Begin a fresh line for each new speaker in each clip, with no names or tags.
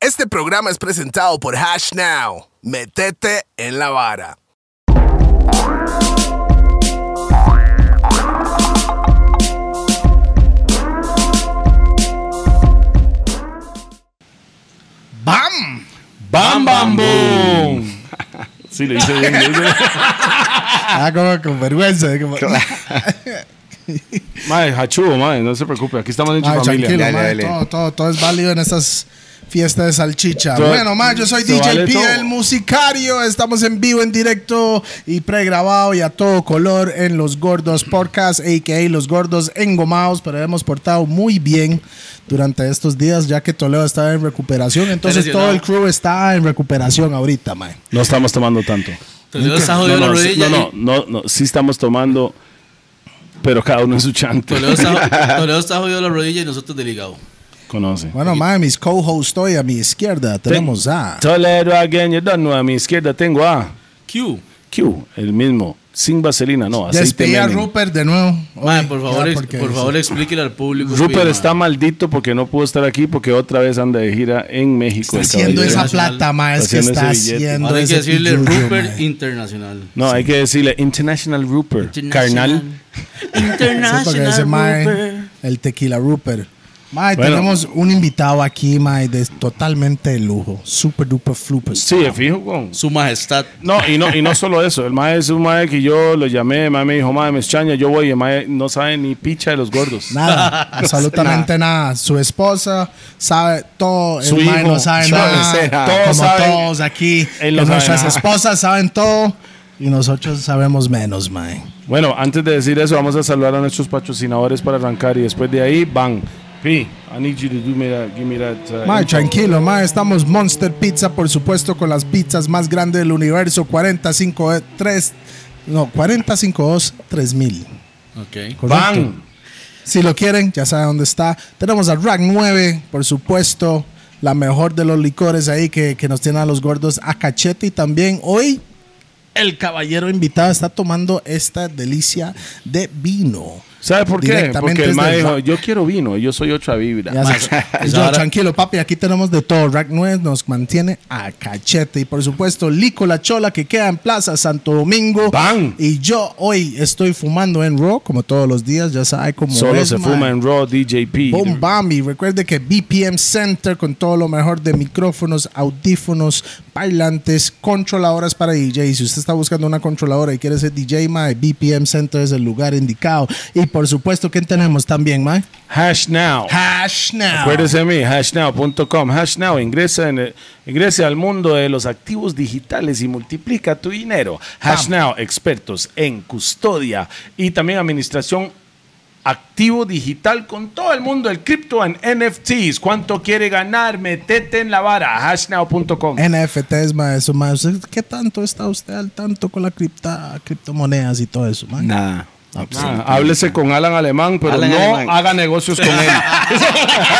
Este programa es presentado por Hash Now. Metete en la vara.
¡Bam!
¡Bam, bam, boom! Sí, le hice bien. le hice bien.
Ah, como con vergüenza. como-
Mae, hachudo, mae, no se preocupe. Aquí estamos en su
Ay,
familia.
tranquilo,
Dale,
mae,
dale.
Todo, todo, todo es válido en estas fiestas de salchicha.
Todo-
bueno, mae, yo soy
se
DJ
vale
P,
todo.
el musicario. Estamos en vivo, en directo y pregrabado y a todo color en Los Gordos Podcast, a.k.a. Los Gordos Engomados. Pero hemos portado muy bien durante estos días, ya que Toledo estaba en recuperación. Entonces todo el crew está en recuperación ahorita, mae.
No estamos tomando tanto.
Pero Toledo está
No,
jodido
no,
la
sí-
rodilla.
no, no, no, no, sí estamos tomando, pero cada uno en su chante.
Toledo está, Toledo está jodido la rodilla y nosotros del hígado.
Conoce.
Bueno, mae, mis co-hosts hoy a mi izquierda tenemos a...
Toledo again, you don't know. A mi izquierda tengo a
Q.
Q, el mismo. Sin vaselina, no, aceite
Despedí a
Menem.
Rupert de nuevo.
Mae,
Hoy,
por
ya,
favor, ex-
porque-
por favor explíquele al público.
Rupert
mae.
está maldito porque no pudo estar aquí porque otra vez anda de gira en México.
Está
el
haciendo esa
caballero.
Internacional.
plata, ma, es que
Haciendo
está
ese billete.
haciendo
Ahora hay que
ese
decirle
pillullo,
Rupert
ma.
Internacional.
No, hay que decirle International Rooper, carnal.
Sí, porque ese ma, el tequila Rupert. Ma, y
Bueno.
tenemos un invitado aquí, ma, de totalmente de lujo. Super duper flupers.
Sí, de fijo, con.
Su majestad.
No, y no, y no solo eso. El mae es un mae que yo lo llamé, el mae me dijo, mae, me extraña, yo voy, y el mae no sabe ni picha de los gordos.
Nada, absolutamente nada. Su esposa sabe todo,
Su
el ma
hijo,
no sabe
yo
nada.
no sé nada.
Como
Todos saben,
todos aquí,
él
que
no sabe
nuestras
nada.
esposas saben todo y nosotros sabemos menos, ma.
Bueno, antes de decir eso, vamos a saludar a nuestros patrocinadores para arrancar y después de ahí, bang. P, I need you to do me that, give me that. uh,
Ma,
intro.
tranquilo, ma, estamos Monster Pizza, por supuesto, con las pizzas más grandes del universo, 45 3 no, 452 3000.
Ok.
Correcto.
Bang.
Si lo quieren, ya saben dónde está. Tenemos a Rack 9, por supuesto, la mejor de los licores ahí que, que nos tienen a los gordos a cachete y también hoy el caballero invitado está tomando esta delicia de vino.
¿Sabe por qué?
Directamente
Porque
desde
el mae
el
dijo,
rack.
yo quiero vino, y yo soy otra vibra.
Ya sabes.
esa
Yo,
vara-
tranquilo, papi, aquí tenemos de todo. Rack 9 nos mantiene a cachete. Y por supuesto, Lico La Chola, que queda en Plaza Santo Domingo.
¡Bam!
Y yo hoy estoy fumando en Raw, como todos los días, ya sabe cómo
Solo
es,
se
man.
fuma en Raw DJP.
Boom Bam. Y recuerde que BPM Center con todo lo mejor de micrófonos, audífonos, bailantes, controladoras para DJ. Si usted está buscando una controladora y quiere ser DJ, Mae, BPM Center es el lugar indicado. Y por supuesto, ¿qué tenemos también, Mae?
Hash now.
Hash
Ah.
now.
Acuérdese de mí, hashnow.com. Hashnow, ingresa, en el- ingrese al mundo de los activos digitales y multiplica tu dinero. Hashnow, expertos en custodia y también administración activo digital con todo el mundo del cripto en NFTs. ¿Cuánto quiere ganar? Metete en la vara. Hashnow.com.
Ah,
NFTs, ma, eso, ma. ¿Usted ¿Qué tanto está usted al tanto con la cripta, criptomonedas y todo eso, ma?
Nada.
Ah, háblese con Alan Alemán, pero
Alan
no
Alemán.
haga negocios con él.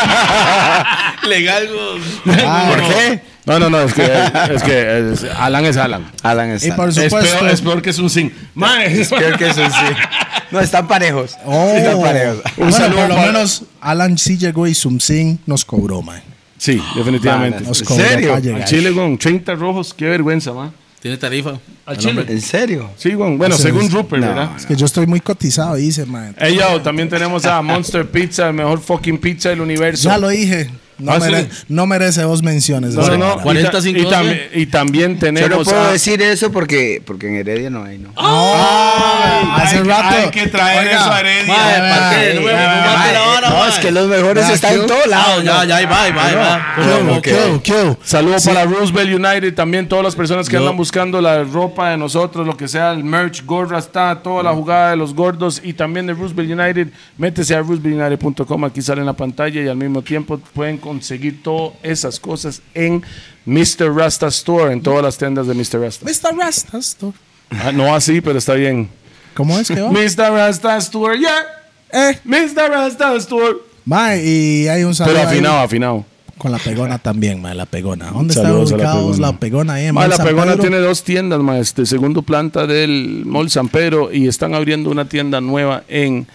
Legal. güey.
Ah,
¿Por qué?
No, no, no, es que, es que es- Alan es Alan.
Alan
Y
está.
por supuesto.
que es un zinc.
Creo que eso sí. No, están parejos.
Oh.
Están parejos.
Bueno,
saludo
por lo
para-
menos Alan sí llegó y Sumsing nos cobró, man.
Sí, definitivamente.
Vale.
Nos
¿En
cobró
serio?
para
Al
Al
llegar.
Chile con 30 rojos, qué vergüenza, man.
Tiene tarifa.
Al Chile.
¿En serio?
Sí, güey. bueno,
Sí,
según
sí.
Rupert, ¿verdad?
Es que yo estoy muy cotizado, dice, man.
Ey, yo, también tenemos a Monster Pizza, el mejor fucking pizza del universo.
Ya lo dije. No,
Ah,
mere-
sí.
no merece dos menciones.
No, no, no. Y ta-
45
y, también- y también
Yo no
tenemos
puedo
a-
decir eso porque, porque en Heredia no hay, ¿no?
Ah, Hace
hay que-
rato.
hay que traer eso a Heredia.
Mae, ¿para qué?
Ay,
No me- no
Ay,
me mate la
ay,
hora,
no,
mae.
es que los mejores
Ya,
están
¿qué?
en todos
Ah,
lados.
Ya, ya, ahí va, ahí va, ahí va.
Kill,
Ok.
kill, kill.
Saludos para Roosevelt United, también todas las personas que
Yo-
andan buscando la ropa de nosotros, lo que sea, el merch, gorra, está toda la jugada de los gordos y también de Roosevelt United. Métese a rooseveltunited.com, aquí sale en la pantalla y al mismo tiempo pueden conseguir todas esas cosas en Mr. Rasta Store, en todas las tiendas de Mr. Rasta.
Mr. Rastas. tú.
Ah, no así, pero está bien.
¿Cómo es que va?
Mr. Rasta Store, yeah.
eh.
Mr. Rasta Store.
Ma, y hay un saludo.
Pero
ahí
afinado, afinado.
Con la pegona también, ma, la pegona. ¿Dónde
Saludos
está
a la
ubicados
Pegona.
la pegona ahí en
Ma,
Mall
Ah, la
San
Pegona
Pedro?
tiene dos tiendas, ma, este, segundo planta del Mall San Pedro y están abriendo una tienda nueva en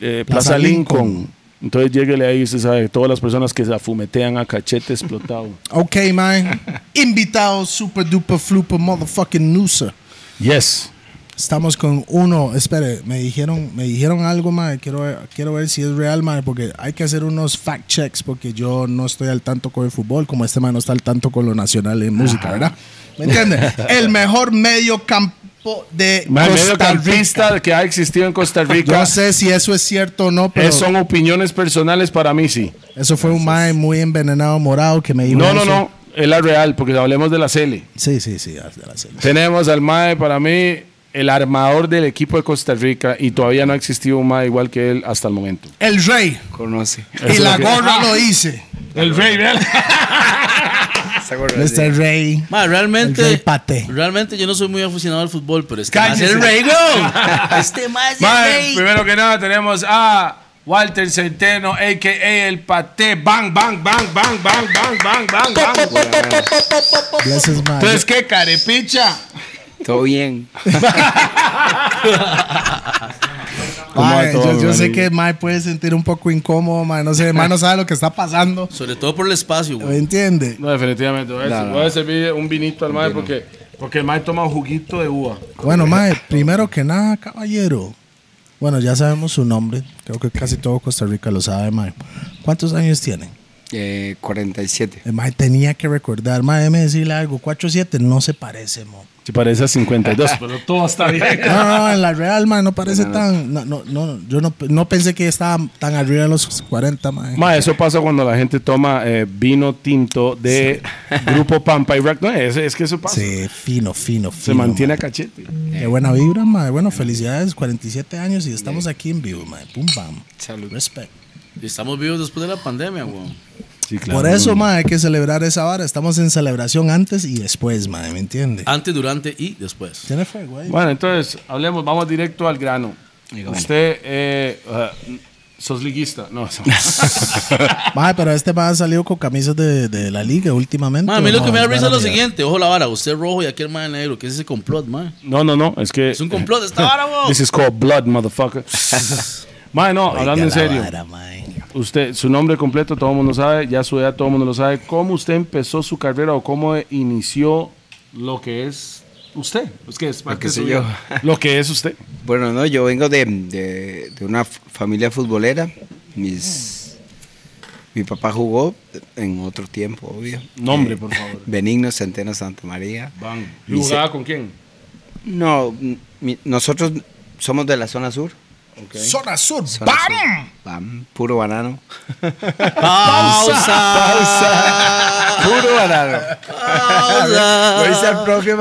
eh, Plaza,
Plaza
Lincoln.
Lincoln.
Entonces lléguele ahí, se sabe, todas las personas que se afumetean a cachete explotado.
Ok, man. Invitado super duper fluper motherfucking Nusa.
Yes.
Estamos con uno. Espere, me dijeron, me dijeron algo, mae. Quiero, ver- quiero ver si es real, mae, porque hay que hacer unos fact checks, porque yo no estoy al tanto con el fútbol, como este mae no está al tanto con lo nacional en música, ¿verdad? ¿Me entiendes? el mejor medio campo de
Mae,
Costa Rica.
mediocampista que ha existido en Costa
Yo
Rica.
no sé si eso es cierto o no, pero
Es- son opiniones personales para mí, sí.
eso fue un mae muy envenenado morado que me dijo.
No, no,
eso.
no. Es la real, porque hablemos de la Cele.
Sí, sí, sí. haz de la serie.
Tenemos al MAE, para mí, el armador del equipo de Costa Rica y todavía no ha existido un MAE igual que él hasta el momento.
El rey.
Conoce.
y
es
la
lo que-
gorra lo Ah. hice.
El rey,
Esa gorra
Mr. Rey.
Ma,
El rey
realmente,
Pate.
realmente yo no soy muy aficionado al fútbol, pero este
Cállese.
más es el rey, güey. Este más es el rey.
primero que nada tenemos a Walter Centeno, a.k.a. el Paté. Bang, bang, bang, bang, bang, bang, bang, bang, bang.
Gracias, mae.
Entonces, ¿qué carepicha?
de- Todo bien.
¿Cómo va
Mae,
todo,
yo, yo sé
hermano?
que Mae puede sentir un poco incómodo, Mae. No sé, Mae no sabe lo que está pasando.
Sobre todo por el espacio,
¿Me
güey.
entiende?
No, definitivamente. Voy a,
No,
ser-
no.
voy a servir un vinito al MAE porque, porque el MAE toma un juguito de uva.
Bueno, Mae, primero que nada, caballero. Bueno, ya sabemos su nombre. Creo que casi todo Costa Rica lo sabe, Mae. ¿Cuántos años tiene?
Eh, 47.
El Mae tenía que recordar. Mae, déjeme decirle algo. 4-7 no se parece, mo.
Se parece a 52. Pero todo está bien.
No, no, no, en la Real, Mae, no parece tan. No, no, no, yo no, no pensé que estaba tan arriba de los 40, Mae.
Ma, eso pasa cuando la gente toma eh, vino tinto de Grupo Pampa y Rack. No, es, es que eso pasa.
Sí, fino, fino, fino.
Se mantiene a cachete.
Qué buena vibra, mae. Bueno, felicidades, 47 años y estamos aquí en vivo, mae. Pum, bam.
Salud.
Respect.
Y Estamos vivos después de la pandemia, güey.
Por eso, mae, hay que celebrar esa vara. Estamos en celebración antes y después, mae, ¿me entiende?
Antes, durante y después.
Tiene fe, güey.
Bueno, entonces, hablemos, vamos directo al grano. Usted, eh, uh, sos liguista. No, eso-
Mae, pero este mae ha salido con camisas de, de la liga últimamente.
Ma, a mí lo
¿o
que
no?
me da risa es lo
Bueno, mira.
siguiente. Ojo la vara, usted rojo y aquel man negro. ¿Qué es ese complot, man?
no, no, no, es que. eh,
Es
Eh,
un complot esta vara, güey.
This is called blood, motherfucker. Ma, no,
Oiga
hablando en
la
serio.
vara, mae.
Usted, su nombre completo todo el mundo sabe, ya su edad todo el mundo lo sabe. ¿Cómo usted empezó su carrera o cómo inició lo que es usted? Pues que es parte
que
de su
soy
vida. Lo que es usted.
Bueno, no, yo vengo de, de- de una f- familia futbolera. Mis, mi papá jugó en otro tiempo, obvio.
Nombre,
Eh,
por favor.
Benigno Centeno Santa María.
¿Y jugaba con quién?
No, mi- nosotros somos de la zona sur.
Zona Sur,
Zona
bam.
sur. Bam, puro banano.
Pausa.
Puro banano.
Pausa.
Lo hice al propio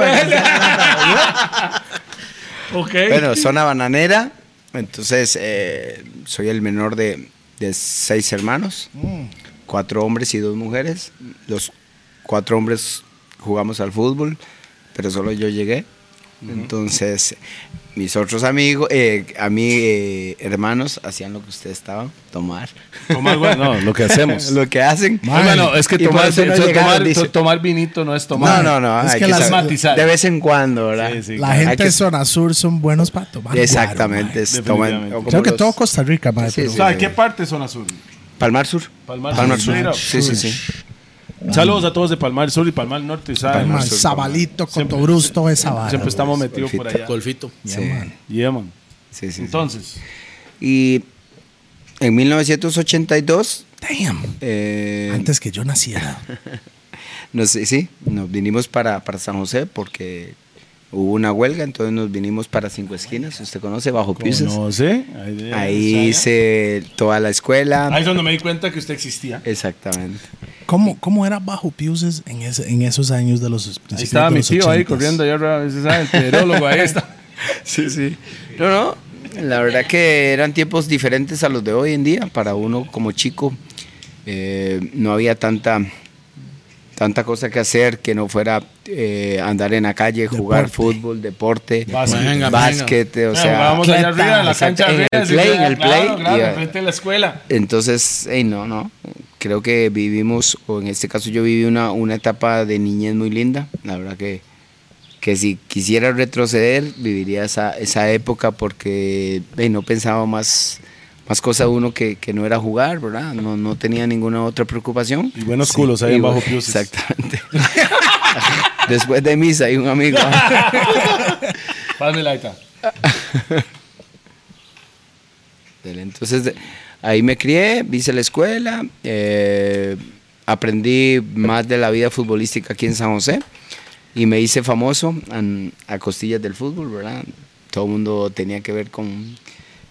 Ok.
Bueno, zona bananera. Entonces, eh, soy el menor de, de seis hermanos.
Mm.
Cuatro hombres y dos mujeres. Los cuatro hombres jugamos al fútbol, pero solo yo llegué. Entonces, mis otros amigos, eh, a mí, eh, hermanos, hacían lo que ustedes estaban, tomar.
Tomar, bueno, no, lo que hacemos.
lo que hacen.
Ay,
bueno, es que
Y por
tomar,
eso no
eso-
llegaron,
tomar-
dice.
to- tomar vinito no es
No,
tomar.
no, no.
Es
hay
que
que
las-
saber-
matizar.
De vez en cuando, ¿verdad?
Sí, sí,
La
Hay
gente
que-
de Zona Sur son buenos para tomar. guaro,
Exactamente.
mae.
es- toman-
Definitivamente.
o como
Creo que
los-
todo Costa Rica, mae.
Sí,
pero-
sí.
¿Sabe qué parte es zona sur?
Palmar Sur.
Palmar Sur.
Sur.
Mira.
Sí, sí, sí.
Saludos a todos de Palmar Sur y Palmar Norte, ¿sabe?
Mae,
Siempre-
Sabalito,
Siempre-
Cotobrusto, toda esa vara.
Siempre estamos
Palmar
metidos
Sur.
por allá.
Golfito.
Yeah,
Sí.
man.
Yeah, man.
Sí, sí, sí.
Entonces,
Y en 1982,
Damn.
eh,
Antes que yo naciera.
nos, eh, sí, nos vinimos para, para San José porque hubo una huelga, entonces nos vinimos para Cinco Esquinas, usted conoce, Bajo Pisos.
no sé.
Ahí hice toda la
Ahí
escuela.
es donde me di cuenta que usted existía.
Eh, Exactamente.
¿Cómo, cómo era Bajo Piuses en, ese- en esos años de los principios
Ahí estaba
de
mi
los
tío ahí
80s?
corriendo allá, arriba, a veces, ¿sabe? El pedrólogo, ahí está.
Sí, sí. No, no. La verdad que eran tiempos diferentes a los de hoy en día. Para uno como chico, eh, no había tanta, tanta cosa que hacer que no fuera eh, andar en la calle, jugar
Deporte.
fútbol, deporte,
Básquet.
Venga, venga.
básquet, o
Bueno,
sea.
jugábamos allá
atleta,
arriba, en la
exacto,
cancha
en
arriba.
el
así,
play, en
claro,
el play,
Claro,
y, ah,
frente de la escuela.
Entonces, hey, no, no. Creo que vivimos, o en este caso yo viví una, una etapa de niñez muy linda. La verdad que, que si quisiera retroceder, viviría esa, esa época porque hey, no pensaba más, más cosa uno que, que no era jugar, ¿verdad? No, no tenía ninguna otra preocupación.
Y buenos culos ahí
Y
abajo,
bueno,
Piuses.
Exactamente. Después de misa hay un amigo.
Pásame la gaita.
Entonces de- ahí me crié, hice la escuela, eh, aprendí más de la vida futbolística aquí en San José y me hice famoso an- a costillas del fútbol, ¿verdad? Todo el mundo tenía que ver con,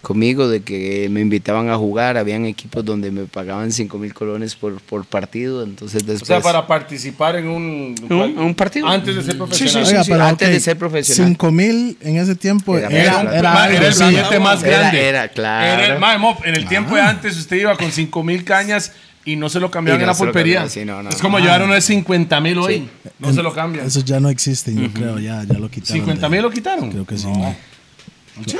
conmigo, de que me invitaban a jugar, habían equipos donde me pagaban 5 mil colones por, por partido, entonces después...
O sea, para participar en un,
Un- un partido.
Antes de ser profesional.
sí,
Oiga,
sí,
pero,
antes
ok,
de ser profesional.
5 mil en ese tiempo era,
Era-
era,
era-
algo,
era el
sí.
billete más
Era-
grande.
era, claro.
Era el- mae, Mop, en el tiempo de antes usted iba con 5 mil cañas y no se lo cambiaron
Y
en
no
la
se lo
pulpería.
cambiaron, sí, no, no.
es como llevar uno de 50 mil hoy. No se lo cambian.
Eso ya no existe, yo creo, ya, ya lo quitaron.
50
de-
mil lo quitaron.
Creo que sí. ma.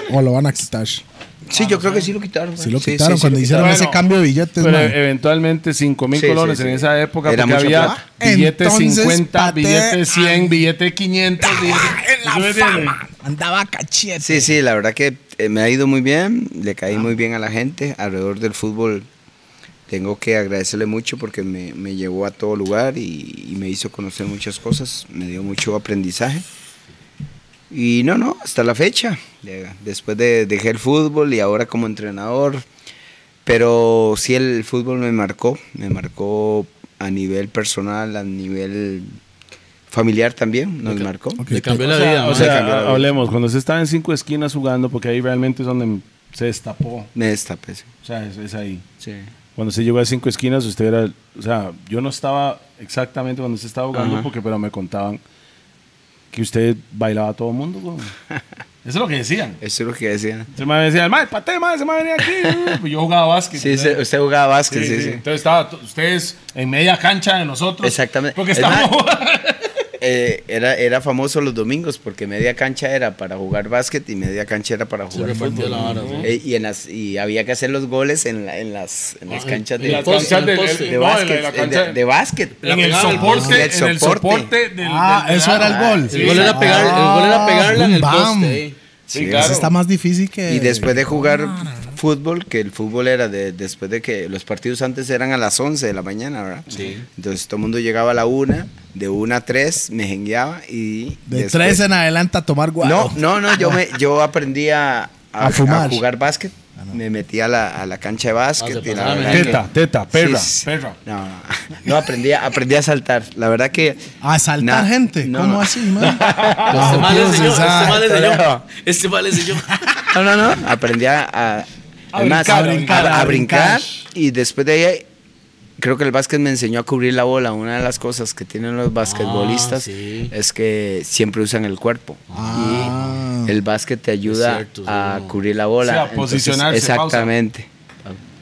O lo van a quitar. Sí
Sí, yo creo que sí lo quitaron. güey.
lo
Sí, sí,
quitaron
sí
cuando
lo
hicieron
quitaron.
ese
Bueno,
cambio de billetes,
Pero eh,
ma.
eventualmente 5 mil
Sí, sí,
colones
sí.
en esa época
Era
porque
mucho
había
plata.
billetes
Entonces,
50,
pateé
billetes 100, billetes 500. billetes- ¿Sí me entiende?
Andaba cachete.
Sí, sí, la verdad que eh, me ha ido muy bien, le caí muy bien a la gente. Alrededor del fútbol tengo que agradecerle mucho porque me, me llevó a todo lugar y, y me hizo conocer muchas cosas, me dio mucho aprendizaje. Y no, no, hasta la fecha. de- Después de dejé el fútbol y ahora como entrenador. Pero sí el fútbol me marcó, me marcó a nivel personal, a nivel familiar también, nos marcó.
Le cambió la
O sea,
vida,
o
ma.
sea,
cambió la vida.
hablemos, cuando se estaba en cinco esquinas jugando, porque ahí realmente es donde se destapó.
Me destapé. sí.
O sea, es, es ahí.
Sí.
Cuando se llegó a cinco esquinas, usted era. O sea, yo no estaba exactamente cuando usted estaba jugando,
Ajá.
porque pero me contaban que usted bailaba a todo el mundo. güey. Eso es lo que decían.
Eso es lo que decía.
Se me decían, madre, pate, madre, se me venía aquí. Pues yo jugaba básquet.
Sí,
¿verdad?
se- usted jugaba
Sí,
básquet,
sí,
sí, sí.
Entonces estaba t- ustedes en media cancha de nosotros.
Exactamente.
Porque
Es
estábamos.
Eh, era, era famoso los domingos porque media cancha era para jugar básquet y media cancha era para
Se
jugar
repartió
fútbol.
la vara, sí.
Eh, y, en las, y había que hacer los goles en, la- en las, en las
Ah,
canchas de,
en las
de-
canchas
de
del- el-
de
no, en
la-
básquet.
en la
eh,
cancha-
de, de básquet.
La
en, el
pegada al
soporte,
poste.
en el
El soporte.
soporte. del-
Ah,
del-
eso era el gol. Ah.
El gol era, pegar, el gol
Ah.
era pegarla en el
Bam.
poste. eh.
Sí,
Sí, claro.
claro.
Eso está más difícil que.
Y después de jugar fútbol, que el fútbol era de, después de que los partidos antes eran a las 11 de la mañana, ¿verdad? Entonces todo el mundo llegaba a la 1, de 1 a 3 me jengueaba y...
De
después-
tres en adelante a tomar guaro.
No, no, no, yo, me, yo aprendí a, a-
A fumar. Ah,
a jugar básquet. Me metí a la, a la cancha de básquet.
Ah, se
y la
pasaba,
verdad
¿eh?
que-
Teta, teta, perra,
Sí, sí.
perra.
No, no, no, aprendí, a- aprendí a saltar. La verdad que...
A saltar
na-
gente.
no,
¿Cómo
no.
así, man? Ah,
Este mal es yo, este mal es yo.
carajo.
Este mal es yo.
No, no, no. Aprendí a, a,
A
es más,
brincar,
a-
a brincar,
a
a
brincar.
brincar.
Y después de ahí, creo que el básquet me enseñó a cubrir la bola. Una de las cosas que tienen los basquetbolistas
Ah,
sí.
es que siempre usan el cuerpo.
Ah.
Y el básquet te ayuda
cierto, sí,
a
no.
cubrir la bola.
O sea,
Entonces,
posicionarse,
Exactamente.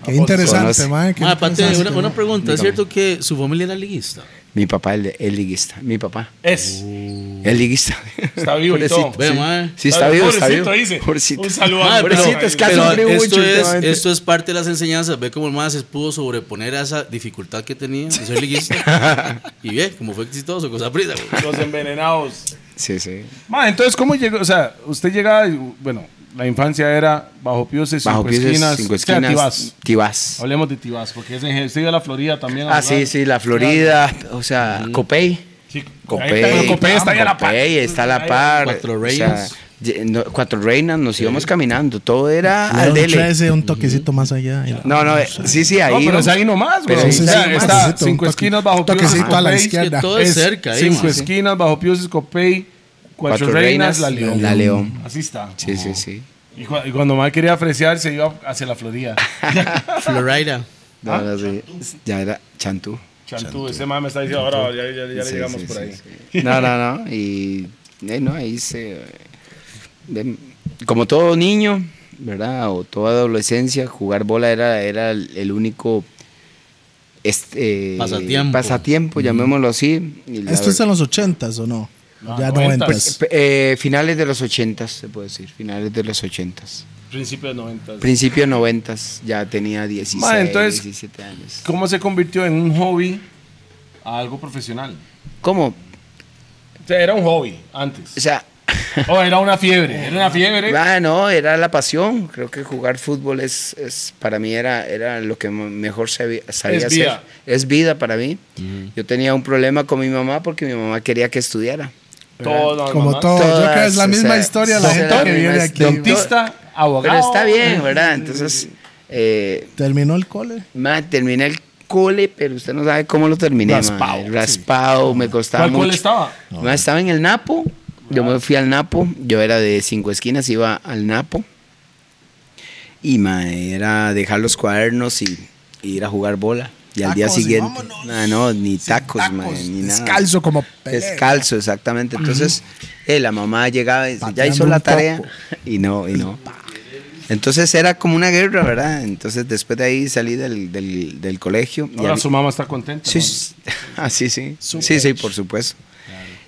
Qué interesante,
Conoce.
man. qué
Ah, Pate,
interesante,
una, una
man.
pregunta. ¿Es cierto que su familia era liguista?
Mi papá, el, el liguista. Mi papá.
Es.
El liguista.
Mm. Está vivo y
Pobrecito,
todo. Ah,
Ve,
sí.
mae.
Sí, está vivo, está vivo.
Pobrecito, dice.
Pobrecito.
Un saludo
Mae,
a
pero-
pobrecito, es que ha
pero
sufrido mucho
esto, es,
últimamente.
esto es parte de las enseñanzas. Ve cómo el más se pudo sobreponer a esa dificultad que tenía de ser liguista. y ve, como fue exitoso, cosa prisa. güey.
Los envenenados.
Sí, sí.
Ma, entonces, ¿cómo llegó? O sea, usted llegaba, y, bueno, la infancia era bajo pioses, cinco
Bajo pies,
esquinas,
cinco
o sea,
esquinas.
Tibás.
Tibás.
Hablemos de Tibás, porque es en usted iba a la Florida también.
Ah, sí, sí, la Florida, o sea, Copey. Copey.
Copey, Copey está ahí a la par.
Copey está a la
Ahí,
par.
Cuatro
o sea,
Reinas.
ye- no, cuatro reinas, nos íbamos caminando. Todo era
Era
al
un
Ah, dele.
13, un toquecito más allá. y la-
No, no, eh, sí, sí, ahí.
No, pero
¿no?
es ahí nomás, güey.
Pero ahí
O
sí,
sea,
sí, nomás.
está
Necesito un
cinco
toque-
esquinas bajo
toquecito
Pioses,
a la
Copey,
izquierda.
Es que todo es,
es
cerca ahí,
Cinco
mae.
esquinas bajo pioses, Copey, cuatro,
Cuatro
reinas,
Reinas,
la León.
La León.
Así está.
Sí, sí, sí.
Y, cu- y cuando más quería fresear, se iba hacia la Florida.
Florida.
Ah.
No, no, sí. Ya era Chantú.
Chantú, ese mae me está diciendo, ahora ya, ya, ya le
Sí,
llegamos
sí,
por
sí,
ahí.
sí. No, no, no. Y eh, no, ahí se. eh, de- como todo niño, ¿verdad? O toda adolescencia, jugar bola era, era el el único. Este, eh,
Pasatiempo.
pasatiempo, llamémoslo así. Y la
¿Esto es en
ver-
los 80s o no?
No,
ya
90s.
90s.
eh, finales de los 80 se puede decir. Finales de los 80s.
Principio de 90.
Principios 90s, ya tenía 16,
Ma, entonces-
17 años.
¿Cómo se convirtió en un hobby a algo profesional?
¿Cómo?
O sea, era un hobby antes.
O sea,
Oh, era una fiebre, era una fiebre.
Ah, no, era la pasión. Creo que jugar fútbol es, es- para mí era, era lo que mo- mejor sabía, sabía
Es
hacer.
vida.
Es vida para mí. Yo tenía un problema con mi mamá porque mi mamá quería que estudiara.
Todo,
Como
mamá.
todo. yo creo que es la
Todas,
misma
o sea,
historia la
son
gente
todas
que
las
viene
mismas
aquí.
doctor-
Dentista, abogado.
Pero está bien, ¿verdad? Entonces, eh,
Terminó el cole.
ma, terminé el cole, pero usted no sabe cómo lo terminé. ma.
Raspado, sí.
Raspado, me costaba
¿Cuál cole
mucho.
estaba?
Ma, estaba en el Napo. Yo me fui al Napo. Yo era de cinco esquinas, iba al Napo. Y ma, era dejar los cuadernos y, y ir a jugar bola. Y al día
Tacos y
siguiente,
vámonos.
ma, no, ni
Sin
tacos, ma, ni nada.
Descalzo como pelea.
Descalzo, exactamente. Entonces, eh, la mamá llegaba y decía, ya
Pateando
hizo la
un
tarea.
topo.
Y no, y no. Entonces era como una guerra, ¿verdad? Entonces después de ahí salí del, del- del colegio. y
Ahora
había-
su mamá está contenta.
Sí,
¿no?
sí, ah, sí, sí.
Super.
Sí, sí, por supuesto.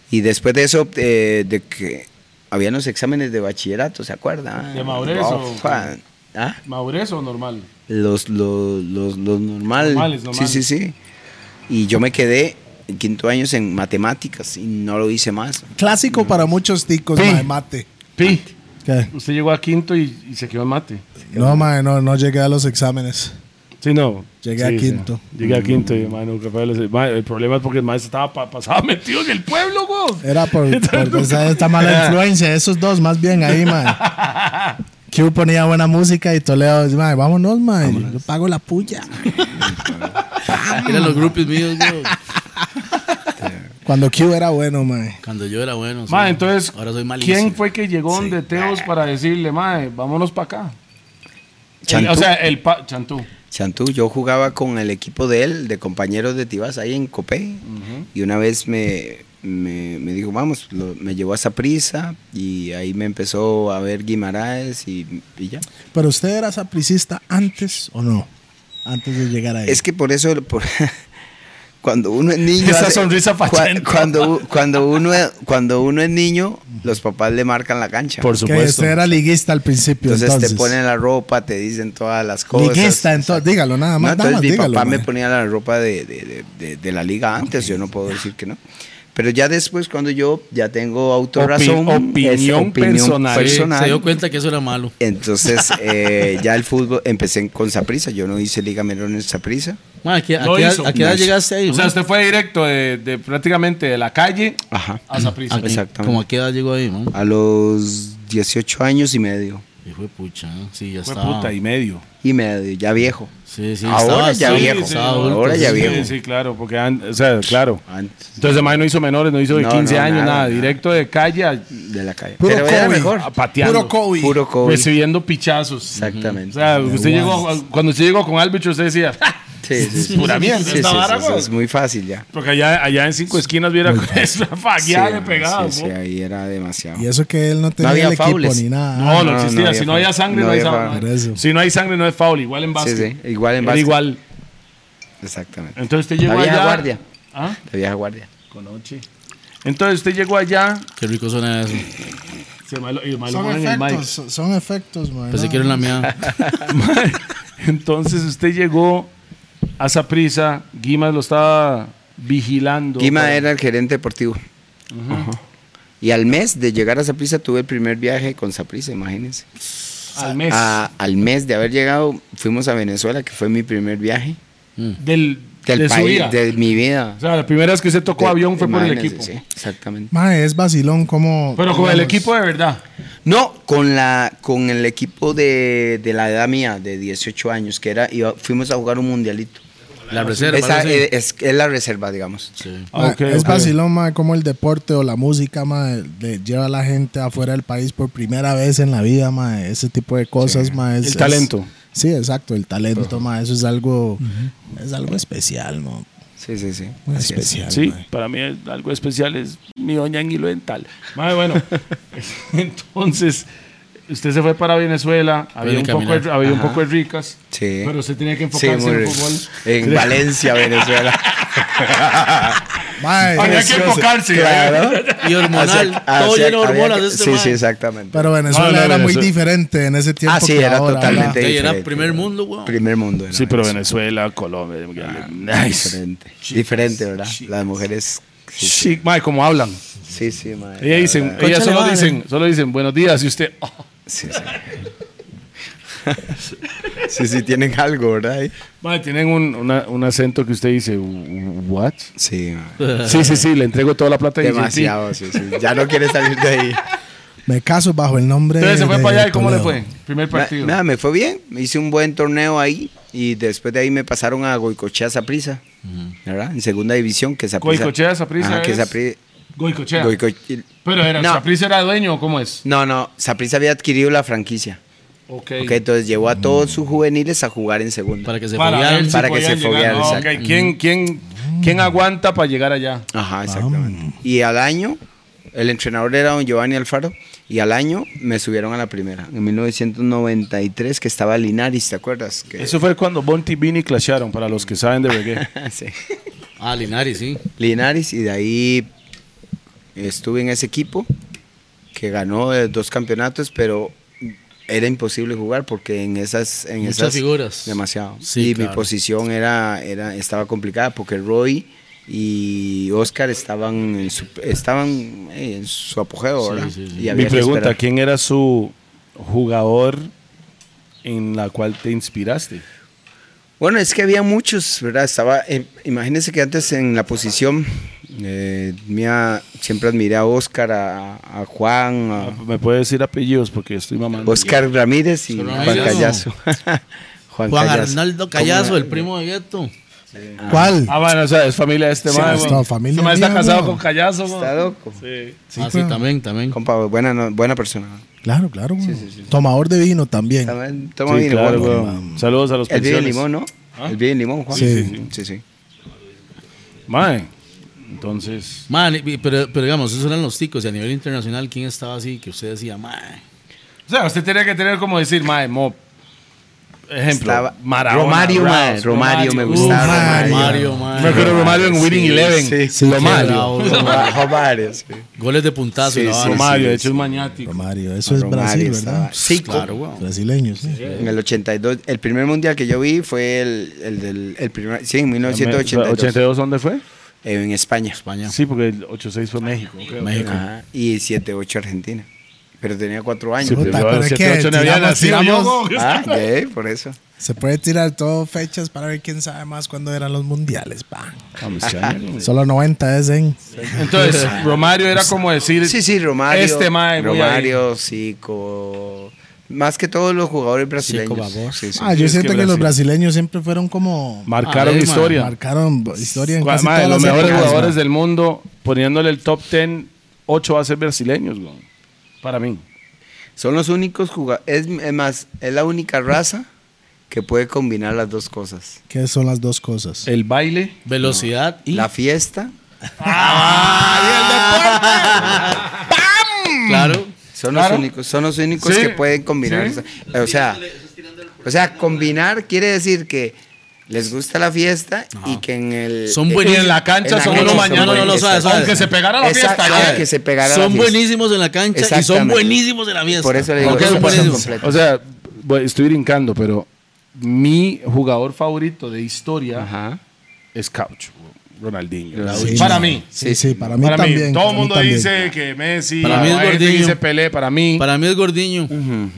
Y después de eso, eh, de que habían los exámenes de bachillerato, ¿se acuerda?
¿De Maures o-
fa- ¿Ah?
¿Madurez o normal?
Los, los, los, los normal.
Normales, normales.
Sí, sí, sí. Y yo me quedé en quinto años en matemáticas y no lo hice más.
Clásico para
Mm.
muchos ticos,
Sí.
mae, mate.
Pi,
¿Qué?
usted llegó a quinto y, y se quedó en mate.
No, mae, no, no llegué a los exámenes.
Sí, no.
Llegué a
Sí,
quinto. Mm.
sí. Llegué a quinto y, mano, capaz les- ma, el problema es porque el maestro estaba pa- pasado metido en el pueblo, güey.
Era por,
Entonces,
por esa- esta mala influencia, esos dos más bien ahí, mae. Q ponía buena música y Toledo dice, mae, vámonos, mae, yo pago la puya.
Eran los grupos míos, güey.
Cuando Q era bueno, mae.
Cuando yo era bueno. sí.
Ma, entonces,
Ahora soy malísimo.
¿quién fue que llegó donde Teos para decirle, mae, vámonos para acá? El-
Chantú,
Eh, o sea, el pa Chantú.
Chantú, yo jugaba con el equipo de él, de compañeros de Tibás, ahí en Copé. Y una vez me, me, me dijo, vamos, lo- me llevó a prisa y ahí me empezó a ver Guimaraes y, y ya.
Pero usted era sapricista antes o no? Antes de llegar ahí.
Es que por eso, por- cuando uno es niño...
Esa sonrisa
cua-
pachenta.
cuando, cuando, uno, es- cuando uno es niño, los papás le marcan la cancha.
que usted era liguista al principio.
entonces,
Entonces,
te ponen la ropa, te dicen todas las cosas.
Liguista, entonces, dígalo, nada
No,
Ah, más. nada
entonces
más,
mi
dígalo,
papá me
mae.
ponía la ropa de, de- de- de- de la liga antes, yo no puedo decir que no. Pero ya después, cuando yo ya tengo autorrazón,
Opi-
es
opinión personal.
Sí, Se dio cuenta que eso era malo.
entonces eh, ya el fútbol empecé con Saprisa, yo no hice Liga Menor en Saprisa.
Ma, ¿a qué, a
Lo
qué-
hizo.
a qué edad
Lo hizo.
llegaste ahí?
O sea,
ma?
usted fue directo de, de prácticamente de la calle
Ajá.
a Saprissa.
¿A qué-
Exactamente.
¿Cómo a qué edad llegó ahí, man?
A los 18 años y medio.
Y fue pucha, sí, ya
Fue
estaba.
puta y medio.
Y medio, ya viejo.
Sí, sí,
Ahora ya
estaba-
viejo.
estaba
Ahora
adulto,
ya
sí.
viejo.
Sí, sí, claro, porque, an- o sea, claro.
Antes
Entonces, mae no hizo menores, no hizo de
No,
15
no,
años,
nada,
nada,
nada.
Directo de calle a-
de la calle.
Puro
Pero era
Kobe.
mejor.
a- pateando.
Puro Kobe.
Puro Kobe.
Recibiendo pichazos. Pues O
Exactamente.
sea, usted llegó, cuando usted llegó con árbitro, usted decía, "Ja",
Sí, sí, sí.
pura mierda,
Sí, sí,
esta
sí,
vara,
sí,
güey.
es muy fácil ya.
porque allá, allá en cinco esquinas viera con esa fagueada de
Sí,
pegadas.
sí,
¿no?
sí, ahí era demasiado.
Y eso que él no tenía
había
el equipo
faules.
ni nada.
No, no,
no,
existía.
no había
si no había
foul.
sangre, no,
No
hay
había
sangre.
foul. Por eso.
Si no hay sangre, no es foul. Igual en básquet.
Sí, sí, igual en
Era
básquet.
igual.
Exactamente.
Entonces usted llegó
La vieja
allá.
guardia.
¿Ah?
La vieja guardia.
Con Ochi. Entonces usted llegó allá.
Qué rico suena eso.
se me lo- y me lo
Son
ponen en el mic.
efectos, son- son efectos, mae.
Pensé
no.
que era la mía.
Mae, Entonces usted llegó a Saprisa. Guimas lo estaba vigilando.
Guima
Para-
era el gerente deportivo. Ajá. Y al mes de llegar a Saprisa tuve el primer viaje con Saprisa, imagínense.
al mes.
A- al mes de haber llegado fuimos a Venezuela, que fue mi primer viaje
del,
del
de su
país,
vida.
de mi vida.
O sea, la primera vez que usted tocó
De-
avión fue por el
imagínense,
equipo.
sí, exactamente.
Mae, es vacilón como...
Pero con el
digamos,
equipo de verdad.
No, con la con el equipo de, de la edad mía, de 18 años, que era iba- fuimos a jugar un mundialito.
La reserva.
Esa eh,
algo así.
es, es- es la reserva, digamos.
Sí.
Ma,
Ah, ok,
es
ok.
vacilón, ma, como el deporte o la música, ma, le lleva a la gente afuera del país por primera vez en la vida, ma, ese tipo de cosas, ma, es-
El
es-
talento.
sí, exacto, el talento, ma, eso es algo, es algo especial, ma,
Sí, sí, sí.
muy
Así es.
especial,
Sí,
ma.
para mí es algo especial es mi doña en hilo dental. Mae, bueno, entonces usted se fue para Venezuela, había,
Puede
un poco,
caminar.
de, había un poco de ricas,
Sí.
pero usted tenía que
Sí,
enfocarse
muy
en el
rico.
fútbol.
En Valencia, Venezuela.
Ma, es-
Había que enfocarse. ¿eh?
Claro.
Y hormonal.
Hacia-
todo
hacia-
lleno de
había
hormonas
que-
de este
Sí,
man.
sí, exactamente.
pero Venezuela
No, no,
era muy
Venezuela-
diferente en ese tiempo
ah, sí,
que
era
ahora,
totalmente
Sí, era
diferente.
primer mundo, weón.
Primer mundo. era
Sí, pero
Venezuela.
Venezuela, Colombia,
Ah, Diferente. Diferente, ¿verdad? Las mujeres. sí, sí.
Chic, mae, ¿cómo hablan?
Sí, sí, mae.
Ella dicen,
La verdad,
ellas
Cóchale,
solo
madre.
dicen, solo dicen buenos días y usted. oh,
Sí, sí. sí, sí, tienen algo, ¿verdad? ahí?
madre, tienen un, una- un acento que usted dice, ¿what?
Sí, mae.
Sí, sí, sí, le entrego toda la plata y
Demasiado, sí, sí. Ya no quiere salir de ahí.
Me caso bajo el nombre.
Entonces se fue
de
para allá y ¿cómo le
Toledo.
fue? Primer
Na-
partido.
Nada, me fue bien. Me hice un buen torneo ahí. Y después de ahí me pasaron a Goicochea Saprisa. ¿Verdad? En segunda división, que Saprisa.
Goicoechea Saprissa
Ajá, que
es-
Sapri-
Goicochea.
Goico-
Pero era,
No.
Saprissa era dueño, o ¿cómo es?
No, no, Saprisa había adquirido la franquicia.
Ok.
Ok, entonces llevó a todos sus juveniles a jugar en segunda.
Mm. Para que se
Para,
foguearan. Mm.
ver si
para que
podían
se
llegar.
foguearan,
Ah,
exacto.
ok. ¿Quién, quién, ¿Quién aguanta para llegar allá?
Ajá, exactamente. Y al año, el entrenador era don Giovanni Alfaro, y al año me subieron a la primera. En 1993, que estaba Linares, ¿te acuerdas? Que-
Eso fue cuando Bonti y Vini clashearon, para los que saben de reggae.
Sí.
Ah, Linares, sí.
Linares, y de ahí estuve en ese equipo que ganó eh, dos campeonatos, pero era imposible jugar porque en esas en
Muchas
esas-
figuras.
demasiado
Sí,
y
claro.
mi posición era era estaba complicada porque Roy y Oscar estaban en su, estaban eh, en su apogeo
Sí,
¿verdad?
sí, sí.
Y
Mi
había que
pregunta,
esperar.
¿quién era su jugador en la cual te inspiraste?
Bueno, es que había muchos, ¿verdad? Estaba, eh, imagínense que antes en la posición eh, mía siempre admiré a Oscar, a, a Juan, a,
Me puede decir apellidos porque estoy mamando.
Oscar Ramírez y
Oscar
Juan
Ramírez.
Callazo. Juan,
Juan
Callazo.
Arnaldo Callazo, el primo de Gueto.
¿Cuál?
Ah, bueno, o sea, es familia de este
Sí,
man.
es
güey.
toda familia
Este man está
mía,
casado
güey.
con Callazo. güey.
Está loco.
Sí.
ah, sí,
claro.
también, también.
Compa, buena, no- buena persona.
Claro, claro. Tomador de vino también.
También Toma
Sí,
vino,
claro,
Juan.
güey. Saludos a los
El bien
pensiones.
limón, ¿no? El bien limón, Juan.
Sí.
sí. sí.
Mae, entonces...
Man, y- pero, pero digamos, esos eran los ticos. Y a nivel internacional, ¿quién estaba así? Que usted decía, man.
O sea, usted tenía que tener como decir, mae, mo... Ejemplo,
Estaba-
Maradona,
Romario, mae,
Rouse,
Romario
uh,
me
Uf,
gustaba,
mae.
Mario, man.
Me acuerdo de Romario en Winning
Sí,
Eleven.
sí, sí,
Lo Mario.
bravo.
Bajo bares. sí.
Goles de puntazo y
Sí,
la
sí,
vara.
Romario,
sí,
de hecho
sí.
es maniático.
Romario, eso es
Romario
Brasil,
estaba-
¿verdad?
Sí,
Claro, weón.
Brasileños. sí.
En el 82, el primer mundial que yo vi fue el, el del el primer, sí, en 1982,
¿82 dónde fue?
en España.
España.
Sí, porque el 86 fue México. creo.
México.
Ajá, y 7-8 Argentina. Pero tenía cuatro
Sí,
años.
pero
Puta,
yo a los
pero es
7,
que
8 no había
tiramos-
nacido yo,
tiramos-
güey.
Ah, ya, por eso.
Se puede tirar todo fechas para ver quién sabe más cuándo eran los mundiales. pa.
Ah,
Solo 90 es ¿eh? en.
Entonces, Romario era como decir...
Sí, sí, Romario.
Este mae, voy a ir.
Romario, Zico. Más que todos los jugadores brasileños. Sí, sí.
Ah, yo
es que
siento que, los
Brasil-
brasileños siempre fueron como.
Marcaron
Ah, eh,
historia.
Marcaron historia en
Cua-
casi
mae,
todas las
los mejores
épocas,
jugadores
mae.
del mundo, poniéndole el top 10, 8 va a ser brasileños, güey. Para mí.
Son los únicos jugadores. Es, es más, es la única raza que puede combinar las dos cosas.
¿Qué son las dos cosas?
El baile.
Velocidad y.
La fiesta.
Claro.
Son
Claro.
los únicos, son los únicos
Sí,
que pueden combinar.
sí.
esa- O sea, o sea, combinar quiere decir que les gusta la fiesta
Ah.
y que en el
Son
Y
eh,
en
buenísimos.
la cancha
En la
son
cancha
uno
son
mañana.
buenos.
no, no,
sabe, sabe.
Aunque se pegara la
Esa-
fiesta.
ah,
ya.
que se pegara la
Son
fiesta.
buenísimos en la cancha y son
Exactamente.
buenísimos en la fiesta.
Por eso le digo
¿Por qué
que
son
son
buenísimos?
completos.
O sea, voy- estoy brincando, pero mi jugador favorito de historia
Ajá.
es Caucho, Ronaldinho.
Ronaldinho.
Para
mae.
mí.
Sí, sí, para mí
para mí,
también.
todo
para
el
mí
mundo
también.
dice que Messi,
Para mí es
hay gente que
Gordinho.
dice Pelé, para mí,
Para mí es Gordiño.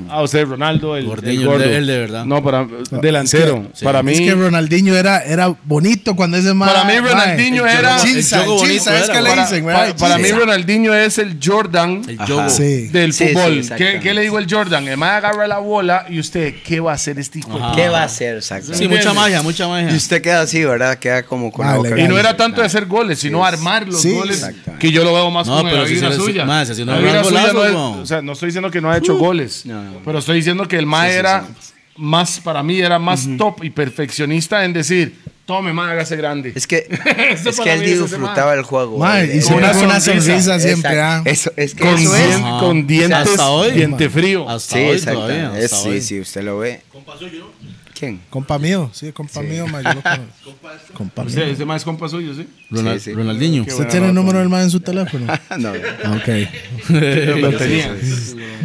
a usted Ronaldo, el,
Gordinho,
el
el
gordo.
de- el de verdad.
No, para delantero, para mí
Ah, Es que Ronaldinho era, era bonito cuando ese mae-
Para mí
mae,
Ronaldinho
el
era-
Chinza,
el juego
el
bonito
chinza, es
era,
que le
para-
dicen,
para,
mae,
para mí
chinza.
Ronaldinho es el Jordan
El Yogo.
Sí.
del
Sí, sí,
fútbol. ¿Qué,
exactamente.
qué le digo el Jordan? El más agarra la bola y usted, ¿qué va a hacer este hijo? de
Ajá.
puta?
¿Qué va a hacer exactamente?
Sí, mucha
¿Entiendes?
magia, mucha magia.
Y usted queda así, ¿verdad? Queda como con la
Ah,
boca
legal.
Y no era
abierta.
tanto de hacer goles, sino armar los
Sí.
goles
Exactamente.
que yo lo veo más
No,
como en
pero
la
si
vida
se le-
suya.
más, si se no
La
habrán
vida suya
golazos, Uh.
no es-
no.
o sea, no estoy diciendo que no ha hecho goles,
No, no, no.
pero estoy diciendo que el Ma era más, para mí, era más top y perfeccionista en decir, tome, Ma, hágase grande.
Es que,
Eso
es
para
que él
mí es ese
disfrutaba
man.
el juego.
Mae,
el-
y
el-
con
una
una, sonrisa
sonrisa,
siempre,
Exacto.
ah.
Eso, es que
Con,
eso es.
dien-
Ajá.
con dientes,
Hasta hoy,
diente frío.
Hasta
Sí,
hoy
exacto.
todavía. hasta
Es- sí,
hoy.
sí, usted lo ve. ¿Quién?
Compa mío, sí, compa mío, ma, yo lo conozco. Compa mío.
Ese, ese más compa suyo, ¿sí?
Ronald-
Ronaldinho.
¿Usted tiene el número del man en su teléfono?
no.
Ah,
Eh,
ok.
Lo tenía.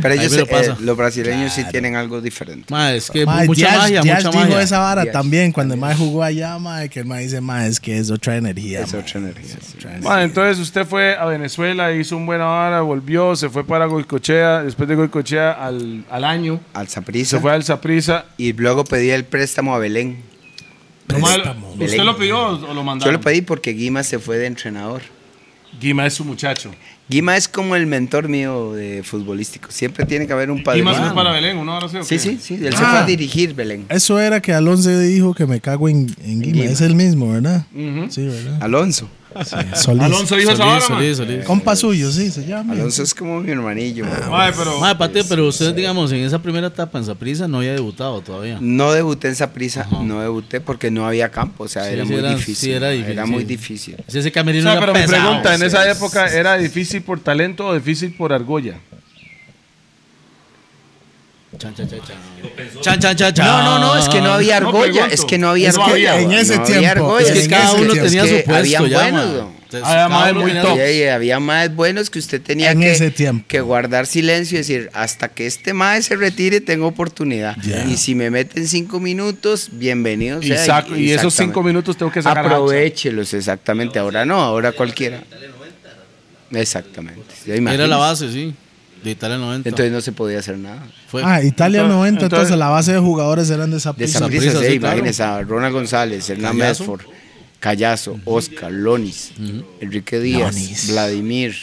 Pero
Ahí
ellos,
me lo
eh,
pasa.
los brasileños sí tienen algo diferente.
Ma, es que
Mae,
mucha
Jazz-
magia,
Jazz
mucha
dijo
magia.
esa vara
Jazz.
también cuando el mae jugó allá, mae, que el mae dice, mae, es que es otra energía.
Es
mae".
otra energía. sí.
Ma, entonces usted fue a Venezuela, hizo un buena hora, volvió, se fue para Goicochea, después de Goicochea al, al año,
Al
se
Saprissa.
fue al Zaprisa.
Y luego pedí el préstamo a Belén.
¿Usted
Belén.
lo pidió o lo mandó?
Yo lo pedí porque Guima se fue de entrenador.
Guima es su muchacho.
Guima es como el mentor mío de futbolístico. Siempre tiene que haber un padre.
Guima se fue para Belén, ¿una hora sí o
Sí,
qué?
sí, sí. Él se
Ah.
fue a dirigir Belén.
Eso era que Alonso dijo que me cago en, en Guima.
Guima.
Es el mismo, ¿verdad? Sí, ¿verdad?
Alonso.
Solís.
Alonso dijo esa
Solís,
hora, ma.
solís, solís.
Compa suyo, sí, se llama.
Alonso es como mi hermanillo.
Ah,
Ma, pero
Ma, Pate, pero ustedes, digamos, en esa primera etapa en Saprissa no había debutado todavía.
No debuté en Saprissa, no debuté porque no había campo. O sea,
Sí,
era
sí,
muy
era-
difícil.
sí, era
era,
difícil,
muy
sí.
difícil.
Ese- Ese camerino
O sea, pero
era
mi
pesado.
pregunta, en esa época, ¿era difícil por talento o difícil por argolla?
Chan, chan, chan, chan. Chan, chan, chan, chan.
No, no, no, es que no había
No,
argolla.
pregunto.
es que no había
No
argolla.
había.
güey,
En
no
ese
había
tiempo,
argolla,
Es que
en
cada
ese
uno
tiempo.
tenía
Es que
su puesto
habían
ya,
buenos,
ma.
don.
Entonces,
Había
cada
madres
uno
muy
tenía-
top.
Y ahí había más buenos que usted tenía
En
que,
ese tiempo.
que guardar silencio y decir, hasta que este mae se retire tengo oportunidad.
Ya.
Y si me meten cinco minutos, bienvenidos.
Y, saco- y esos cinco minutos tengo que sacar hacha.
Aprovechelos, exactamente. Ahora no, ahora cualquiera. Exactamente.
Era
Ya
la
imagínese.
base, sí. De Italia 90.
Entonces no se podía hacer nada.
Fue
Ah, Italia
Entonces-
90, entonces,
entonces-
la base de jugadores eran de esa
De
Esa
esa
prisa,
prisa,
sí, claro.
imagínese a Ronald González, Hernán
Callazo.
Medford, Callazo, Oscar, Lonis, Enrique Díaz,
Lonis.
Vladimir.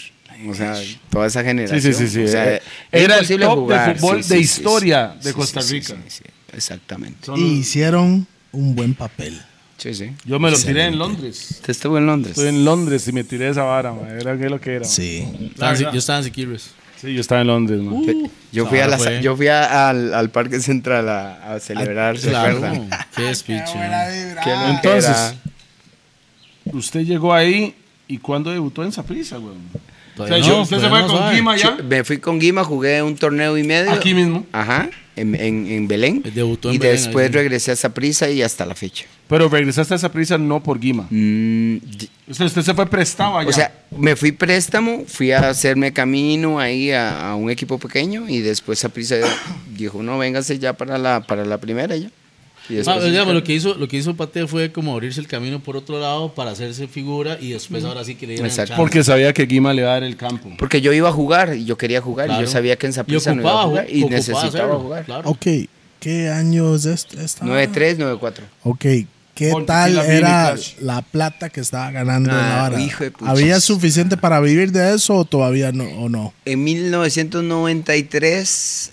O sea, toda esa generación.
Sí, sí, sí, sí.
O sea,
Eh, era el
imposible
top de fútbol de
sí,
historia de Costa
sí, sí,
Rica.
sí, sí, sí, Exactamente.
Son-
Y hicieron un buen papel.
Sí, sí.
Yo me lo tiré en Londres.
Usted estuvo en Londres.
Estoy en Londres y me tiré esa vara, ma. Era que lo que era. ma.
Sí.
Estaba en Si- yo estaba en Siquirres.
Sí, yo estaba en Londres, ma.
Yo fui, a
Ahora
la,
fue.
yo fui a- al, al Parque Central a, a celebrar, ¿se
Claro.
acuerdan?
Qué despiche. man.
Que no
Ah, Entonces,
era-
Usted llegó ahí y cuando debutó en Saprissa, güey. O sea,
Todavía
yo-
no,
usted se
todavía
fue
no
con
sabe.
Guima ya.
me fui con Guima, jugué un torneo y medio.
Aquí mismo.
Ajá, en, en, en Belén.
Debutó en
y
Belén,
después
ahí.
regresé a esa prisa y hasta la fecha.
Pero regresaste a Saprissa no por Guima.
Mm, y-
Usted, usted se fue prestado allá.
o sea, me fui préstamo, fui a hacerme camino ahí a, a un equipo pequeño y después a prisa dijo, no, véngase ya para la, para la primera ya. Y
Ma,
después-
Ah, digamos, lo que hizo, lo que hizo Pate fue como abrirse el camino por otro lado para hacerse figura y después ahora sí que le dieron
Exacto.
chance.
porque sabía que Guima le iba a dar el campo.
porque yo iba a jugar y yo quería jugar y
Claro.
yo sabía que en
Y
Zaprisa no iba a
ocupaba,
jugar y
ocupaba
necesitaba
hacerlo,
jugar.
claro.
Ok, ¿qué año es este? esta?
9-3, 9-4.
Ok, ¿qué
Con
tal
tequila,
era
mini cash.
la plata que estaba ganando
Ah,
ahora?
hijo de puchas.
¿Había suficiente para vivir de eso o todavía no? O no?
En 1993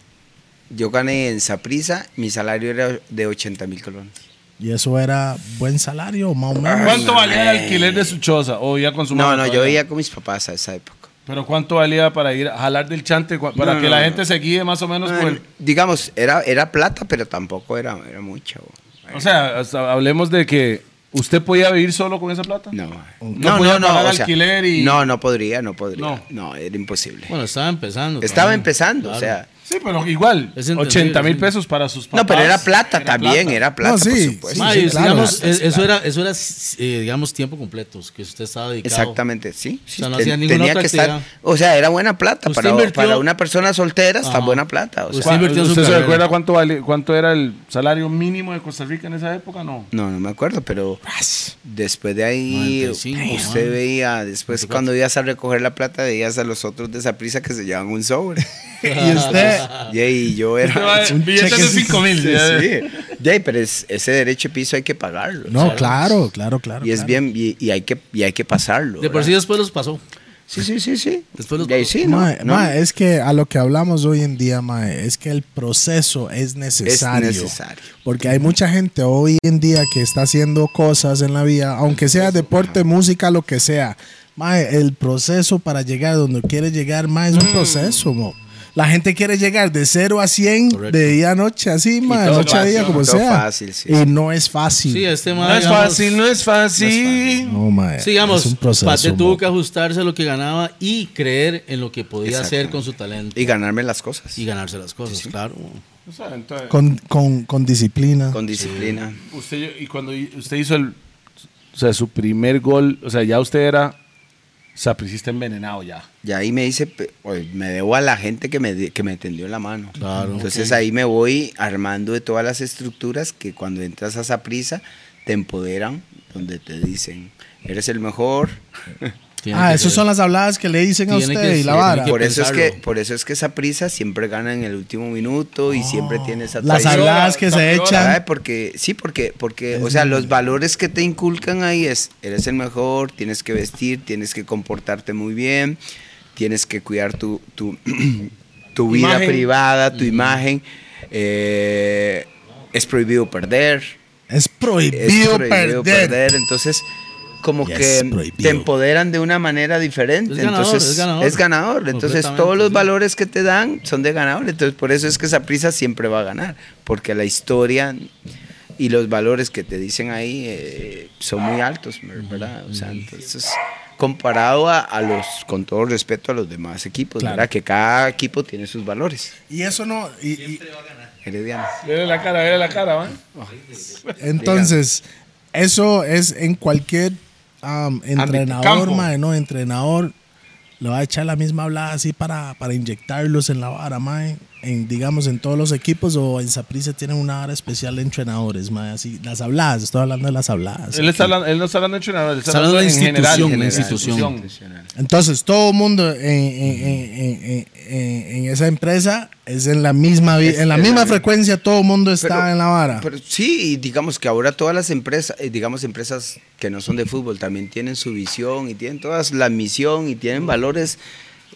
yo gané en Saprisa, mi salario era de 80 mil colones.
¿Y eso era buen salario o más o menos?
¿Cuánto valía el alquiler de su choza? ¿O iba con su
No,
mamá
no, yo
todavía?
vivía con mis papás a esa época.
Pero ¿cuánto valía para ir a jalar del chante? cua- Para
No,
que
no,
la
no.
gente se guíe más o menos por el...
Digamos, era, era plata, pero tampoco era, era mucha. bo.
O sea, hasta hablemos de que usted podía vivir solo con esa plata.
No,
No podía pagar alquiler y-
no, no podría, no podría.
No.
No, era imposible.
Bueno, estaba empezando.
Estaba
también,
empezando,
claro.
o sea.
Sí, pero igual,
Es entendible,
80 mil
sí.
pesos para sus papás.
No, pero era plata también,
plata.
era plata,
No, sí,
por supuesto.
Ma,
sí,
y
claro.
digamos, e- eso era, eso era eh, digamos, tiempo completo, que usted estaba dedicado.
Exactamente, sí. sí,
sea, no
ten-
hacía ninguna
tenía
otra
que estar,
actividad.
o sea, era buena plata
Usted
para,
invirtió-
para una persona soltera,
Ajá.
está buena plata, o sea.
Usted invirtió en su
¿Usted se
carrera.
recuerda cuánto, vale- cuánto era el salario mínimo de Costa Rica en esa época? No.
No, no me acuerdo, pero después de ahí pues,
95,
usted
man.
veía, después cuando ibas a recoger la plata, veías a los otros de esa prisa que se llevaban un sobre.
¿Y usted?
y ahí yo era...
Billetes de 5 mil.
Sí, sí. De ahí, pero es- ese derecho de piso hay que pagarlo.
No, claro, claro, claro.
y es
claro.
bien, y, y hay que, y hay que pasarlo.
De por sí
¿verdad?
después los pasó.
Sí, sí, sí, sí.
Después los-
De ahí sí, ¿no?
Mae,
¿no?
mae, es que a lo que hablamos hoy en día, mae, es que el proceso es necesario.
necesario.
Porque hay mucha gente hoy en día que está haciendo cosas en la vida, aunque sea deporte, música, lo
Mm.
que sea. Mae, el proceso para llegar donde quiere llegar, mae, es un proceso, mo. La gente quiere llegar de 0 a 100
Correcto.
de día a noche, así, ma, de
todo
noche a día,
fácil,
como
todo
sea.
fácil, sí.
Y no es fácil.
Sí, este
No
man.
es
digamos,
fácil, no es fácil.
No, ma,
Sí, digamos,
es un proceso.
Pate tuvo
mo.
que ajustarse a lo que ganaba y creer en lo que podía hacer
Exactamente.
con su talento
Y ganarme las cosas.
y ganarse las cosas, claro.
O sea, entonces,
Con, con, con disciplina.
Con disciplina.
usted, y cuando hi- usted hizo el, o sea, su primer gol, o sea, ya usted era sapricista envenenado ya.
Y ahí me dice, pe- oye, me debo a la gente que me, di- que me tendió la mano.
Claro.
Entonces ahí me voy armando de todas las estructuras que cuando entras a esa prisa te empoderan, donde te dicen, eres el mejor.
Tiene
ah,
que
esas
ser.
son las habladas que le dicen a
Tiene
usted
que
y la
ser,
vara.
que
Por eso, es que,
pensarlo.
por eso es que esa prisa siempre gana en el último minuto y siempre tiene esa
Las
traición.
habladas que se
Campeona,
echan.
¿Sabe? Porque, sí, porque, porque, o sea, los valores que te inculcan ahí es, eres el mejor, tienes que vestir, tienes que comportarte muy bien, tienes que cuidar tu, tu, tu vida
Imagen.
privada, tu imagen. eh, es prohibido perder.
Es
Es
prohibido,
prohibido
perder.
perder. Entonces, como
Yes,
que
prohibido.
te empoderan de una manera diferente.
Es ganador,
Entonces,
es ganador.
ganador. Entonces,
Completamente,
todos los
sí.
valores que te dan son de ganador. Entonces, por eso es que esa prisa siempre va a ganar. Porque la historia y los valores que te dicen ahí eh, son muy altos, ¿verdad? O sea, entonces comparado a, a los, con todo respeto a los demás equipos,
Claro.
¿verdad? Que cada equipo tiene sus valores.
Y eso no. y- y-
Herediano.
Vele la cara, vele la cara, ¿va?
entonces, eso es en cualquier am, entrenador,
campo.
mae, ¿no? Entrenador le va a echar la misma hablada así para, para inyectarlos en la vara, mae. En, digamos, en todos los equipos o en Saprissa tienen una vara especial de entrenadores, mae. Así, las habladas, estoy hablando de las habladas.
Él, está hablando- él no está hablando de entrenador, él está
Está hablando
hablando
de
en general.
institución,
general,
institución.
Entonces, todo mundo en, en- en- en- en- en- en esa empresa es en la misma, vi- en la misma frecuencia, todo mundo está
Pero-
en la vara.
Pero sí, y digamos que ahora todas las empresas, eh, digamos empresas que no son de fútbol, también tienen su visión y tienen todas la misión y tienen valores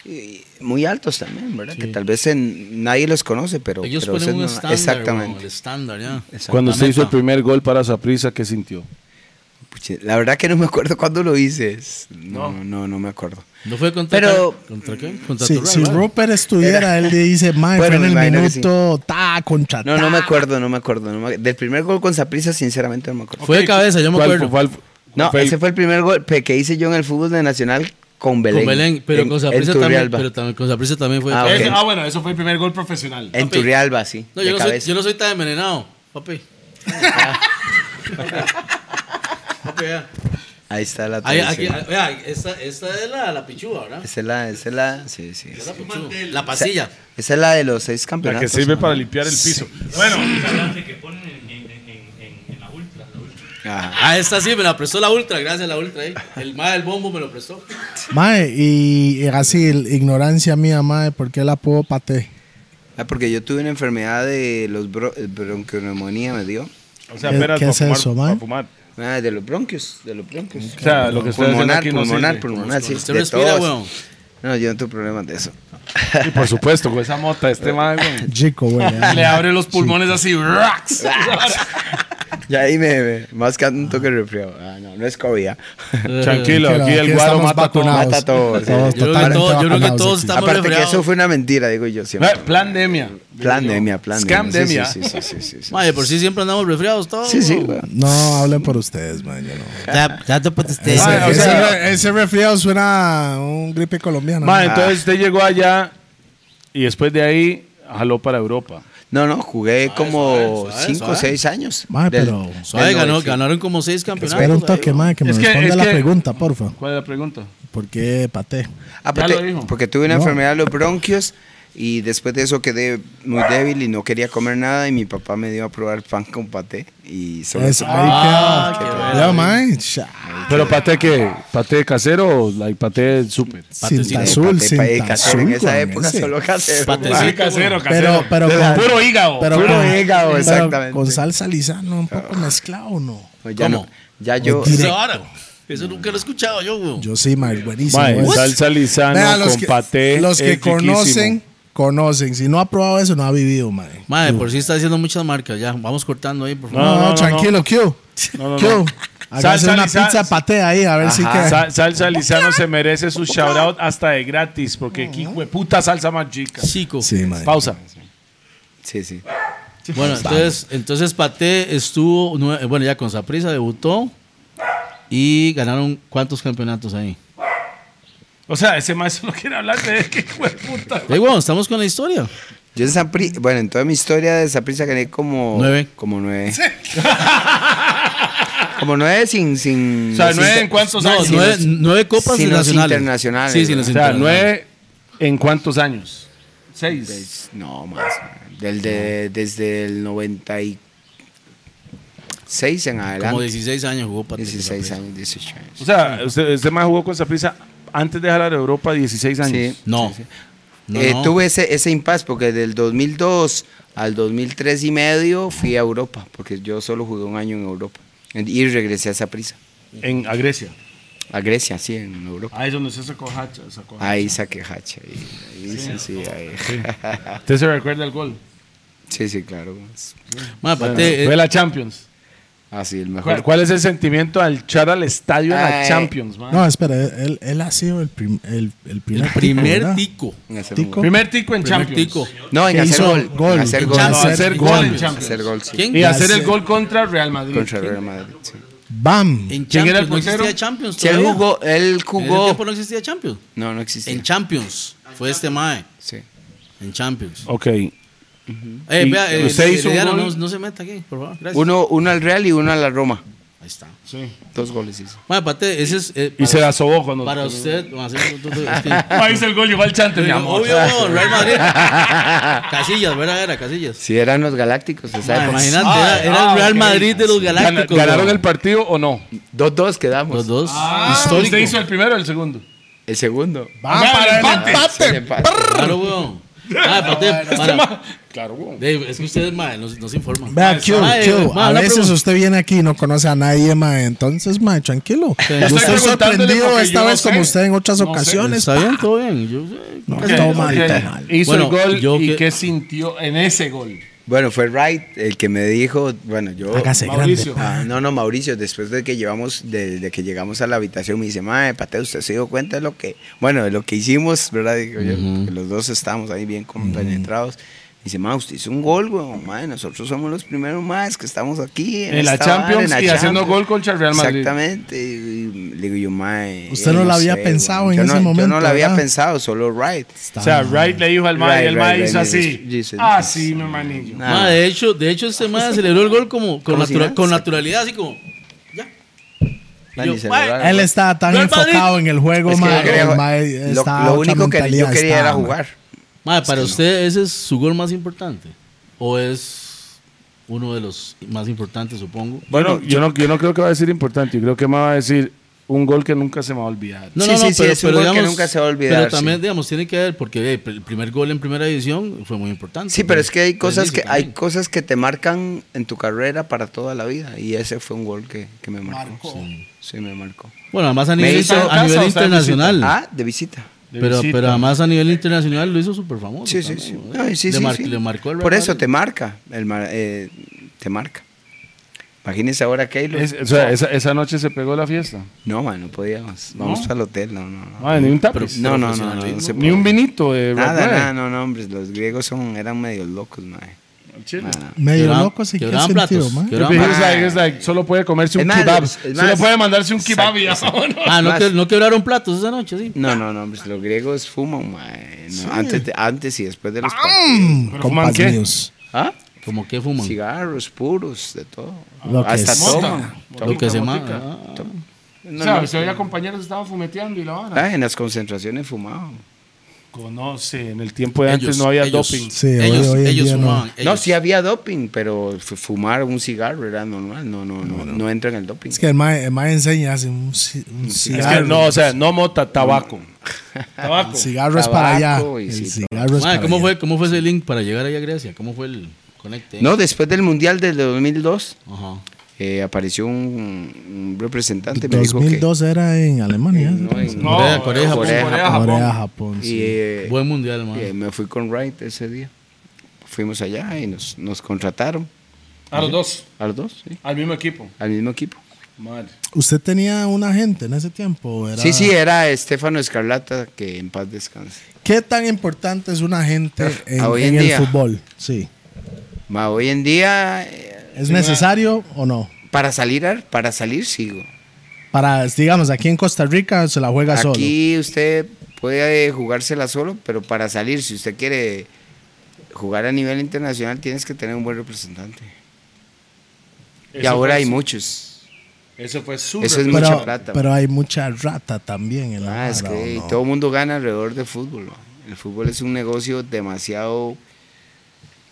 eh, muy altos también, ¿verdad? Que tal vez en, nadie los conoce, pero...
Ellos
pero
ponen
eso
un
no-
estándar,
exactamente.
exactamente. el estándar, ya.
Cuando
La
usted hizo el
meta.
primer gol para Saprisa, ¿qué sintió?
Puche, La verdad que no me acuerdo cuándo lo hice. Es- No, no, no, me acuerdo.
¿No fue contra
Pero-
¿Contra qué? Contra
Si,
Turral,
si
¿verdad?
Rupert estuviera, él le dice, Mae, fue
Bueno,
en
me
el
imagino que sí.
minuto, ta, contra
No, no
ta".
me acuerdo, no me acuerdo. no me- del primer gol con Saprisa, sinceramente no me acuerdo.
Fue de cabeza, yo me
¿Cuál
acuerdo.
fue- cuál fue-
No,
fue el-
ese fue el primer golpe que hice yo en el fútbol de Nacional con Belén.
Con Belén, pero
en-
con
en
Saprissa también,
Turrialba.
pero también, con Saprissa también fue.
Ah, ok.
Ese- ah, bueno, eso fue el primer gol profesional.
En
Papi.
Turrialba, sí.
No,
de
yo no, soy,
cabeza.
yo no soy tan envenenado, papi. papi, vea.
Ahí está la
Ahí, aquí, ah.
tradición.
vea, esta, esta es la, la pichúa, ¿verdad?
Esa es la, esa es la, sí, sí.
La, pichúa. la pasilla.
Esa es la de los seis
La
campeonatos.
que sirve para limpiar el piso. Bueno,
que ponen en, en- en- en- en la ultra. La ultra.
Ajá.
Ah, esta sí, me la prestó la ultra, gracias a la ultra ahí. El más del bombo me lo prestó.
Mae, y, y así, el- ignorancia mía, Mae, porque el apodo Pate.
Ah, porque yo tuve una enfermedad de los bro- eh, bronquioneumonía me dio.
o sea,
¿Qué-
apenas
qué
para
es
fumar,
eso, man?
para fumar.
Ah, de los bronquios, de los bronquios.
O sea, lo que estoy haciendo
pulmonar,
aquí no
pulmonar,
sirve.
pulmonar, sí.
Usted
de
respira,
tos.
weón.
No, yo no tengo problemas de eso.
Y por supuesto, con esa mota, este man, güey,
Chico, güey. ah.
Le abre los pulmones así, ¡rax!
Y ahí me, me- más que un toque de resfriado. Ah, no, no es COVID. ah.
Eh,
Tranquilo, aquí el
Aquí
guaro
estamos
mata todo.
vacunados.
mata a todos, sí.
Todos
Yo creo que
totalmente
todo- yo creo que
vacunados
todos
aquí.
estamos-
Aparte que
resfriados.
eso fue una mentira, digo yo siempre.
Eh, Plandemia.
Plandemia, plandemia.
Scamdemia.
Sí, sí, sí, sí, sí, sí, sí.
Madre, por sí siempre andamos resfriados todos.
Sí, sí,
weón.
weón.
No, hablen por ustedes, mae, yo no. Ese,
Ah, o
ese
sea-
re- ese resfriado suena a un gripe colombiano.
Ma,
mae.
entonces usted llegó allá y después de ahí jaló para Europa.
No, no, jugué como
suave,
cinco o
suave.
seis años.
Mae,
Del-
pero-
del
Suave, ganó,
95.
ganaron como seis campeonatos.
Espera un
ahí,
toque,
weón.
Mae, que me
Es que-
responda
es
la
que-
pregunta, porfa.
¿Cuál es la pregunta?
¿Por qué Pate?
Ah,
Ya
porque,
lo dijo.
porque tuve una
No.
enfermedad de los bronquios y después de eso quedé muy débil y no quería comer nada y mi papá me dio a probar pan con paté y solo
Eso, ahí
Ah, qué
queda.
bueno.
Ya, mae. cha-
¿Pero paté qué? ¿Paté casero o like, paté súper?
Patecito.
Cinta azul,
paté, paté
cinta
casero,
azul.
en esa
güey,
época
ese.
solo Ah, casero.
Patecito.
man.
Sí, casero,
Pero, pero con,
Puro hígado.
pero
puro
con-
hígado,
pero
exactamente.
Con salsa lisano, un poco mezclado, ¿no?
Pues ya no,
¿Cómo?
ya yo
Mentira.
Esa vara, weón. Eso nunca lo he escuchado yo, weón.
Yo sí, mae, buenísimo.
Mae,
es.
salsa lisano
Vea,
con paté.
Los que
es riquísimo.
conocen, conocen. Si no ha probado eso, no ha vivido, mae.
Madre, por sí está diciendo muchas marcas. Ya, vamos cortando ahí, por favor.
No,
No,
no, no,
tranquilo, Q.
No, no,
Q.
no.
Hágase
Sal,
una
sal y
pizza
sal.
patea ahí, a ver si
Ajá.
que.
Sa- Ah, salsa Lizano se merece su shout out hasta de gratis, porque qué hijo de puta salsa más chica.
Chico.
Sí, mae.
Pausa.
Sí, sí.
Bueno, entonces, entonces Pate estuvo, nue- bueno, ya con Saprisa debutó y ganaron cuántos campeonatos ahí.
O sea, ese maestro no quiere hablar de qué hijo de puta.
Ey, bueno, estamos con la historia.
Yo en Sapri, bueno, en toda mi historia de Saprisa gané como
Nueve.
Como nueve. como nueve sin, sin.
O sea,
sin-
nueve en cuántos
No,
años.
nueve,
o
nueve copas
sin los
nacionales.
internacionales,
Sí, sin los
¿no?
sea,
internacionales.
nueve en cuántos años. Seis.
Seis, Pues, No, más. Del de, desde el 96 en
Como
adelante.
16 años jugó Pate. con
16
Saprissa.
años, 18 años.
O sea, usted, usted más jugó con Saprisa antes de jalar a Europa 16 años.
Sí.
No. No,
Eh,
no.
Tuve ese, ese impasse porque del 2002 al 2003 y medio fui a Europa, porque yo solo jugué un año en Europa. En- Y regresé a Saprisa,
En a Grecia.
a Grecia, sí, en Europa.
Ahí es donde se sacó hacha. sacó
Ah.
hacha.
Ahí saqué hacha. ahí- ahí sí, sí, ahí.
¿Usted se recuerda el gol?
sí, sí, claro.
Ma, Pate,
Fue
eh,
la Champions.
Así, el
¿Cuál,
mejor.
cuál es el sentimiento al echar al estadio en la
Ay.
Champions, man?
No, espera, él, él ha sido el, prim- el, el primer.
el primer
¿verdad?
tico.
En hacer
Tico.
gol.
Primer tico en
Primer
Champions.
tico.
No, en
Que
hacer
hizo
gol.
gol.
En hacer
En
gol.
Champions.
No, hacer gol en
En
Champions.
hacer gol, sí.
¿Quién?
Y hacer
Hacer-
el gol contra Real Madrid.
Contra Real Madrid. sí.
¡Bam!
En
¿Quién era
Champions,
el
no existía
portero?
Champions
Sí, él
todavía.
jugó.
En
Él
ese tiempo
jugó.
no existía Champions.
No, no existía.
En Champions. Fue este mae.
Sí.
En Champions.
Ok.
Eh,
Y
vea, eh,
usted hizo un
Herediano,
gol.
no, no se meta aquí, por favor. Gracias.
Uno, uno al Real y uno a la Roma.
Ahí está.
Dos goles hizo.
Mae, Pate, ese es. eh,
Y
para-
se la sobó cuando.
Para usted, vamos a hacer un- un- un- es que-
Ahí hizo el gol igual Chante, mi amor.
Obvio, no, Real Madrid. Casillas, ¿verdad? Era Casillas.
Si eran los Galácticos, esa
Ma,
época.
imagínate, era, era el Real Madrid de los
Ah, Gana-
Galácticos.
¿Ganaron
weón.
el partido o no?
Ah,
Dos, dos quedamos.
Los dos.
Pues, ah, ¿Usted hizo el primero o el segundo?
El segundo.
¡Bam para el
Es
empate!
el empate.
Claro, weón. Ah, aparte,
Este
para-
Claro, güey.
Dave, es que ustedes, madre, nos, nos informan.
Vea, Q,
Mae,
Q,
mae,
a
una
veces
pregunta.
usted viene aquí y no conoce a nadie, mae. Entonces, mae, tranquilo. Yo
Estoy
estoy
preguntándole
sorprendido
porque
esta
yo no
vez
sé.
como usted en otras
No sé.
ocasiones.
Está bien, todo bien. Yo sé.
No, todo mal, todo mal.
Hizo
Bueno,
el gol
yo
y
que-
qué sintió en ese gol.
Bueno, fue Wright el que me dijo. Bueno, yo.
Hágase grande.
Mauricio.
Ah, no, no, Mauricio, después de que llevamos, de, de que llegamos a la habitación, me dice, madre, Pate, ¿usted se dio cuenta de lo que, bueno, de lo que hicimos, verdad? Digo yo, que los dos estábamos ahí bien compenetrados. Me dice, ma, usted hizo un gol, weón, madre, nosotros somos los primeros más que estamos aquí.
En la
esta vara,
Champions y haciendo gol contra el Real Madrid.
Exactamente. Y- y le digo yo, mae.
Usted
eh,
no la había pensado
weón.
en
Yo no-
ese
Yo no
momento,
la había
¿verdad?
pensado, solo Wright.
Está
o sea,
mal.
Wright le dijo al Mae y
Right,
el
right,
Mae
right,
hizo
right,
así.
yes, yes, yes.
Así, mi manillo.
Nah.
Mae, de hecho, de hecho este
Pues,
madre celebró el gol como, con,
Como si
natura-
nada.
con naturalidad, así como. Ya.
Nadie
Yo,
celebraba
mae,
el
Él estaba tan
Real Madrid.
enfocado en el juego,
Es que yo
mae.
quería-
el mae
lo,
estaba
lo
otra
único que yo
mentalidad,
quería
estaba,
era
mae.
jugar.
Mae, para usted, ¿ese es su gol más importante? ¿O es uno de los más importantes, supongo?
Bueno, yo no, yo no creo que va a decir importante. Yo creo que más va a decir un gol que nunca se me va a olvidar.
No,
Sí,
no, no,
sí, sí,
pero,
es un
pero
gol que
digamos,
nunca se va a olvidar,
Pero también,
sí.
digamos, tiene que ver, porque eh, el primer gol en primera división fue muy importante.
Sí, pero es que hay
Pues
cosas
dice
que hay
también.
cosas que te marcan en tu carrera para toda la vida y ese fue un gol que, que me marcó. Sí. me marcó.
Bueno, además a
Me
nivel,
hizo-
inter- a
¿Casa o
nivel
está de
internacional.
Ah, de visita.
De
pero,
visita.
pero además a nivel internacional lo hizo súper famoso.
Sí, sí,
también,
sí.
¿no?
Ay, sí,
le,
sí,
mar-
sí.
le marcó el
Por
Real
eso
Madrid.
te marca, el mar- eh, te marca. Imagínese ahora Keylor.
Es- o sea, esa, esa noche se pegó la fiesta.
No, man, no podíamos. Vamos al hotel, no, no,
Ah,
no.
Mae, ni un tapiz.
no, no, no, no, no se
ni un
puede.
vinito de Red
Nada,
Bull.
nada, no, no, hombres, los griegos son eran medio locos, mae. Nada.
Medio
Quebraban-
loco, sí, qué
quebraban
sentido,
platos,
mae.
Yo
quebraban-
pienso,
Mae.
o sea, es like, solo puede comerse un
Es más,
kebab.
es- es
solo
más-
puede mandarse un kebab
Exacto,
y ya.
exacto.
¿no?
Ah, no,
Más-
que- no quebraron platos esa noche, sí.
No, no, no, hombres, los griegos fuman, mae. No, antes, de- antes y después de los partidos.
Mm,
Pero fuman
Compas
qué?
míos.
¿Ah?
Como que fuman.
Cigarros puros, de todo.
Lo que
Hasta
es.
toman.
lo que se
Motica.
ma- ah.
o sea, se oía compañeros que estaban fumeteando y la vara.
Ah, en las concentraciones fumaban.
Conoce, en el tiempo de antes
Ellos-
no había
ellos-
doping.
Sí, hoy-
ellos,
hoy en
ellos
día no.
fumaban.
No,
ellos.
sí había doping, pero f- fumar un cigarro era normal. No, no, no, no, entra en el doping.
Es que el mae, el mae enseña hace un, ci- un
Es
cigarro.
que no, o sea, no mota, tabaco. tabaco.
El cigarro es para allá.
Tabaco y
El
sí,
cigarro es
Mae,
para
¿cómo,
allá.
fue, ¿Cómo fue ese link para llegar ahí a Grecia? ¿Cómo fue el conecte?
No, después del Mundial del 2002
Ajá.
eh, apareció un, un representante. Este Me dijo que,
2002 era en Alemania. ¿sí?
no, en-
No,
Corea, Corea, Japón,
Corea,
Japón.
¿eh? Corea, Japón.
y,
sí.
eh,
Buen mundial,
y,
man.
eh, me fui con Wright ese día. Fuimos allá y nos, nos contrataron
A los dos,
a los dos, sí,
al mismo equipo.
al mismo equipo.
Madre.
¿Usted tenía un agente en ese tiempo? o era-
Sí, eh. sí, era Estefano Escarlata, que en paz descanse.
¿Qué tan importante es un agente en,
Ah, hoy
en
en
el
día.
fútbol? Sí.
Ma, hoy en día, eh,
¿Es necesario o no?
para salir, ar- para salir sigo.
Para, digamos, aquí en Costa Rica se la juega solo.
Aquí usted puede jugársela solo, pero para salir, si usted quiere jugar a nivel internacional, tienes que tener un buen representante. y
Eso
ahora
fue
hay
su-
muchos.
Eso fue su.
Eso es
Pero,
mucha plata.
pero hay mucha rata también en la
Ah, es
vara,
que
¿o no?
todo el mundo gana alrededor del fútbol. ma. El fútbol es un negocio demasiado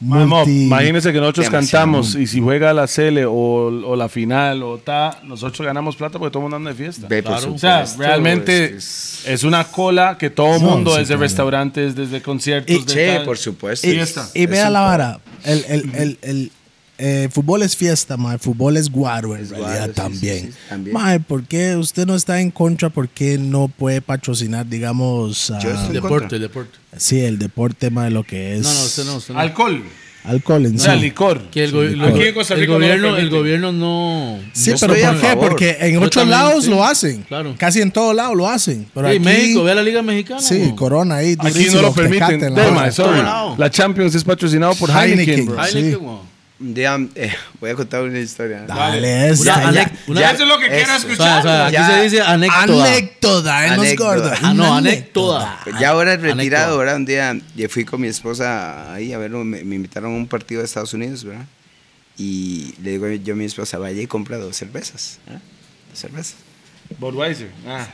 Ma, mo,
Multi-
imagínese que nosotros
Demasiado.
cantamos y si juega la Cele o, o la final o ta, nosotros ganamos plata porque todo el mundo anda de fiesta.
Ve, por
O sea,
supuesto,
realmente
es-
es, una cola que todo el
No,
mundo,
sí,
desde
claro.
restaurantes, desde conciertos.
Y-
de
Che,
tal.
por supuesto.
Y,
Fiesta.
y vea
Es
la
un Mm.
vara. El, el, el, el, eh, fútbol es fiesta, ma. El fútbol es guaro en
Es guaro,
realidad
sí,
también.
sí, sí, también.
Ma, ¿por qué usted no está en contra? ¿Por qué no puede patrocinar, digamos, a-
Yo estoy-
Deporte,
contra.
deporte.
sí, el deporte, ma, de lo que es
No, no, usted no. Usted no.
Alcohol,
alcohol en
o
sí?
sea, licor.
Que el, go- lo-
Aquí en Costa
el
Rica no lo
gobierno, el
permiten.
gobierno no.
Sí,
no
pero
estoy a
¿por qué?
favor.
Porque en
Yo
otros
también,
lados
sí.
lo hacen.
Claro.
Casi en todos lados lo hacen. Pero
Sí,
aquí,
México, ve la Liga Mexicana.
Sí,
mo.
Corona ahí.
Aquí
durísimo,
no lo
Tecate
permiten.
en la
Toma,
hora.
sorry.
Toma.
La Champions es patrocinado por
Heineken.
Heineken. bro.
Ay,
Heineken,
Sí.
mo.
Un día, eh, voy a contar una historia.
Dale, es
Una
ya,
anec- una-
ya.
Eso es
lo que quiero
O sea, o sea, aquí
Ya.
se dice anécdota.
Anécdota en los
Anécdota.
gordos.
Ah, no,
Una
anécdota.
Pues ya ahora
Anécdota.
retirado, ¿verdad? Un día yo fui con mi esposa ahí a ver, me, me invitaron a un partido de Estados Unidos, ¿verdad? Y le digo yo a mi esposa, vaya y compra dos cervezas, ¿verdad? Dos cervezas.
Budweiser. Ah.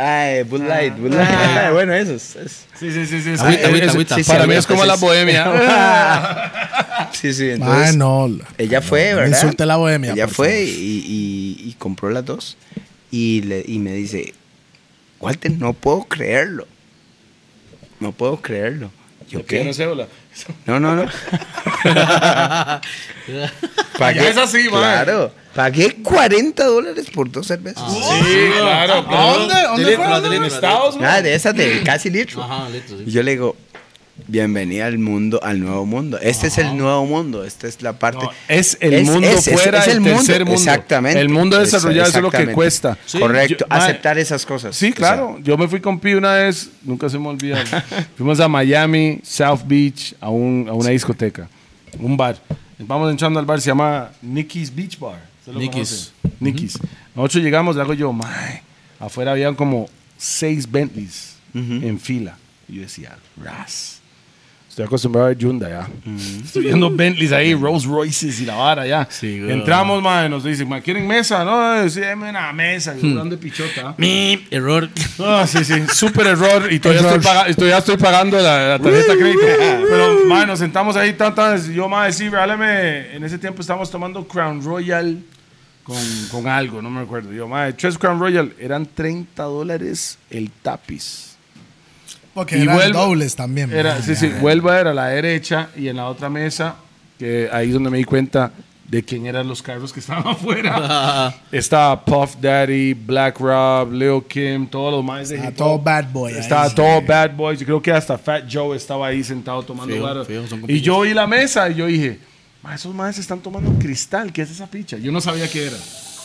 Ay, Bud Light, Bud Light. Ah, bueno, esos. esos.
Sí, sí, sí. sí, sí.
Agüita,
Eh,
agüita,
es-
agüita.
sí, Para
Sí,
mí es
agüita,
como
sí,
la
sí.
bohemia.
Sí, sí,
Ah,
entonces.
no.
Ella fue,
No
¿verdad?
insulte la bohemia,
Ella
por
fue
favor.
y, y- y compró las dos. Y, le- y me dice, Walter, no puedo creerlo. No puedo creerlo. Yo
Que no
qué.
sé, hola.
No, no, no.
Ya es así, man.
Claro. Pagué 40 dólares por dos cervezas.
Sí, claro. pero-
¿A dónde? ¿Dónde
Dile-
fue?
pero
¿Dónde?
en Estados, man.
Nada, Ah, de esas de casi litro.
Ajá, letras,
Y
sí.
yo le digo, bienvenida al mundo, al nuevo mundo. Este es el nuevo mundo. Esta es la parte.
No, es el mundo fuera del tercer mundo.
Exactamente.
El mundo desarrollado,
Esa-
eso es lo que
exactamente.
cuesta. Sí,
Correcto.
yo-
Aceptar esas cosas.
Sí, claro. Yo me fui con Pi una vez, nunca se me olvida. Fuimos a Miami, South Beach, a, un- a una discoteca, un bar. Vamos entrando al bar, se llama Nicky's Beach Bar. ¿Usted lo
Nicky's.
conoce? Nicky's. Nosotros llegamos, le hago yo, mae. Afuera habían como seis Bentleys en fila. Y yo decía, ras. Estoy acostumbrado a ver Hyundai, ya. Estoy viendo Bentleys ahí, Rolls Royces y la vara, ya.
Sí, güey.
Entramos, mae, nos dicen, mae, ¿quieren mesa? No, sí, dame una mesa.
Hmm.
Y yo, ¿Dónde pichota?
Mip, error.
Ah, sí, sí. Súper error. Y todavía, estoy, paga- y todavía estoy pagando la, la tarjeta de crédito. Pero, madre, nos sentamos ahí tantas. y Yo, madre, sí, regálame. En ese tiempo estábamos tomando Crown Royal con, con algo, no me recuerdo. Yo, madre, tres Crown Royal eran 30 dólares el tapiz.
Porque
Y
eran
vuelvo-
dobles también.
Era,
ma,
sí,
ya.
sí, Huelva era a la derecha y en la otra mesa, que ahí es donde me di cuenta de quién eran los carros que estaban afuera. Estaba Puff Daddy, Black Rob, Leo Kim, todos los más de
A
hip hop.
Ah, todo bad boy. ahí,
Estaba
sí.
todo Bad Boys. Yo creo que hasta Fat Joe estaba ahí sentado tomando
Fijo,
varas.
fijo, son
Y
compillas.
yo vi la mesa y yo dije, "Ma, esos madres están tomando cristal. ¿Qué es esa picha? Yo no sabía qué era.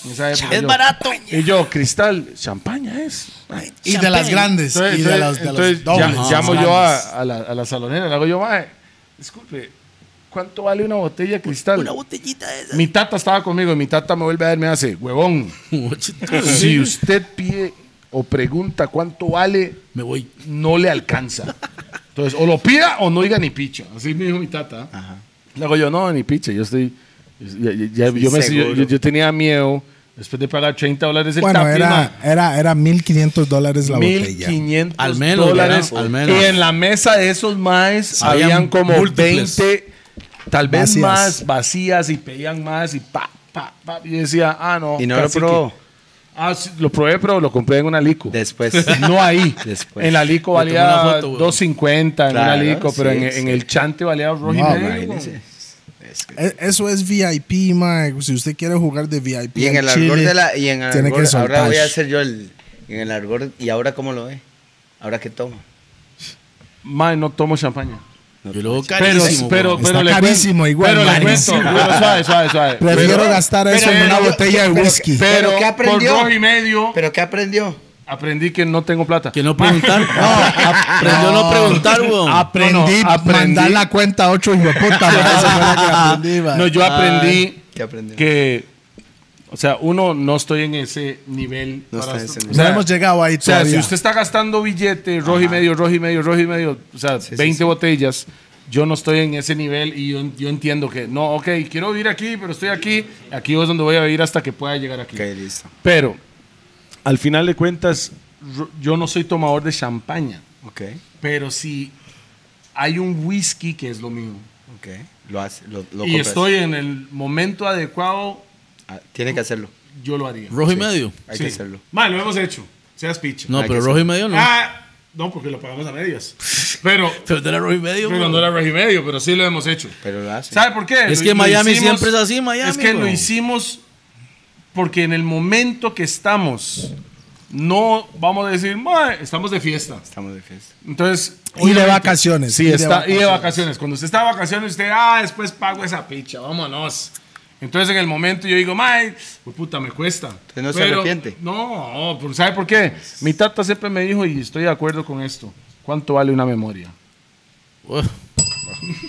En esa época
Es
yo-
barato.
Y yo, cristal, champaña es. Ay,
Y de las grandes.
entonces,
y de
entonces-
los, de los
entonces
dobles.
llam-
los
llamo yo a,
grandes.
a la, a la salonera, le hago yo, mae, disculpe, ¿cuánto vale una botella de cristal? Una botellita esa. Mi tata estaba conmigo y mi tata me vuelve a ver, me hace, huevón, si usted pide o pregunta cuánto vale,
Me voy.
no le alcanza. Entonces, o lo pida o no diga ni picha. Así me dijo mi tata. Le hago yo, no, ni picha, yo estoy, ya- ya- ya- yo, me- yo- yo- yo tenía miedo. Después de pagar 30 dólares el
Bueno,
tapiz, mae.
era, era, era 1.500 dólares la botella.
1500
Al menos,
dólares.
¿verdad? Al menos.
Y en la mesa de esos maes
Habían
habían como
múltiples.
20, tal vez
Vacías.
más vacías y pedían más y pa, pa, pa. Y yo decía, ah, no.
Y no lo
cacique.
probó.
Ah, sí, lo probé, pero lo compré en una lico.
Después.
No ahí.
Después.
En la lico
Le tomé
valía
una foto, weón.
250 en una
Claro,
lico, pero
sí,
en,
sí.
en el chante valía
No,
rojo y negro.
Imagínese.
E- Eso es VIP, mae. Si usted quiere jugar de VIP.
Y en el
Chile,
argor de la. Y en el
tiene
argor,
que soltar.
ahora voy a hacer yo el. En el argor. ¿Y ahora cómo lo ve? ¿Ahora qué toma?
Mae, no tomo champaña.
Yo lo veo
Pero,
carísimo.
pero,
güey.
pero
Está
le cuen-
carísimo igual,
Pero le
carísimo.
cuento, pero suave, suave, suave.
Prefiero
Pero-
gastar eso en una botella de whisky.
Pero,
¿Pero qué aprendió?
por dos y medio
¿Pero qué aprendió?
aprendí que no tengo plata.
que no preguntar. aprendió a no preguntar, weón.
Ah,
Aprendí
No, no,
a mandar la cuenta a otro hijo de puta. ma, eso fue lo que aprendí, ma.
No, yo aprendí
Ah, ¿Qué aprendió?
que, o sea, uno no estoy en ese nivel.
No
para
está en
esto.
ese nivel.
O sea,
No hemos llegado ahí
O sea, si
todavía.
usted está gastando billete, rojo y medio, rojo y medio, rojo y medio, o sea,
Sí, sí,
20
sí.
botellas, yo no estoy en ese nivel y yo, yo entiendo que, no, ok, quiero vivir aquí, pero estoy aquí, aquí es donde voy a vivir hasta que pueda llegar aquí.
Ok, listo.
Pero, al final de cuentas, ro- yo no soy tomador de champaña,
Ok,
pero si hay un whisky que es lo mío
ok. Lo hace, lo, lo
y
compras.
estoy en el momento adecuado,
Ah, tiene que hacerlo.
yo lo haría.
rojo y medio.
Hay
Sí.
que hacerlo.
Mal, lo hemos hecho. Seas picha.
No,
Hay
pero
que
rojo y medio no.
Ah, no, porque lo pagamos a medias. Pero,
Pero de la rojo y medio,
pero
weón.
no era rojo y medio, pero sí lo hemos hecho.
Pero lo hace.
¿Sabe por qué?
Es
Lo-
que
lo
Miami siempre es así, Miami,
Es que lo
weón.
hicimos porque en el momento que estamos, no vamos a decir, "Mae, estamos de fiesta.
Estamos de fiesta.
Entonces.
Y de
obviamente-
vacaciones.
Sí,
y de
está, y de
vacaciones.
vacaciones. Cuando usted está de vacaciones, usted, ah, después pago esa picha, vámonos. Entonces, en el momento yo digo, mae, pues, puta, me cuesta.
Usted no se arrepiente.
No, pero ¿sabe por qué? Mi tata siempre me dijo, y estoy de acuerdo con esto, ¿cuánto vale una memoria?
Uf,
Sí,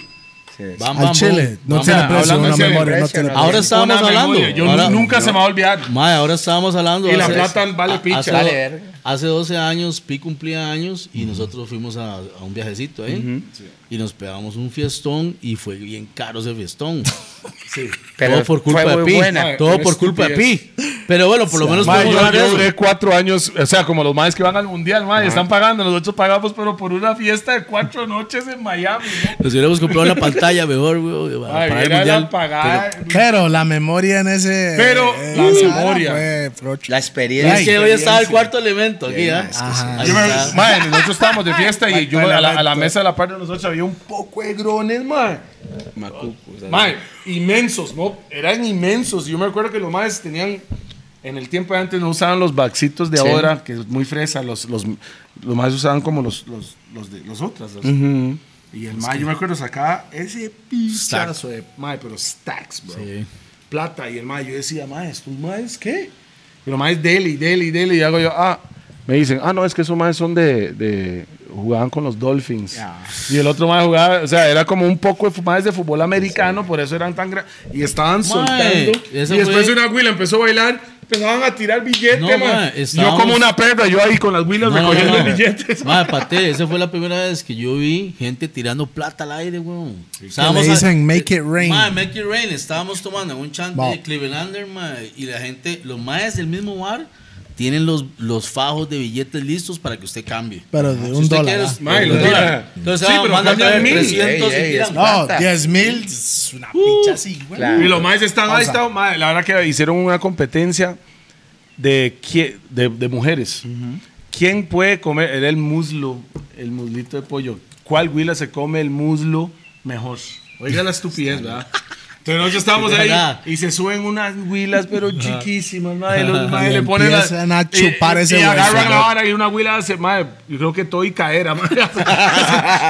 sí.
bam, bam,
Al chile.
bam.
No
Bam,
tiene
bam.
precio
hablando
una
en serio,
memoria. No
precio,
tiene
no.
precio.
Ahora estábamos
Una
hablando.
memoria. Yo
Ahora-
nunca se me va a olvidar.
Mae, ahora estábamos hablando.
Y la
hace-
plata vale picha.
Hace,
Vale, verga.
hace 12 años, Pi cumplía años y nosotros fuimos a, a un viajecito ahí. Y nos pegamos un fiestón y fue bien caro ese fiestón.
Pero
Todo por culpa
fue
de
muy
Pi.
buena.
Mae,
Todo
una
por culpa de
estupidez.
Pi. Pero bueno, por lo menos
Mae,
podemos
yo,
hablar de
yo
eso.
duré cuatro años, o sea, como los maes que van al mundial, mae, están pagando, nosotros pagamos, pero por una fiesta de cuatro noches en Miami, ¿no?
Nos hubiéramos comprado una pantalla mejor, güey, para,
Mae,
para el
era
mundial.
la pagada.
Pero la memoria en ese.
Pero
eh,
la
esa
memoria.
fue frocho.
La experiencia.
Es que hoy estaba el cuarto elemento aquí,
Bien,
¿ah?
es que
Ahí
Yo me-
está.
mae, nosotros estábamos de fiesta y yo a la, a la
Parlamento.
mesa de la parte de nosotros había un poco de grones, mae.
Macuco, o sea,
Mae, inmensos, ¿no? Eran inmensos. Yo me acuerdo que los maes tenían. En el tiempo de antes no usaban los baxitos de
Sí.
ahora, que es muy fresa. Los, los, los maes usaban como los, los, los de los otras. los- Y el mae, yo me acuerdo, sacaba ese pichazo de mae, pero stacks, bro.
Sí.
Plata. Y el mae, yo decía, mae, ¿estos maes qué? Y los maes, deli, deli, deli. Y hago yo, ah. Me dicen, ah, no, es que esos maes son de. de- jugaban con los Dolphins. Y el otro más jugaba, o sea, era como un poco de fu- maes de fútbol americano, por eso eran tan grandes. Y estaban soltando. Y
esa
después
fue-
una huila empezó a bailar, empezaban a tirar billetes,
No,
mae.
mae,
Yo
estábamos-
como una perra, yo ahí con las huilas
No,
recogiendo
no, no.
billetes.
Madre, pate, esa fue la primera vez que yo vi gente tirando plata al aire, weón. Estábamos
Que le dicen,
a-
"Make it rain".
Madre, make it rain. Estábamos tomando en un chante
Wow.
de Clevelander, madre, y la gente, los maes del mismo bar, tienen los, los fajos de billetes listos para que usted cambie.
Pero de
Si
un
usted
dólar.
quiere,
¿ah?
los-
Mae, los
un dólar.
dólares.
Entonces,
Sí,
ah,
pero
mandan a
cambian
traer
mil.
300
Ey,
y
ey,
tiran.
es-
No,
Plata.
10 mil. es Una
Uh.
picha así, güey.
Claro.
Y los maes están ahí, están, mae, la verdad que hicieron una competencia de, qui- de, de mujeres. ¿Quién puede comer? Era el muslo, el muslito de pollo. ¿Cuál huila se come el muslo mejor? Oiga la estupidez, ¿verdad? Entonces nosotros estamos
Sí,
ahí
¿verdad?
y se suben unas huilas, pero chiquísimas, madre. Los madre le
Y
ponen la-
empiezan a chupar
y,
ese
Y agarran
hueso.
la vara y una huila hace, madre, yo creo que todo y caera, madre.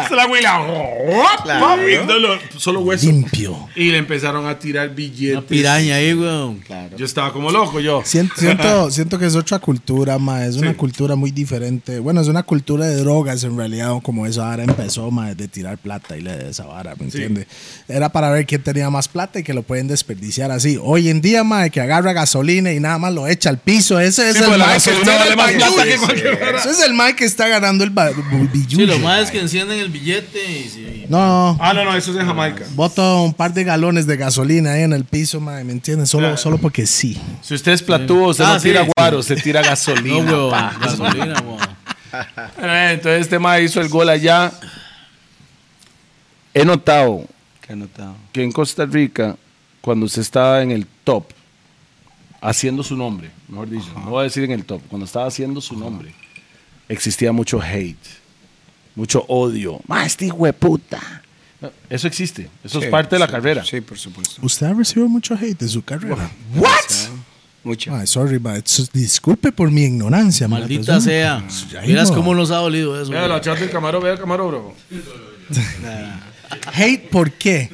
Se la huila. ¡op!
Claro.
Mami, dolo- Solo hueso.
Limpio.
Y le empezaron a tirar billetes.
Una piraña ahí, weón.
Claro.
Yo estaba como loco, yo.
Siento, siento, siento que es otra cultura, ma. Es una
Sí.
cultura muy diferente. Bueno, es una cultura de drogas en realidad, o como esa vara empezó, ma, de tirar plata y le de esa vara, ¿me entiendes? Era para ver quién tenía más plata y que lo pueden desperdiciar así. Hoy en día, ma, que agarra gasolina y nada más lo echa al piso. Ese es
Sí, pues,
el
la
ma que
gasolina
está en
vale
el
más plata
bayou.
que cualquier vara.
Ese es el ma que está ganando el ba- billullo.
Sí, lo más es que encienden el billete y... y-
No,
Ah, no, no, eso es en Jamaica.
boto un par de galones de gasolina ahí en el piso, ma, ¿me entiendes? Solo,
Claro.
solo porque sí.
Si usted es platúo, usted
Ah,
no tira
sí.
guaro, usted tira
No,
gasolina.
weón.
pa.
Gasolina, weón.
Bueno, eh, Entonces este ma hizo el gol allá. He notado
Que anotado.
que en Costa Rica, cuando usted estaba en el top, haciendo su nombre, mejor dicho, no voy a decir en el top, cuando estaba haciendo su nombre, existía mucho hate, mucho odio. Más este hijo de puta. Eso existe, eso es
Sí,
parte de la
sí,
carrera.
Sí, por supuesto.
Usted ha recibido mucho hate de su carrera.
¿What?
Mucho.
Ay, sorry, ma. S- Disculpe por mi ignorancia, ma,
Maldita
persona.
sea.
Ay,
Vieras
no.
cómo nos ha dolido eso.
Vea
güey.
la chat del Camaro, vea el Camaro, bro.
Hate, ¿por qué?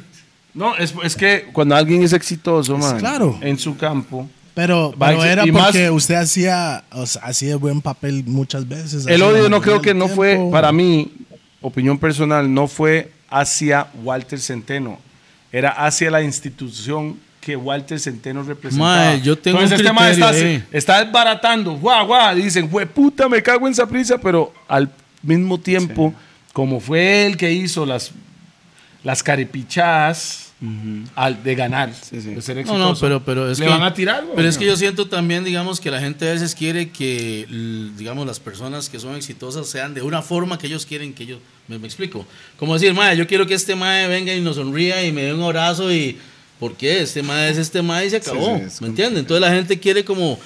No, es, es que cuando alguien es exitoso, man,
claro.
en su campo,
Pero,
Va,
pero
y-
era
y más-
porque usted hacía, o sea, hacía buen papel muchas veces.
el
hacía
odio
buen
no creo
papel
que
al
no fue,
tiempo.
para mí, opinión personal, no fue hacia Walter Centeno, era hacia la institución que Walter Centeno representaba.
Mae, yo tengo
Entonces
un
este mae está,
criterio, eh.
está desbaratando, guau, guau, dicen, güey, puta, me cago en esa prisa, pero al mismo tiempo, como fue él que hizo las, las carepichas al, de ganar,
sí.
de ser
No,
exitoso,
no, pero, pero es
le
que.
van a tirar, güey.
Pero es que yo siento también, digamos, que la gente a veces quiere que, l- digamos, las personas que son exitosas sean de una forma que ellos quieren que ellos. Me, me explico. Como decir, mae, yo quiero que este mae venga y nos sonría y me dé un abrazo y. ¿Por qué? Este mae es este mae y se acabó.
sí, es
¿Me entiende? Entonces la gente quiere como,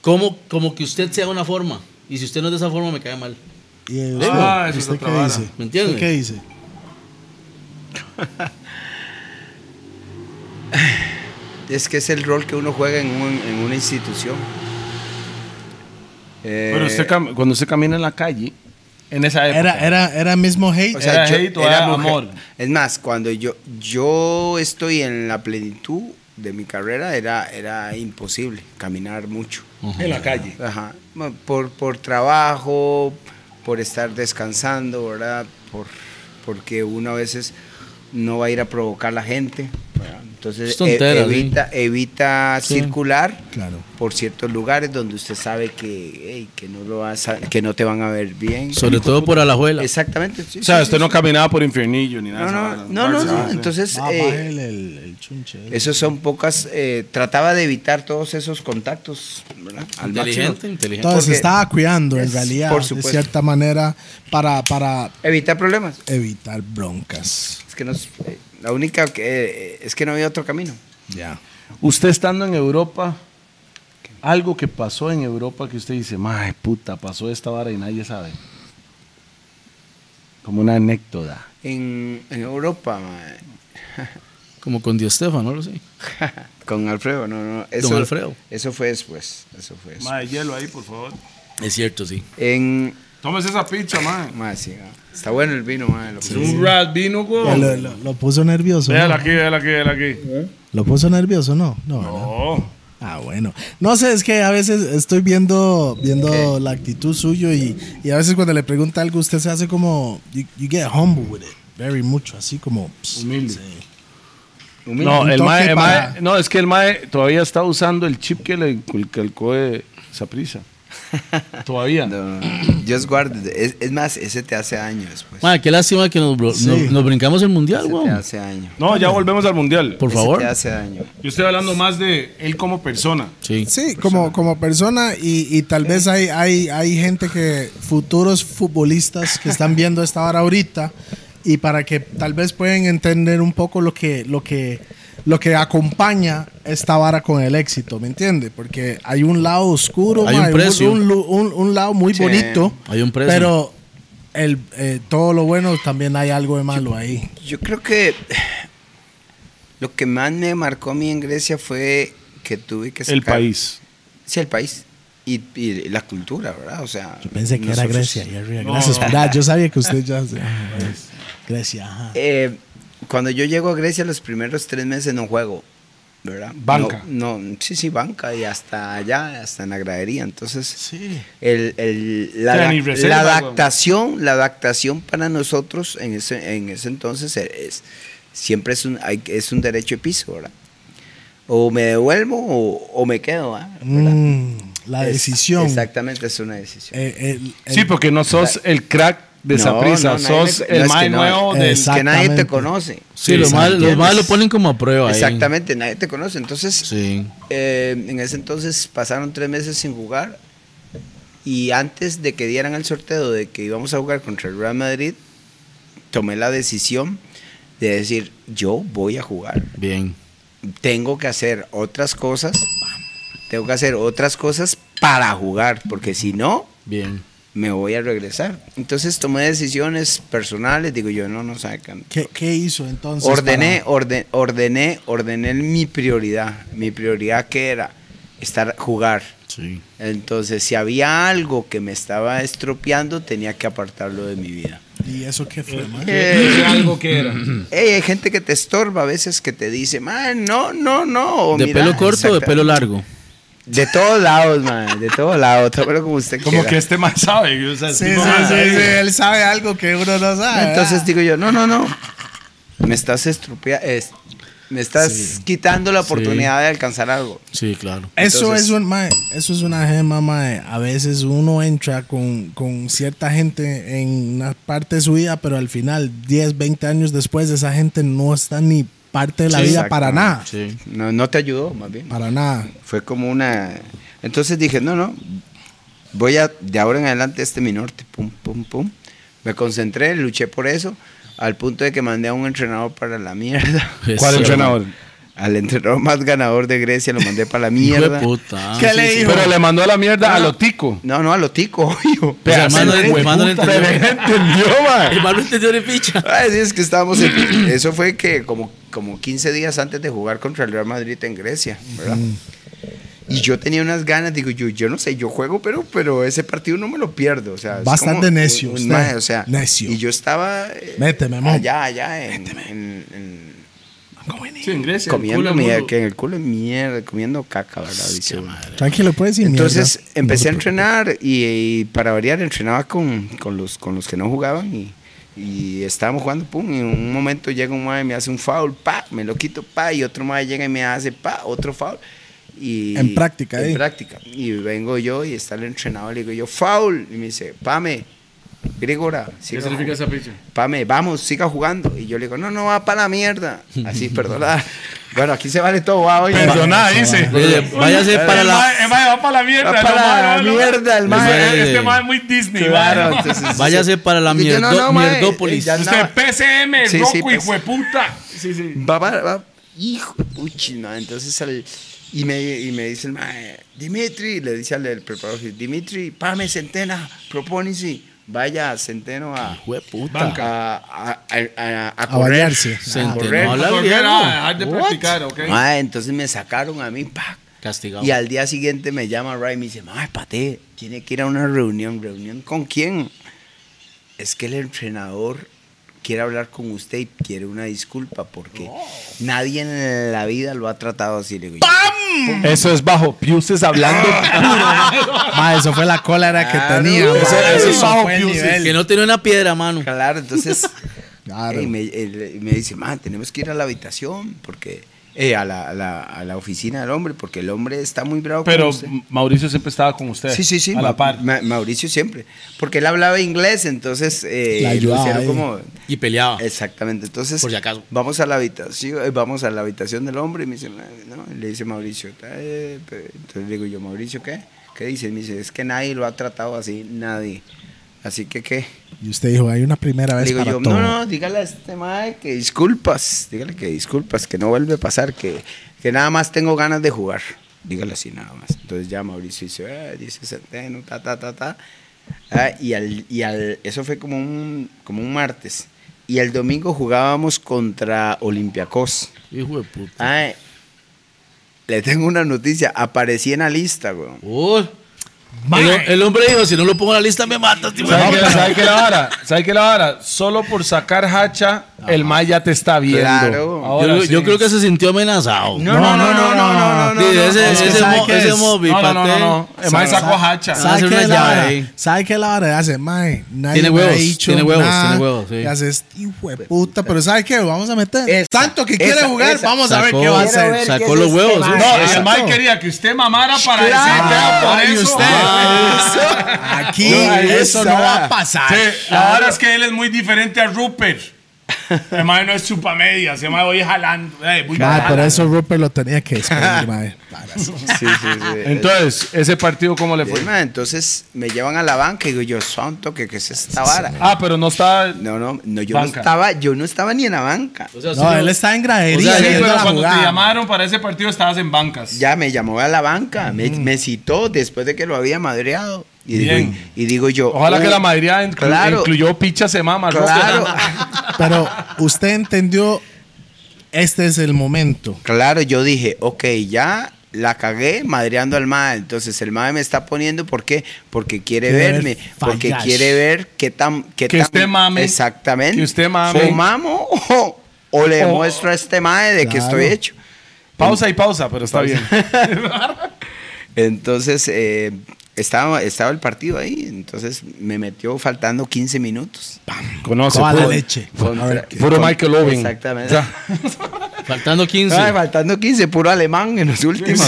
como, como que usted sea una forma. Y si usted no es de esa forma, me cae mal.
Y, eh,
Ah,
usted-
eso es
¿usted
otra
qué
vara.
dice?
¿Me entiende?
¿Usted ¿Qué dice?
Es que es el rol que uno juega en, un- en una institución. Eh,
Pero usted cam- cuando usted camina en la calle, en esa época.
Era, era, era mismo hate.
o sea,
era
yo-
hate o era
mujer.
amor.
Es más, cuando yo, yo estoy en la plenitud de mi carrera, era, era imposible caminar mucho.
en la calle.
Ajá. Bueno, Por, por trabajo, por estar descansando, ¿verdad? Por, porque uno a veces no va a ir a provocar a la gente. ¿verdad? Entonces
Es tontera,
e- evita, evita circular
Claro.
eh,
por ciertos lugares donde usted sabe que, ey, que, no lo vas a- que no te van a ver bien.
Sobre todo por Alajuela.
Exactamente. sí,
O sea,
sí,
usted
sí,
no
sí.
caminaba por infiernillo ni nada. de
No, no,
esas
no, no,
varas.
no. Entonces,
Ah,
eh,
bájele el, el chunche.
esos son pocas. eh, trataba de evitar todos esos contactos. ¿verdad? Al máximo.
Inteligente, inteligente.
Entonces
porque-
estaba cuidando en
Es-
realidad,
por
de
supuesto.
cierta manera, para, para
Evitar problemas.
evitar broncas.
Es que no es- eh, la única que eh, es que no había otro camino.
Ya.
Usted estando en Europa, algo que pasó en Europa que usted dice, madre puta, pasó esta vara y nadie sabe. Como una anécdota.
En, en Europa, ma,
Como con Di Estefan, no lo sé.
con Alfredo, no, no. Eso,
Alfredo.
Eso fue después. Eso fue después.
hielo ahí, por favor.
Es cierto, sí.
En.
Tómese esa pizza, madre.
ma, sí, ah, está bueno el vino, ma, lo que-
Un rat vino,
Lo,
güey. ¿Eh?
lo- lo puso nervioso.
Véala
¿no?
aquí, véala aquí, véala aquí.
Lo puso nervioso, no. No, ¿verdad?
Oh.
Ah, bueno. No sé, es que a veces estoy viendo, viendo la actitud suyo y, y a veces cuando le pregunta algo, usted se hace como. You, you get humble with it. Very mucho, así como. pss,
Humilde.
Humilde.
No,
Un
el
toque
mae, el
para-
mae- no, es que el mae todavía está usando el chip que le inculcó de Saprisa. Todavía.
No, Just guard it. Es, es más, ese te hace año después.
Mae, qué lástima que nos, bro-
Sí.
nos, nos brincamos el mundial,
Ese
weón.
te hace año.
No, ya volvemos al mundial.
Por
Ese
favor.
te hace daño.
Yo estoy hablando más de él como persona.
Sí.
Sí, como, como persona y, y tal vez hay, hay, hay gente que, futuros futbolistas que están viendo esta hora ahorita y para que tal vez pueden entender un poco lo que, lo que, lo que acompaña esta vara con el éxito, ¿me entiende? Porque hay un lado oscuro,
Hay un
ma,
precio.
Un, lu- un- un lado muy
Sí.
bonito,
Hay un precio.
pero el, eh, todo lo bueno también hay algo de malo ahí.
Yo creo que lo que más me marcó a mí en Grecia fue que tuve que sacar.
El país.
Sí, el país. Y, y la cultura, ¿verdad? O sea.
Yo pensé que era
nosotros-
Grecia, Jerry, Gracias por ah, Yo sabía que usted ya... Grecia, ajá.
Eh, cuando yo llego a Grecia, los primeros tres meses no juego, ¿verdad?
Banca.
No, no, sí, sí, banca. Y hasta allá, hasta en la gradería. Entonces,
Sí.
el, el- la,
O sea, ni
la
reserva,
adaptación, la adaptación para nosotros en ese, en ese entonces es, es- siempre es un, hay- es un derecho de piso, ¿verdad? O me devuelvo o, o me quedo, ¿ah? ¿verdad?
Mm, la
Es-
decisión.
Exactamente, es una decisión.
Eh, el- el-
Sí, porque no sos el crack de
No,
Saprisa,
no, nadie
sos
me- no,
el
es
mae
que no,
nuevo del.
Exacto.
que nadie te
Exactamente.
conoce.
Sí, los más, los
¿Entiendes?
más lo ponen como a prueba. ahí.
Exactamente, nadie te conoce. Entonces,
Sí.
eh, en ese entonces pasaron tres meses sin jugar. Y antes de que dieran el sorteo de que íbamos a jugar contra el Real Madrid, tomé la decisión de decir, yo voy a jugar.
Bien.
Tengo que hacer otras cosas. Tengo que hacer otras cosas para jugar. Porque si no,
Bien.
me voy a regresar. Entonces tomé decisiones personales. Digo yo, no, no sabe can-
¿qué, qué hizo entonces?
Ordené,
para-
orde- ordené, ordené mi prioridad. Mi prioridad que era estar jugar.
Sí.
Entonces, si había algo que me estaba estropeando, tenía que apartarlo de mi vida.
¿Y eso qué fue, man?
Eh,
algo que era.
ey, hay gente que te estorba a veces que te dice, man, no, no, no. o
¿De
mira,
pelo corto o de
exacta-
pelo largo?
De todos lados, man, de todos lados. Tómelo como usted
Como
quiera.
que este más sabe. o sea, el
Sí,
este
sí,
tipo, ah,
sí, sí, él sabe algo que uno no sabe. ah.
Entonces digo yo, no, no, no. Me estás estropeando. me estás quitando la oportunidad de alcanzar algo.
Sí, claro.
Eso
Entonces-
es un mae, eso es una gema, mae. A veces uno entra con, con cierta gente en una parte de su vida, pero al final, 10, 20 años después, esa gente no está ni parte de la
Sí,
vida para
exactamente.
nada.
Sí.
No, no te ayudó, más bien.
Para nada.
Fue como una. Entonces dije, no, no. Voy a, de ahora en adelante, este es mi norte. Pum, pum, pum. Me concentré, luché por eso. Al punto de que mandé a un entrenador para la mierda.
¿Cuál
Eso,
entrenador?
Al entrenador más ganador de Grecia lo mandé para la
Hijo de
mierda.
puta.
¿Qué le dijo?
Pero le mandó a la mierda a lo tico.
No, no, a lo tico, obvio.
O sea, el man no- el man no le
Pero
entendió.
entendió, mae.
El man no entendió ni picha.
Ah, sí, es que estábamos en- Eso fue que como, como 15 días antes de jugar contra el Real Madrid en Grecia, ¿verdad?
Mm.
Y yo tenía unas ganas, digo, yo, yo no sé, yo juego, pero, pero ese partido no me lo pierdo. O sea, es
Bastante
como
necio usted,
mae, o sea,
necio.
Y yo estaba eh,
Méteme, mo.
allá, allá, en, en- en-
Sí, en Grecia. el culo
comiendo
al
mierda,
mundo.
que en el culo de mierda, comiendo caca, ¿verdad? Dice uno.
Tranquilo, puedes decir
Entonces
mierda.
empecé a entrenar y, y para variar entrenaba con, con los, con los que no jugaban y, y estábamos jugando, pum, y en un momento llega un mae y me hace un foul, pa, me lo quito, pa, y otro mae llega y me hace, pa, otro foul. Y,
En práctica, eh.
En
ahí.
práctica. Y vengo yo y está el entrenador, le digo yo, foul, y me dice, pame, Gregora,
¿Qué
siga
significa esa picha?
Pame, vamos, siga jugando. Y yo le digo, no, no, va para la mierda. Así, perdona. Bueno, aquí se vale todo, va, oye.
Perdona, dice.
Oye, váyase para
El
la.
mae- el mae va para la mierda.
Va para
no,
la
mae, no, no.
mierda, el
Este
mae.
mae- Este mae es muy Disney,
Claro,
mae.
entonces,
Váyase para la
Digo yo,
mierdo-
mae,
mierdópolis.
eh, ya
Usted
andaba-
PCM,
Sí, sí,
roco,
pues.
hijo de puta. Sí, sí.
va, va, va. Hijo, de puchi, no, entonces al- y me, y me dice el mae, Dimitri, le dice al del preparador, Dimitri, pame Centena, propónese, vaya Centeno a,
Hijo de puta.
a, a, a, a, a
A
correr.
variarse.
Centeno,
correr.
habla
Volver
bien,
a
¿no?
dejar de practicar, ¿ok?
Mae, entonces me sacaron a mí, pa.
Castigado.
Y al día siguiente me llama Ray y me dice, mae, Pate, tiene que ir a una reunión. ¿Reunión con quién? Es que el entrenador quiere hablar con usted y quiere una disculpa porque nadie en la vida lo ha tratado así. Le digo, yo,
Eso es bajo Piuses hablando.
Ma, eso fue la cólera que
Claro.
tenía.
Eso-
ma.
eso es
Eso fue el
bajo
nivel.
Que no tiene una piedra, mano.
claro, entonces...
Claro.
Y me, él- me dice, man, tenemos que ir a la habitación porque... eh, a, la, a la- a la oficina del hombre porque el hombre está muy bravo con
Pero
usted.
Mauricio siempre estaba con usted.
Sí, sí, sí.
A la
Ma-
par.
Ma- Mauricio siempre. Porque él hablaba inglés, entonces eh,
La
lo
ayudaba
hicieron
ahí.
como.
Y
Ah.
peleaba.
Eh. Exactamente. Entonces,
Por si acaso.
vamos a la habitación, eh, vamos a la habitación del hombre y me dice, "Ma- no", y le dice Mauricio, "Eh, pe-". entonces le digo yo, Mauricio, ¿qué? ¿Qué dice? Y me dice, es que nadie lo ha tratado así, nadie. Así que qué.
Y usted dijo, hay una primera
Le
vez
digo
para
yo,
todo.
no, no, dígale a este mae que disculpas, dígale que disculpas, que no vuelve a pasar, que, que nada más tengo ganas de jugar. Dígale así nada más. Entonces ya Mauricio dice, "Ah, dice Centeno, ta, ta, ta, ta. Ah, y al, y al, eso fue como un, como un martes. Y el domingo jugábamos contra Olympiacos.
Hijo de puta.
Ay, le tengo una noticia, aparecí en la lista, güey.
Uy. El, el hombre dijo: Si no lo pongo en la lista, me matas. tío.
¿Sabe qué, sabe qué la vara? ¿Sabe qué la vara? Solo por sacar hacha, el mae ya te está viendo.
Claro.
Ahora
yo,
sí.
yo creo que se sintió amenazado.
No, no, no, no, no, no, no,
Sí,
no,
ese
no.
es que
ese
¿sabe
mo-
qué
ese
es?
mobi,
No, no, no, no,
paté.
no. El mae sacó hacha.
Van a
¿Sabe
hacer
qué
una
es la
llave
vara?
ahí.
¿Sabe qué es la vara? Hace, mae, nadie
Tiene
me ha
huevos,
dicho
tiene huevos,
nada.
tiene huevos, sí.
Y haces, hijo de puta, pero ¿sabe qué? Vamos a meter.
Esa,
Tanto que quiere
esa,
jugar,
esa.
vamos a ver
Sacó-
qué va a
Quiero
hacer.
ver qué
Sacó
es
los
este
huevos.
mae.
¿sí?
No,
Exacto.
el Mike quería que usted mamara para
Claro.
decir, vea, por
Ay,
eso.
usted.
Ah.
Aquí
No, ahí
eso no
está.
va a pasar.
Sí, la verdad es que él es muy diferente a Rupert. El mae no es chupamedias, el mae hoy es jalando. eh, muy
Mae,
jalando.
por eso Rupert lo tenía que despedir, mae. Para eso.
Sí, sí, sí.
Entonces, ese partido, ¿cómo le fue?
Pues, ma, entonces me llevan a la banca y digo yo, santo, que qué es esta vara?
Ah, pero no está.
No, no, no, yo
Banca.
no estaba, yo no estaba ni en la banca.
O sea, si
No, él está en gradería.
O sea, sí,
Sí,
viendo
pero
la
cuando te
jugada.
llamaron para ese partido estabas en bancas.
Ya me llamó a la banca, me,
Mm.
me citó después de que lo había madreado. Y, digo,
Bien.
y digo yo,
Ojalá
"Oh,
que la mayoría inclu-
claro,
incluyó picha se mama. ropa.
Claro,
Pero usted entendió, este es el momento.
claro, yo dije, ok, ya la cagué madreando al mae. Entonces el mae me está poniendo, ¿por qué? Porque quiere
Quiere
verme,
ver
porque
fallas.
quiere ver qué tan. Qué
Que
tan-
usted mame.
Exactamente.
Que usted mame.
O mamo o, o le
O-
muestro a este mae de que
Claro.
estoy hecho.
Pausa y pausa, pero está bien.
Entonces eh, estaba, estaba el partido ahí, entonces me metió faltando 15 minutos.
Conoce.
Toda la
pues.
puro-
leche.
Contra-
A ver,
Puro
con-
Michael Owen.
Exactamente.
Faltando 15.
Ay, faltando 15, puro alemán en los últimos.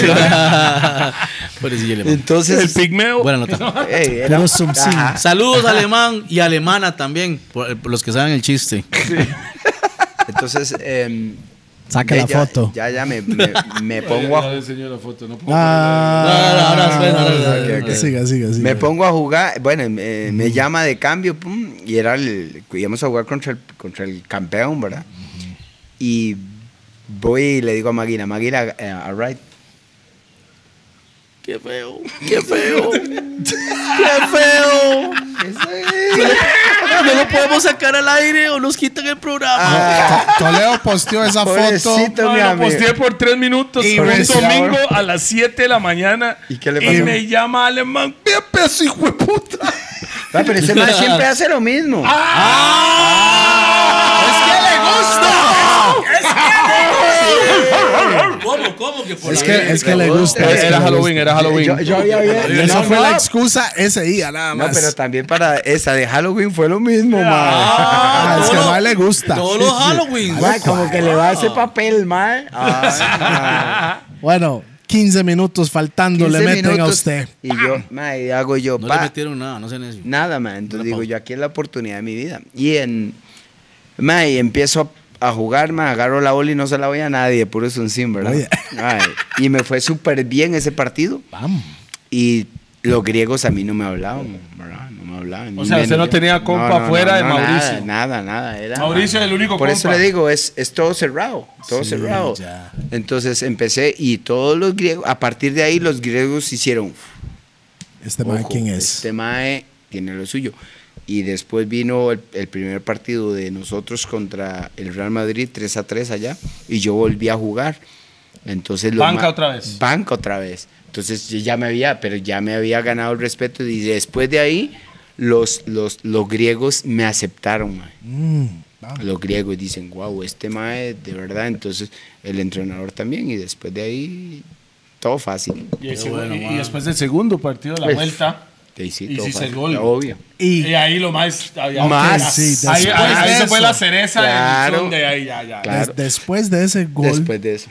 Pobrecillo alemán.
Entonces,
El pigmeo.
Buena nota.
ey, era-
Puro sumsing.
Ajá.
Saludos alemán y alemana también, por, por los que saben el chiste.
Entonces, em,
Saca
ya-
la
ya-
foto.
Ya, ya me, me- me pongo a,
Ah,
No, no, no, espera, no, no,
no, no, no.
Siga, siga, siga.
me pongo a jugar. Bueno, me, me llama de cambio pum, y era el, íbamos a jugar contra el, contra el campeón, ¿verdad? Y voy y le digo a Maguila, Maguila, eh, all right.
Qué feo, qué feo.
¡Qué feo!
No lo podemos sacar al aire o nos quitan el
Ah,
programa.
To- Toledo posteó esa Ah, foto.
Pobrecito, mi
No, lo
amigo.
pues,
posteé por tres minutos
Y
un
recién
domingo
ahora.
a las 7 de la mañana.
¿Y qué le pasó?
me llama alemán. ¡Ve peso, hijo de puta!
Ah, pero ese man siempre hace lo mismo.
¿Cómo, cómo que por
Es
la
que,
verga?
es que le gusta. es que
Era
le
Halloween, era Halloween.
Yo, yo había
gusta. Y esa
no,
fue
no,
la excusa ese día, nada
No,
más.
pero también para esa de Halloween fue lo mismo, ma.
Ah,
Ah, es que
todo-
a él le gusta.
Todos los Halloween.
Ma, como que le va a ese papel, ma. Ah,
Bueno, 15 minutos faltando
15
le meten a
minutos
usted.
Y yo, ma, y hago yo,
No le
pa.
metieron nada, no sé necio.
Nada, ma. Entonces
Una
digo,
pausa.
yo aquí es la oportunidad de mi vida. Y en. Ma, y empiezo a, a jugar, ma. Agarro la bola y no se la voy a nadie, puro es un sim, ¿verdad?
Oye.
Ay, y me fue súper bien ese partido.
Vamos.
Y los griegos a mí no me hablaban, ¿verdad? No me hablaban.
O
ni
sea, usted
menos.
no tenía compa fuera de Mauricio.
Nada, nada, nada. Era,
Mauricio es el único
Por eso
compa.
le digo, es, es todo cerrado, todo cerrado.
ya.
Entonces empecé y todos los griegos, a partir de ahí los griegos hicieron,
Este man,
ojo,
¿quién es?
Este mae tiene lo suyo. Y después vino el, el primer partido de nosotros contra el Real Madrid 3 a 3 allá y yo volví a jugar. Entonces los
Banca
ma-
otra vez.
Banca otra vez. Entonces yo ya me había, pero ya me había ganado el respeto y después de ahí los, los, los griegos me aceptaron, mae.
Mm. Ah.
Los griegos dicen, wow, este mae de verdad, entonces el entrenador también y después de ahí todo fácil.
Y, el
Qué
segundo-
bueno,
y- y
man.
después del segundo partido de la
Uf.
vuelta.
Te hice
Y
todo
hiciste el
fácil,
gol.
Obvio.
Y,
Y
ahí lo más. Ahí,
Ok,
más.
sí, después
ahí- ahí- ahí
de
se fue
eso,
la cereza del
Claro.
son de ahí, ya, ya.
des-
Claro.
Después de ese gol,
Después de eso.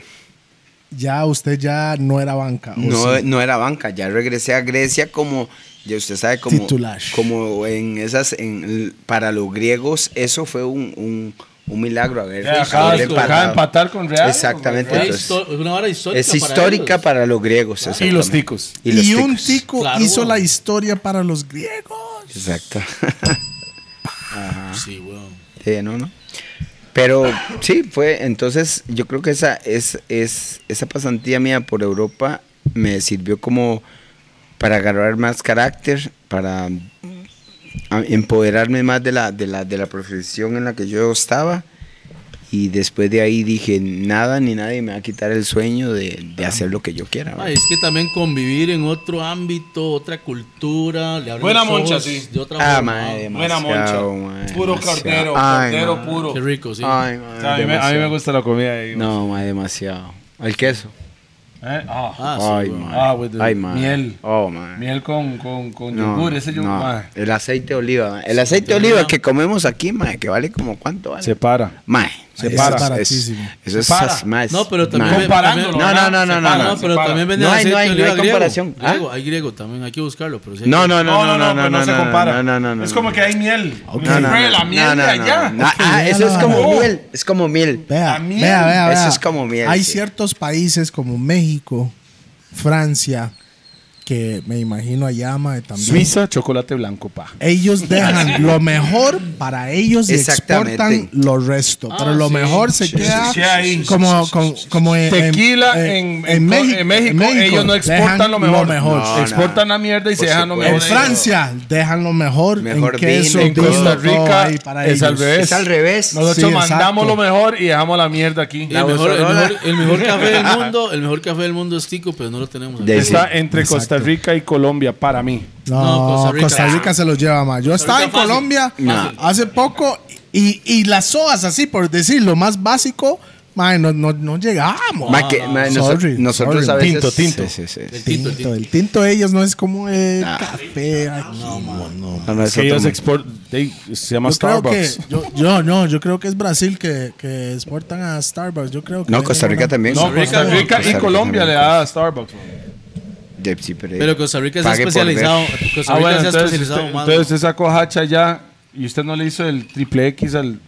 ya usted ya no era banca. ¿o
No,
sí?
no era banca, ya regresé a Grecia como, ya usted sabe, como,
Titular.
como en esas, en, el- para los griegos eso fue un, un, un milagro haber,
Ya, acaba
haber
de- acaba de empatar con Real.
Exactamente.
Una
Con Real.
entonces,
histo- es una hora histórica.
Es histórica
para.
para, los griegos.
Y los
exactamente.
ticos.
Y,
Y,
los
un
ticos.
tico
Claro.
hizo la historia para los griegos.
Exacto.
ellos. Sí, weón.
Sí, no, no. Pero sí, fue, entonces yo creo que esa, es, es, esa pasantía mía por Europa me sirvió como para agarrar más carácter, para mm, a- empoderarme más de la, de, la, de la profesión en la que yo estaba. Y después de ahí dije, nada ni nadie me va a quitar el sueño de, de hacer lo que yo quiera.
Ah,
¿verdad?
es que también convivir en otro ámbito, otra cultura. Le abren
Buena
los ojos
moncha, sí.
De otra
Ah,
forma.
mae,
Buena
demasiado,
moncha.
mae,
Puro
demasiado.
cordero,
Ay,
cordero
mae.
puro.
Qué rico, sí.
Ay,
O
mae,
sea, a, mí me, a mí me
demasiado.
gusta la comida. ahí.
No, mae, demasiado. El queso.
Eh, ah,
Ah, sí,
Ay,
weón.
mae.
Ah, with the
Ay, mae.
miel.
Oh, mae.
Miel con, con, con
No,
yogur, ese yogur.
no.
ah.
ma.
El aceite de oliva. mae. El aceite de oliva que comemos aquí, mae, que vale como cuánto vale.
Se para.
Mae,
Se
eso
para.
es-
Separatísimo.
Eso es
Se para.
sas- mae,
No, pero también.
mae.
ve-
Comparándolo,
también-
No, no, no, no,
Ah,
no.
no, pero
separa.
también venden
No hay-
aceite
no hay-
de
no hay
oliva griego.
comparación.
Griego,
¿Ah?
Hay griego también, hay que buscarlo. Pero sí hay
No,
griego.
no, no, no, no,
pero
no, no,
se
no,
compara.
no, no, no, no,
es como
no.
que hay miel.
No, no,
Pruebe
no,
la
no,
miel
no,
de
no,
allá.
no. Ah, eso es como
No.
miel, es como miel.
Vea,
La miel.
vea, vea,
Eso
vea.
es como miel,
Hay
sí.
ciertos países como México, Francia, que me imagino allá, mae, también.
Suiza, chocolate blanco, pa.
Ellos dejan lo mejor para ellos y
Exactamente.
exportan lo resto.
Ah,
pero lo
sí.
mejor se queda
sí, ahí.
como, como, como en,
Tequila
eh,
en, en, México, en México, ellos no exportan
dejan
lo mejor.
No,
exportan la mierda y
Por
se dejan lo
supuesto.
mejor.
En
de
Francia dejan lo mejor,
Mejor
en queso,
ellos.
vino,
en
vino, todo
Costa
ahí
Rica
para
es al
ellos.
revés.
Es al revés.
Nosotros
Sí, exacto.
mandamos lo mejor y dejamos la mierda aquí.
El mejor, el, mejor, el mejor café del mundo, el mejor café del mundo es Tico, pero no lo tenemos. aquí.
De-
Está
Sí,
entre
exacto.
Costa Rica y Colombia para mí.
No,
No,
Costa
Costa
Rica,
Rica.
se los lleva más. Yo estaba en
Rica fácil,
Colombia
fácil.
hace poco y, y las soas, así por decir lo más básico, mae, no, no, no llegamos.
Ma, que- ma, noso-
Sorry,
nosotros
sorry.
a veces.
Tinto, tinto.
Sí, sí, sí.
El tinto, el
Tinto,
tinto.
el tinto de ellos no es como el café. aquí, mae.
Ah, No, no, es
Que
otro
ellos
mundo.
exportan. Se llama
Yo creo que
Starbucks.
yo, yo no, yo creo que es Brasil que, que exportan a Starbucks. Yo creo que
No, Costa Rica también.
No, Costa Rica
Costa
y Colombia
también.
le da a Starbucks. man.
De- sí, pero,
Pero Costa Rica se ha
Pague por
especializado.
ver.
Costa Rica
Ah, bueno,
se ha
entonces,
especializado
usted,
más.
entonces usted sacó hacha ya y usted no le hizo el triple X al,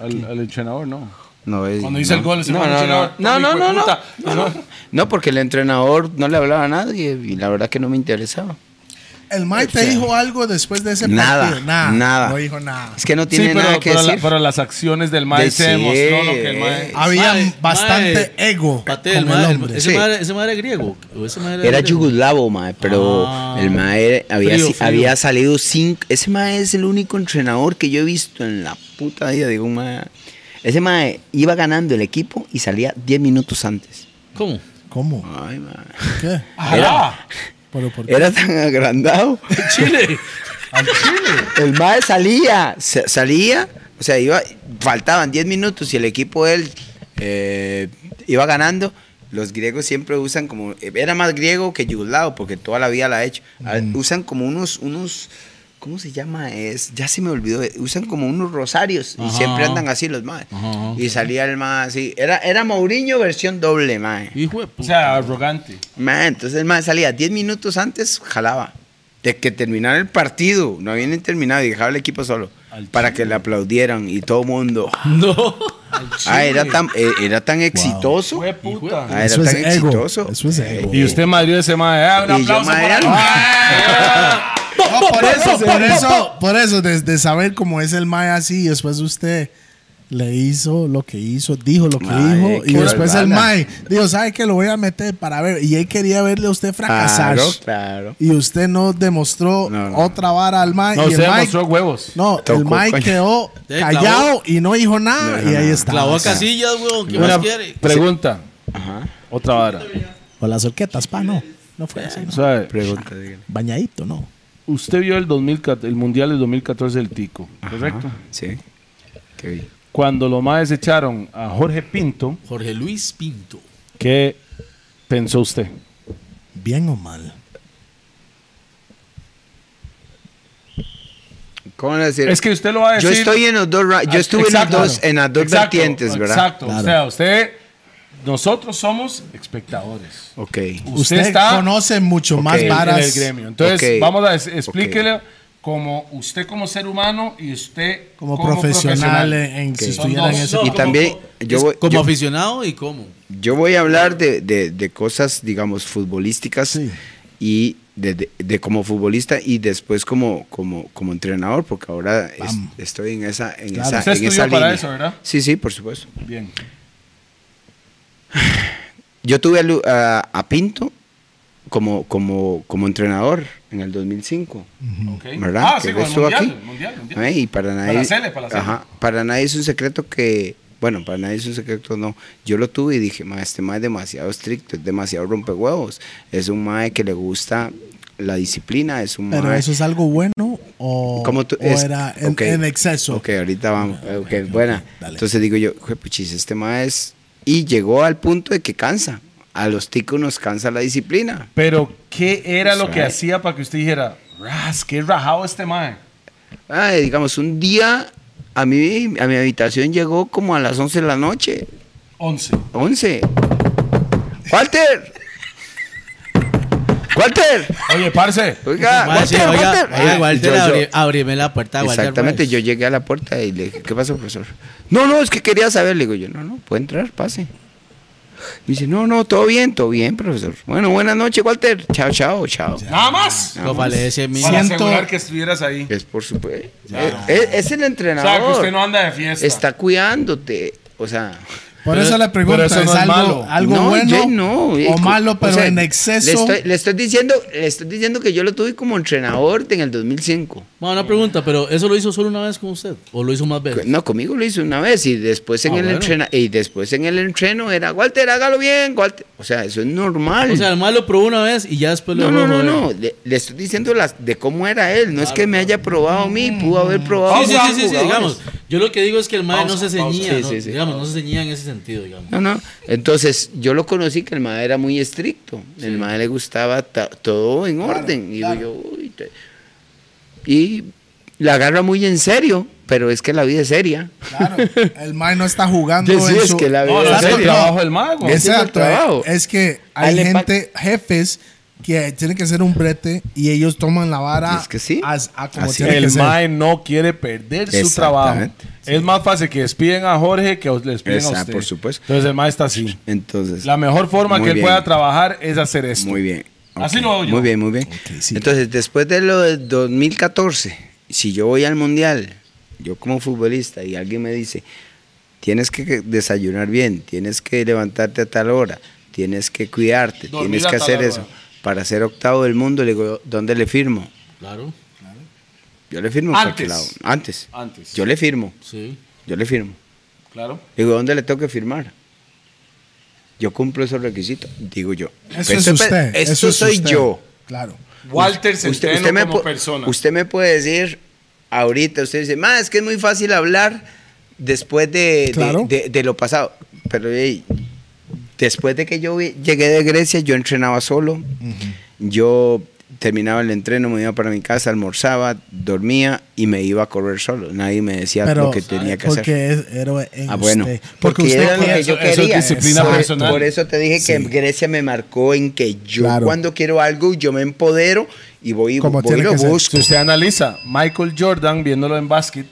al, al entrenador, ¿no?
No, es-
Cuando hice
no.
el gol, ese
no,
man
no,
dice,
no, no,
no,
no, no,
hijo de
no,
puta.
no, no. No, porque el entrenador no le hablaba a nadie y la verdad que no me interesaba.
El Mike te
O sea,
dijo algo después de ese
nada,
partido. Nada,
nada.
No dijo nada.
Es que no tiene
sí, pero,
nada que
pero, la-
decir.
pero las acciones del maestro
Decir.
demostró lo que el maestro...
Había
Mae,
bastante
mae,
ego.
Patel,
con el
mae, el-
hombre.
ese,
Sí.
mae- ese mae era griego. o ese mae
Era
griego.
yugoslavo, mae, pero
Ah.
el mae había,
Frío,
si-
frío.
había salido cinco. Ese mae es el único entrenador que yo he visto en la puta vida. Digo, un mae. Ese mae iba ganando el equipo y salía 10 minutos antes.
¿Cómo?
¿Cómo?
Ay, mae.
¿Por ¿Qué?
Ah,
Ojalá.
¿Pero por qué?
Era tan agrandado.
Chile.
El mae salía, sa- salía, o sea, iba, faltaban 10 minutos y el equipo de él eh, iba ganando. Los griegos siempre usan como, era más griego que yugoslavo porque toda la vida la ha hecho. A-
Mm.
Usan como unos, unos, ¿cómo se llama? Es, ya se me olvidó, eh, usan como unos rosarios y
Ajá.
siempre andan así los maes.
Ajá, ajá.
Y salía el mae así, era, era Mourinho versión doble mae.
Hijo de puta.
O sea, arrogante.
Mae, entonces el mae salía 10 minutos antes, jalaba. De que terminara el partido, no habían terminado y dejaba el equipo solo. para que le aplaudieran y todo mundo.
no.
Ah, era tan, eh, era tan exitoso.
Fue puta.
Ah, era
Eso es
tan
ego.
exitoso.
Eso es ego.
Y usted madrió ese "Ah, maestro.
Y yo, mae, era-
No, por eso, por eso, por eso, desde saber cómo es el Mae así, y después usted le hizo lo que hizo, dijo lo que
Mae,
dijo, y
qué
después el
barbada.
Mae dijo, ¿sabe qué? Lo voy a meter para ver. Y él quería verle a usted fracasar.
Claro, claro.
Y usted no demostró
No, no.
otra vara al Mae.
No,
y el
usted
Mae-
demostró huevos.
no, el
Tocó,
Mae
coño.
quedó
Sí,
callado y no dijo nada.
No,
y ahí
no.
está.
Clavó a casillas, weón. ¿Qué
Una
más quiere?
pregunta.
Ajá.
Otra vara.
Con las horquetas, pa, no. No fue así,
O
¿no?
sea,
Pregunta, dígale.
Bañadito, no.
usted vio el, 2014 el Mundial del 2014 del Tico, ¿correcto?
Ajá, Sí. Qué bien.
Cuando los maes echaron a Jorge Pinto,
Jorge Luis Pinto.
¿qué pensó usted?
Bien o mal.
¿Cómo le decir?
Es que usted lo va a
yo
decir...
estoy en los dos, ra- yo estuve
Exacto.
en los dos, en las dos
Exacto,
vertientes, ¿verdad?
Exacto.
Claro.
O sea, usted, nosotros somos espectadores.
Ok.
Usted, conoce mucho más
Ok.
varas.
en el gremio. Entonces,
Ok.
vamos a es- explíquele como usted como ser humano y usted
como, profesional eh. en, en- si
Ok.
estuviera en
Son
ese
dos.
Y
como-
también, yo
Es
voy-
como
yo-
aficionado y como.
Yo voy a hablar de, de- de cosas, digamos, futbolísticas
Sí.
y de, de- de como futbolista y después como, como, como entrenador, porque ahora es-
Bam.
estoy en esa, en
Claro.
esa,
Usted
en
estudió
esa
para
línea.
eso, ¿verdad?
Sí, sí, por supuesto.
Bien.
Yo tuve a, Lu- a- a Pinto como, como, como entrenador en el 2005.
ok.
¿Verdad?
Ah,
Que
sí,
él
con el
estuvo
mundial,
aquí.
el mundial, el mundial.
Ay, Y para nadie.
la Sele, para la Sele.
Ajá, para nadie es un secreto que. Bueno, para nadie es un secreto, no. Yo lo tuve y dije, ma, este ma es demasiado estricto, es demasiado rompehuevos. Es un mae que le gusta la disciplina, es un
Pero
mae-
eso es algo bueno o,
como tú-
o
es-
era en,
ok,
en exceso. Ah,
Ok, ahorita vamos. Ok, buena.
dale.
Entonces digo yo, puchis, este ma es. Y llegó al punto de que cansa. A los ticos nos cansa la disciplina.
Pero, ¿qué era lo que
Suave.
hacía para que usted dijera, ras, qué rajado este mae?
Ah, digamos, un día a, mí, a mi habitación llegó como a las 11 de la noche.
11.
11. Walter. Walter.
Oye, parce,
Oiga,
Mae, sí,
Ah, Walter, Walter.
oiga,
Ah,
Walter,
yo- yo-
abre- ábreme la puerta, Walter. pues.
Exactamente,
Rice.
yo llegué a la puerta y le dije, ¿qué pasa, profesor? No, no, es que quería saber. Le digo yo, no, no, puede entrar, pase. Me dice, no, no, todo bien, todo bien, profesor. Bueno, buenas noches, Walter. Chao, chao, chao.
Nada más.
Lo vale ese mismo.
Para
Siento-
asegurar que estuvieras ahí.
Es por supuesto. Es, es el
O
entrenador.
sea, que usted no anda de fiesta.
Está cuidándote. O sea,
Por
Pero-
eso le pregunto,
pero eso
¿es
no es
algo,
malo.
algo
no,
bueno
Jay, no, eh,
o malo, pero
sea,
en
Le
exceso?
estoy, le estoy diciendo, le estoy diciendo que yo lo tuve como entrenador en el 2005.
Bueno, una pregunta, pero ¿eso lo hizo solo una vez con usted? ¿O lo hizo más veces?
No, conmigo lo hizo una vez y después en
Ah,
el
bueno.
entrena y después en el entreno era Walter, hágalo bien, Walter. O sea, eso es normal.
O sea, además lo probó una vez y ya después lo
no, no,
dejó
no,
joder.
no. Le, le estoy diciendo las de cómo era él. No es que me haya probado a mí, pudo haber probado
Sí, sí,
a
sí,
muchos
sí, sí,
jugadores.
digamos. Yo lo que digo es que el mae no se ceñía,
pausa.
¿no?
Sí, sí, sí.
digamos, no se ceñía en ese sentido, digamos.
No, no. Entonces, yo lo conocí que el madre era muy estricto. El madre le gustaba ta- todo en orden. Y digo yo, "Uy, te-". Y la agarra muy en serio, pero es que la vida es seria.
Claro, el Mae no está jugando
Sí, sí,
en
es
su-
que la vida
No, no,
es
es el
Exacto,
seria.
trabajo del mago.
Es- el
Exacto,
trabajo. Ah,
eh. es que hay
Dale,
gente, jefes, que tienen que hacer un brete y ellos toman la vara
Es que sí.
a, a como
Así
tiene que
El
ser.
MAE no quiere perder su trabajo.
Exactamente.
Es más fácil que despiden a Jorge que os- les piden a
Esa,
usted.
por supuesto.
Entonces el MAE está así.
Entonces,
La mejor forma
Muy
que él
bien.
pueda trabajar es hacer esto.
muy bien.
Así
Ok,
lo hago yo.
Muy bien, muy bien.
sí.
Entonces, después de lo de 2014, si yo voy al mundial, yo como futbolista, y alguien me dice, tienes que que desayunar bien, tienes que levantarte a tal hora, tienes que cuidarte,
Dormir
tienes
a
que
tal
hacer
hora".
eso. Para ser octavo del mundo, le digo, ¿dónde le firmo?
Claro,
Yo le firmo en cualquier
Antes.
lado. Antes.
Antes.
Yo le firmo,
sí.
yo le firmo.
Claro.
Digo, ¿dónde le tengo que firmar? Yo cumplo esos requisitos, digo yo.
Eso
Esto
es
este pe-
usted.
Esto
eso es
soy
usted.
yo.
Claro.
Walter se
usted, usted
usted
me
como
pu-
persona.
usted me puede decir ahorita, usted dice, "Ma, es que es muy fácil hablar después de, de-
Claro.
de- de lo pasado. Pero ey, después de que yo vi- llegué de Grecia, yo entrenaba solo. Yo terminaba el entreno, me iba para mi casa, almorzaba, dormía y me iba a correr solo. Nadie me decía
Pero
lo que tenía que hacer.
porque es héroe en este,
Ah, bueno.
usted.
Porque, era lo
quiere-
que yo
eso- eso es
quería.
disciplina
por,
personal.
por eso te dije que
Sí.
Grecia me marcó en que yo
Claro.
cuando quiero algo, yo me empodero y voy, y
Como
voy y
tiene
lo
que ser.
busco.
Si usted analiza, Michael Jordan, viéndolo en básquet,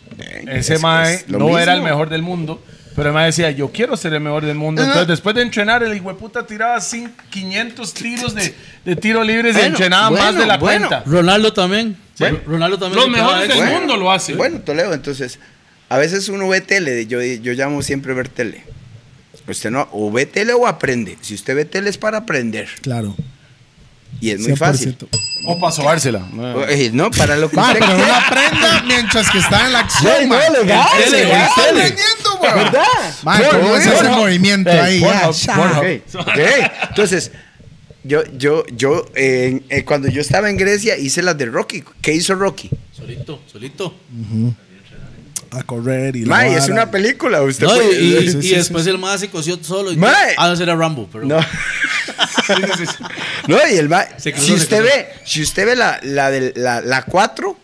ese
es-
mae
es
no
lo
era el
mismo.
mejor del mundo, pero el mae decía, yo quiero ser el mejor del mundo. Entonces, después de entrenar, el hijueputa tiraba cin- 500 tiros de, de tiro libres y
Bueno,
entrenaba más
bueno,
de la
bueno.
cuenta.
Ronaldo también.
Bueno.
Ronaldo también.
Los
le quedaba
mejores del
eso.
mundo. lo hace.
Bueno, Toledo, entonces, a veces uno ve tele, yo, yo llamo siempre ver tele. Usted no, o ve tele o aprende. Si usted ve tele es para aprender.
Claro.
Y es muy fácil.
100%.
O para sobársela.
Eh, No, para lo que
Ah,
usted
pero uno
quiera.
aprenda mientras que está en la
No,
acción.
no,
man.
legal,
En tele,
legal,
en tele.
aprendiendo, güey. ¿Verdad?
Man, ¿cómo es ese movimiento ahí? Ya, ya.
Ok, ok. Entonces, yo, yo, yo, eh, eh, cuando yo estaba en Grecia, hice las de Rocky. ¿Qué hizo Rocky?
Solito, solito.
A correr y la
Mae, es
vara.
una película. Usted
No, y,
puede-
y-
sí, sí,
y
sí,
después el mae se coció solo. Y
Mae.
Ah, no, será Rambo, pero.
No. no, y el ma-
Se cruzó,
si
se
usted
cruzó.
ve, si usted ve la la del- la, la 4,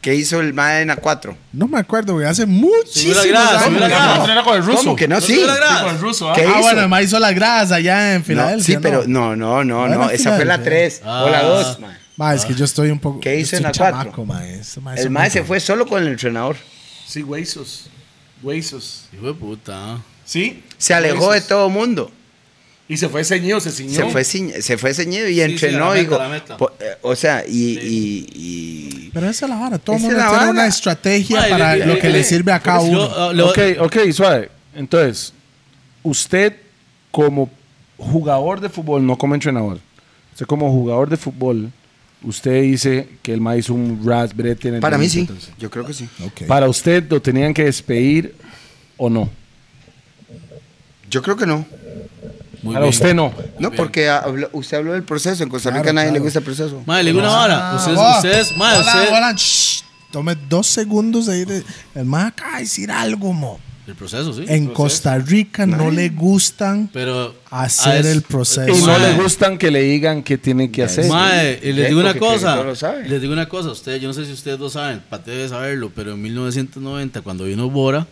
¿qué hizo el ma en la 4?
No me acuerdo, güey. Hace muchísimos
Subió la grada, subió la
años.
grada.
Era
Oh,
con el ruso.
¿Cómo que no?
¿No
Sí.
subió la grada?
Sí, con el ruso, ¿ah?
¿Qué
Ah,
hizo?
bueno, el mae hizo la grasa allá en
No,
Filadelfia.
sí, pero no, no, no,
No
no.
era
Esa fue la
Filadelfia.
3 o la
Ah.
2, ma.
Ma, es que yo estoy un poco.
¿Qué hizo
yo
en
estoy
la cuatro?
chamaco, ma, ese ma es
El
un
ma se
poco-
fue solo con el entrenador.
Sí, huesos. Huesos.
Hijo de puta.
¿Sí?
Se alejó de
Huesos.
todo mundo.
Y se fue ceñido, se ciñó.
Se fue, ciñ- se fue ceñido y
sí,
entrenó.
a la meta,
digo,
a la meta.
po- eh, o sea, y, y- y-
Pero esa es la vara. Todo el
Esa
mundo
es la
tiene
vara.
una estrategia
Mae,
para
le-
lo
le-
que le
le-
sirve a cada
eh, Yo,
uno.
ah, le-
Ok, ok, suave. Entonces, usted como jugador de fútbol, no como entrenador, usted como jugador de fútbol, usted dice que el maíz hizo un raspberry.
para mí sí. Yo creo que sí.
Ok.
Para usted, ¿lo tenían que despedir o no?
Yo creo que no.
Muy
Para
bien.
usted no.
No, porque habló- usted habló del proceso. En Costa Rica
Claro,
a nadie
claro.
le gusta el proceso.
Mae, le digo una vara. Ustedes,
Ah,
ustedes, mae,
hola,
ustedes-
hola, shh, Tome dos segundos de ir. El mae acaba de decir algo, mo.
El proceso, sí.
En Costa Rica no le gustan.
Pero.
Hacer
ah, es-
el proceso.
Y no
Mae.
le gustan que le digan qué tiene que hacer.
Mae, y les
Ve,
digo una
porque Cristo
cosa.
lo sabe.
Les digo una cosa. Ustedes, yo no sé si ustedes lo saben, Pate debe saberlo, pero en 1990, cuando vino Bora,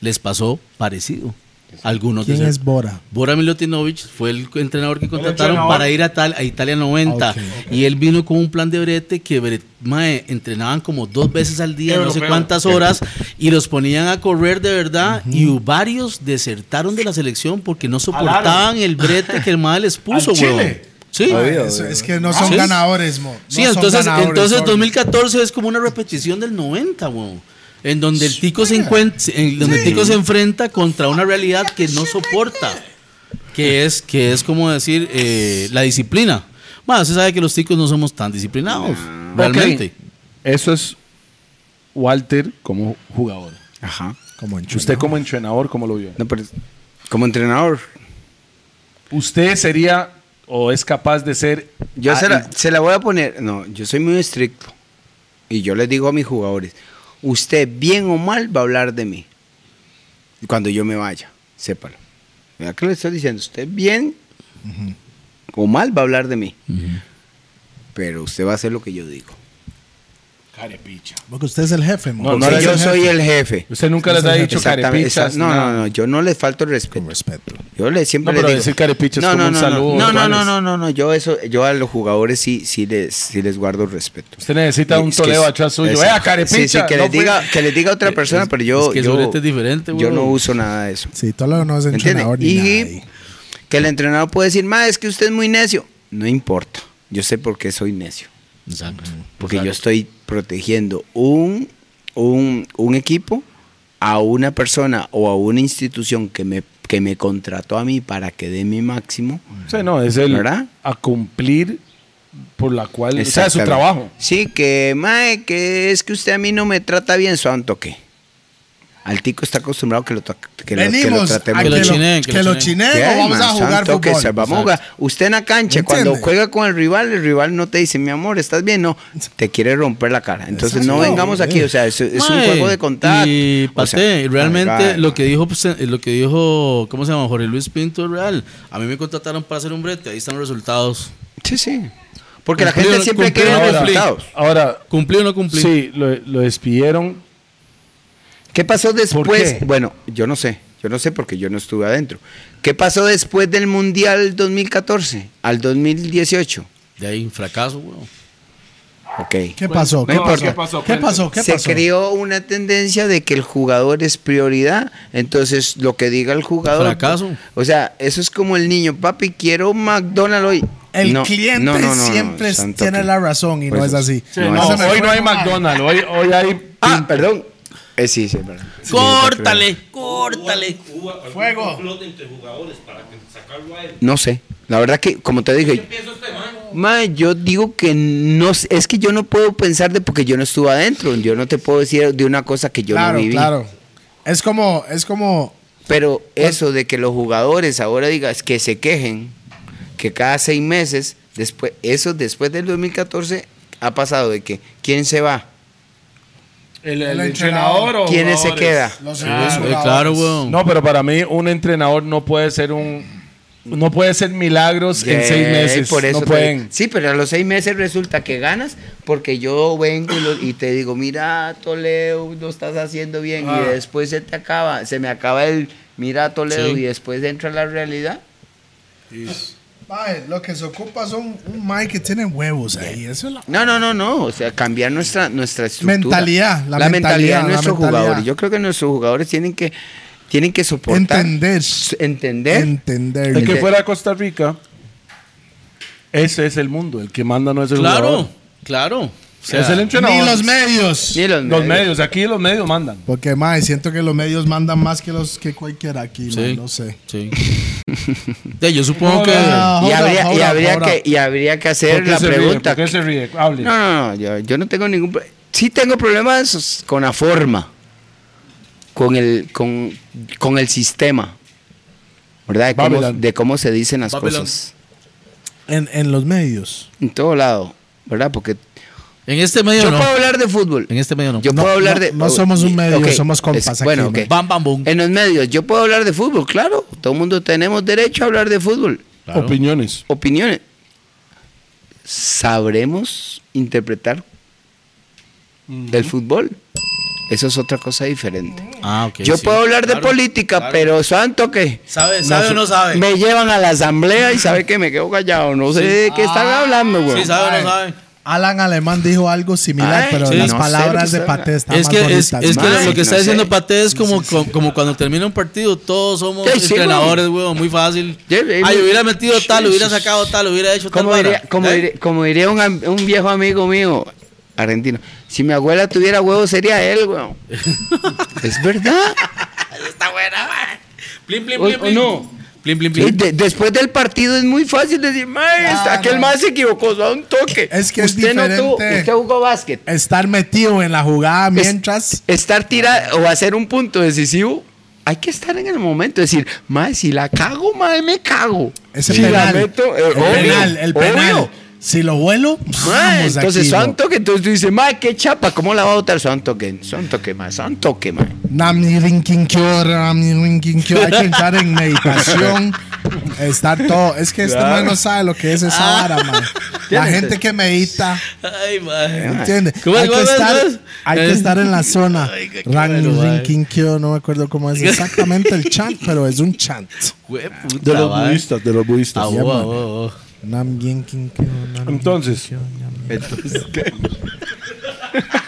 les pasó parecido. Algunos de
¿Quién
ser-
es Bora?
Bora Milutinovic fue el entrenador que contrataron
entrenador.
para ir a, tal, a Italia 90.
Ok.
Y él vino con un plan de brete que bre- mae, entrenaban como dos veces al día, no sé
Europeo.
cuántas horas, y los ponían a correr de verdad. Y varios desertaron de la selección porque no soportaban el brete que el mae les puso,
Al Chile.
weón. Sí.
Eso
eh,
es que no son
Sí.
ganadores, mo. No
Sí,
son
entonces,
ganadores,
entonces
sorry.
2014 es como una repetición del 90, weón. En donde el tico, se, encuen- en donde el tico se enfrenta contra una realidad que no soporta. Que es, que es como decir, eh, la disciplina. Bueno, se sabe que los ticos no somos tan disciplinados, realmente.
Eso es Walter como jugador.
Ajá.
Como en
Usted como entrenador, ¿cómo lo vio?
No, pero como entrenador,
¿Usted sería o es capaz de ser...
yo
Ah,
se, la, se la voy a poner. No, yo soy muy estricto. Y yo les digo a mis jugadores: Usted, bien o mal, va a hablar de mí. Cuando yo me vaya, sépalo. Mira que le estoy diciendo: Usted, bien o mal, va a hablar de mí. Pero usted va a hacer lo que yo digo.
Carepicha.
Porque usted es el jefe, mo.
No, no
Porque
eres
yo
el
soy el jefe.
Usted nunca les ha dicho
Exactamente,
carepichas.
exact- no,
nada?
no, no, yo no les falto el respeto.
Con respeto.
Yo le
No,
siempre les
pero
digo-
decir carepichas
no,
como
no,
un
no,
saludo,
No, no, no,
tuanes.
no, no, no, yo eso yo a los jugadores sí sí les sí les guardo respeto.
Usted necesita un
Eh, Es que
toleo
es-
atrás suyo.
es-
¡Vea, carepicha!
Sí, sí, que
no
les
fue-
diga que les diga a otra persona,
es-
pero yo
es que el
yo
sobrete es diferente,
yo
weón.
no uso nada de eso.
Sí, Tolo no es
¿Entiende?
entrenador ni nada
Y
ahí.
que el entrenador puede decir, "Ma, es que usted es muy necio." No importa. Yo sé por qué soy necio.
Exacto.
Porque yo estoy protegiendo un, un, un equipo a una persona o a una institución que me, que me contrató a mí para que dé mi máximo.
Sí, no, es el
¿Verdad?
a cumplir por la cual... O sea, es su
Exactamente.
trabajo.
Sí, que, mae, que es que usted a mí no me trata bien, santo que. Al tico está acostumbrado que lo, tra- que lo, que lo
Venimos a que
tratemos
Que
lo
lo
bien.
chineen,
chineen,
que lo chineen
¿Qué,
o vamos
man?
a jugar
Santo que
fútbol.
se- vamos a jugar. Usted en la cancha, cuando
¿Entiende?
juega con el rival, el rival no te dice, mi amor, ¿estás bien? No, te quiere romper la cara. Entonces no
Exacto.
vengamos aquí, o sea, es, es un
Mae,
juego de contacto.
Y
O
pasé,
sea,
y realmente
ay,
lo
mae.
que dijo pues, eh, lo que dijo, ¿cómo se llama? Jorge Luis Pinto es real. A mí me contrataron para hacer un brete, ahí están los resultados.
Sí, sí. Porque la
Cumplieron-
gente siempre quiere
cumplieron
Ahora,
resultados.
ahora
¿Cumplí o no cumplí?
sí, lo, lo despidieron.
¿Qué pasó después?
qué?
Bueno, yo no sé. Yo no sé porque yo no estuve adentro. ¿Qué pasó después del Mundial 2014 al 2018?
De ahí, fracaso, weón.
Ok.
¿Qué pasó? ¿Qué
No,
pasó?
¿qué
pasó?
¿Qué pasó? ¿Qué
Se
pasó?
creó una tendencia de que el jugador es prioridad. Entonces, lo que diga el jugador. pues,
Fracaso.
O sea, eso es como el niño, papi, quiero McDonald's hoy.
El
No,
cliente
no, no, no, no,
siempre
santo
tiene
que-
la razón y
Por
no es
eso.
así.
Sí,
No,
no,
Ese me
hoy
fue
no hay
mal.
McDonald's, hoy, hoy hay...
Ah, perdón. Eh, sí, sí, perdón.
Córtale, córtale.
Hubo algún
Fuego.
complot entre jugadores para que- sacarlo a él.
No sé. La verdad que, como te dije,
Pienso este man.
Ma, yo digo que no, sé- es que yo no puedo pensar de porque yo no estuve adentro. Yo no te puedo decir de una cosa que yo
Claro,
no viví.
claro. Es como, es como,
Pero eso de que los jugadores ahora digan que se quejen, que cada seis meses, después, eso después del 2014 ha pasado de que quién se va,
El, el
El
entrenador o
quiénes se queda.
jugadores?
Los
Ah,
Eh, claro, weón.
No, pero para mí un entrenador no puede ser un... No puede ser milagros en
Yeah,
seis meses.
por eso
no
te
pueden...
digo. Sí, pero a los seis meses resulta que ganas porque yo vengo y, lo- y te digo, mira, Toledo, lo estás haciendo bien
Ah.
y después se te acaba, se me acaba el, mira, Toledo
Sí.
y después entra la realidad.
Mae, lo que se ocupa son un Mae que tiene huevos ahí. Eso es la
No, no, no, no, o sea, cambiar nuestra, nuestra estructura.
Mentalidad, la
la, mentalidad
mentalidad,
de
la
nuestros
mentalidad.
jugadores. Yo creo que nuestros jugadores tienen que, tienen que soportar,
entender.
s- entender.
Entender.
El que
Ente-
fuera a Costa Rica, ese es el mundo. El que manda no es el
Claro,
jugador.
claro. O sea,
es el entrenador.
Ni los medios.
Ni los,
Los
medios.
medios, aquí los medios mandan.
Porque, mae, siento que los medios mandan más que los que cualquiera aquí, mae,
Sí.
no sé.
Sí. Ya, yo supongo que.
Hola.
Y
Ahora,
habría, y,
ahora,
habría
ahora.
Que, y habría que hacer la
se ríe?
pregunta.
¿Por qué se ríe? Hable.
No, no, no, yo, yo no tengo ningún pro- Sí tengo problemas con la forma, con el, con, con el sistema, ¿verdad? De cómo,
Babylon.
de cómo se dicen las
Babylon.
cosas.
En, en los medios.
En todo lado, ¿verdad? Porque
En este medio
yo
no.
puedo hablar de fútbol.
En este medio no.
Yo puedo hablar
no,
de...
no somos un medio,
Ok,
somos compas aquí,
bueno,
man.
ok.
Bam, bam, boom.
En los medios, yo puedo hablar de fútbol, claro. Todo el mundo tenemos derecho a hablar de fútbol.
Claro.
Opiniones.
Opiniones. ¿Sabremos interpretar del fútbol? Eso es otra cosa diferente.
Ah, ok,
Yo
sí,
puedo hablar de
claro,
política,
claro.
pero santo que.
¿Sabe- sabe
nos-
o no sabe?
Me llevan a la asamblea y sabe que me quedo callado. No sé de qué están hablando, güey.
Ah, Sí, sabe o no sabe.
Alan Alemán dijo algo similar,
Ay,
pero
sí,
las
no sé lo que
palabras
usted
de
habla.
Pate están
Es
más
que, es,
bonitas.
es que
mae,
lo que está
no
diciendo
sé.
Pate es como, co- como, cuando termina un partido, todos somos
Sí, sí,
entrenadores, weón, muy fácil.
Sí, sí,
Ay,
sí.
hubiera metido tal, hubiera
Jesus.
sacado tal, hubiera hecho tal.
Como
vara.
diría, como
¿Eh?
diría- como diría un, am- un viejo amigo mío argentino, si mi abuela tuviera huevos sería él, güey. es verdad.
Está buena, mae. Plin, plin,
O-
plin,
o
plin.
no.
Plin, plin,
Y
plin.
de- después del partido es muy fácil decir, "Mae, este- aquel más se equivocó, da un toque.
Es que es
usted no tuvo-
diferente.
usted jugó básquet.
Estar metido en la jugada
Es-
mientras.
estar tirado o hacer un punto decisivo, hay que estar en el momento. Decir, madre, si la cago, madre, me cago.
Ese
Si la
penal.
meto, eh,
el
obvio,
penal, el penal.
obvio.
Si lo vuelo,
Mae,
vamos
entonces
aquí,
santo que entonces tú dices, madre, qué chapa, ¿cómo la va a votar? Santo que, santo que, madre, santo que, madre.
Nami Rinkin Kyo, Nami Rinkin Kyo. Hay que entrar en meditación. Estar todo. Es que este man no sabe lo que es esa
Ah.
vara, man. La
¿Entiendes?
gente que medita,
Ay, mae.
¿entiende?
¿Cómo es,
Hay que
cómo es,
estar,
cómo es?
hay
Eh.
que estar en la zona.
Ay, qué
Nami
bueno, mae.
Rinkin Kyo, no me acuerdo cómo es exactamente el chant, pero es un chant.
Jue puta, mae.
de los budistas.
Ah, wow, wow, wow.
Nam Rinkin Kyo, Nam
Entonces,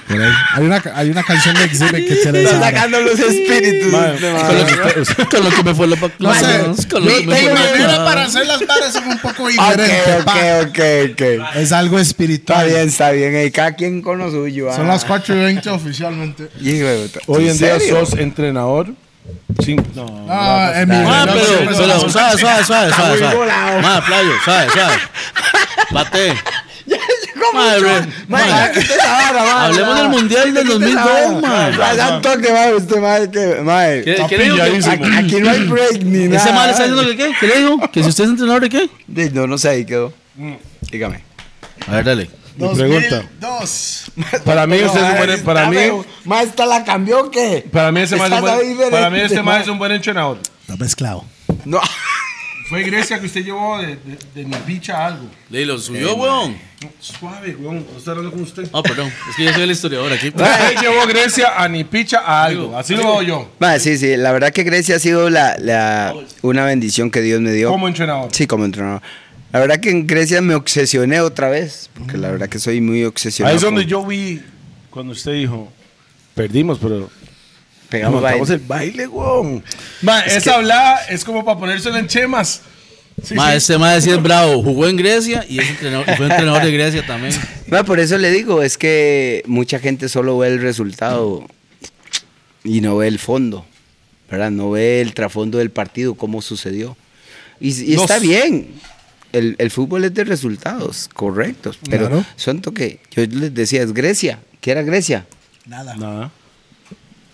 Por ahí. Hay una, hay una canción de Exhibit que tiene esa
Está
vara.
sacando los espíritus.
Con
Ah,
lo que- Con lo que me fue la pa-
No sé,
Mae, con lo que me
mi
fue la
manera
pa-
para hacer las varas es un poco diferente.
Ok,
pa.
ok, ok, ok.
Es algo
Está
espiritual.
bien, está bien. eh, cada quien con lo suyo.
Son
ah.
las 4.20 oficialmente.
Hijo de puta.
hoy en día
serio?
sos entrenador. Sí, no.
Ah, en mi
Ah,
reloj
pero,
siempre
pero,
son las
suave, suave, suave, suave,
muy
suave.
volado.
Mae, playo, suave, suave. Pate.
¿Cómo?
Mae, bro.
Mae,
Mae.
quita esa vara, mae.
Hablemos del mundial del 2002, mae.
Mae, da un toque, mae, usted, mae, que- mae.
¿Qué- qué dijo que-
Aquí, aquí no hay break ni nada.
¿Ese mal está diciendo que qué? ¿Qué le dijo? ¿Que si usted es entrenador de qué?
De- No, no sé, ahí quedó.
Mm.
Dígame.
A ver, dale.
Mi pregunta.
2002.
Para mí, ese es eh, un
Mae,
buen- para
está
mí,
feo. Mae, ¿esta la cambió o qué?
para mí ese mae es un
Estás ahí
buen, para mí
diferente,
ese mae
mae.
es un buen entrenador.
Está mezclado.
No.
Fue Grecia que usted llevó de, de, de mi bicha a algo.
Le lo subió, weón.
Suave, weón. Estoy hablando con usted.
Ah, perdón. Es que yo soy el historiador aquí. pues.
Él llevó Grecia a Nipicha a algo. Así lo veo yo,
Mae, sí, sí, la verdad que Grecia ha sido la, la- una bendición que Dios me dio.
como entrenador.
Sí, como entrenador. La verdad que en Grecia me obsesioné otra vez, porque la verdad que soy muy obsesionado.
Ahí es donde
con-
yo vi cuando usted dijo, perdimos, pero
pegamos
montamos
baile.
el baile, weón. Ma, esa hablada es como para ponérsela en chemas. Sí,
Ma,
sí.
este mae sí es bravo. Jugó en Grecia y, es entrenador, y fue entrenador de Grecia también.
No, por eso le digo, es que mucha gente solo ve el resultado y no ve el fondo, ¿verdad? No ve el trasfondo del partido, cómo sucedió. Y, y
Dos.
está bien. El, el fútbol es de resultados, correctos. Pero
Claro.
siento que yo les decía, es Grecia. ¿Qué era Grecia?
Nada.
Nada.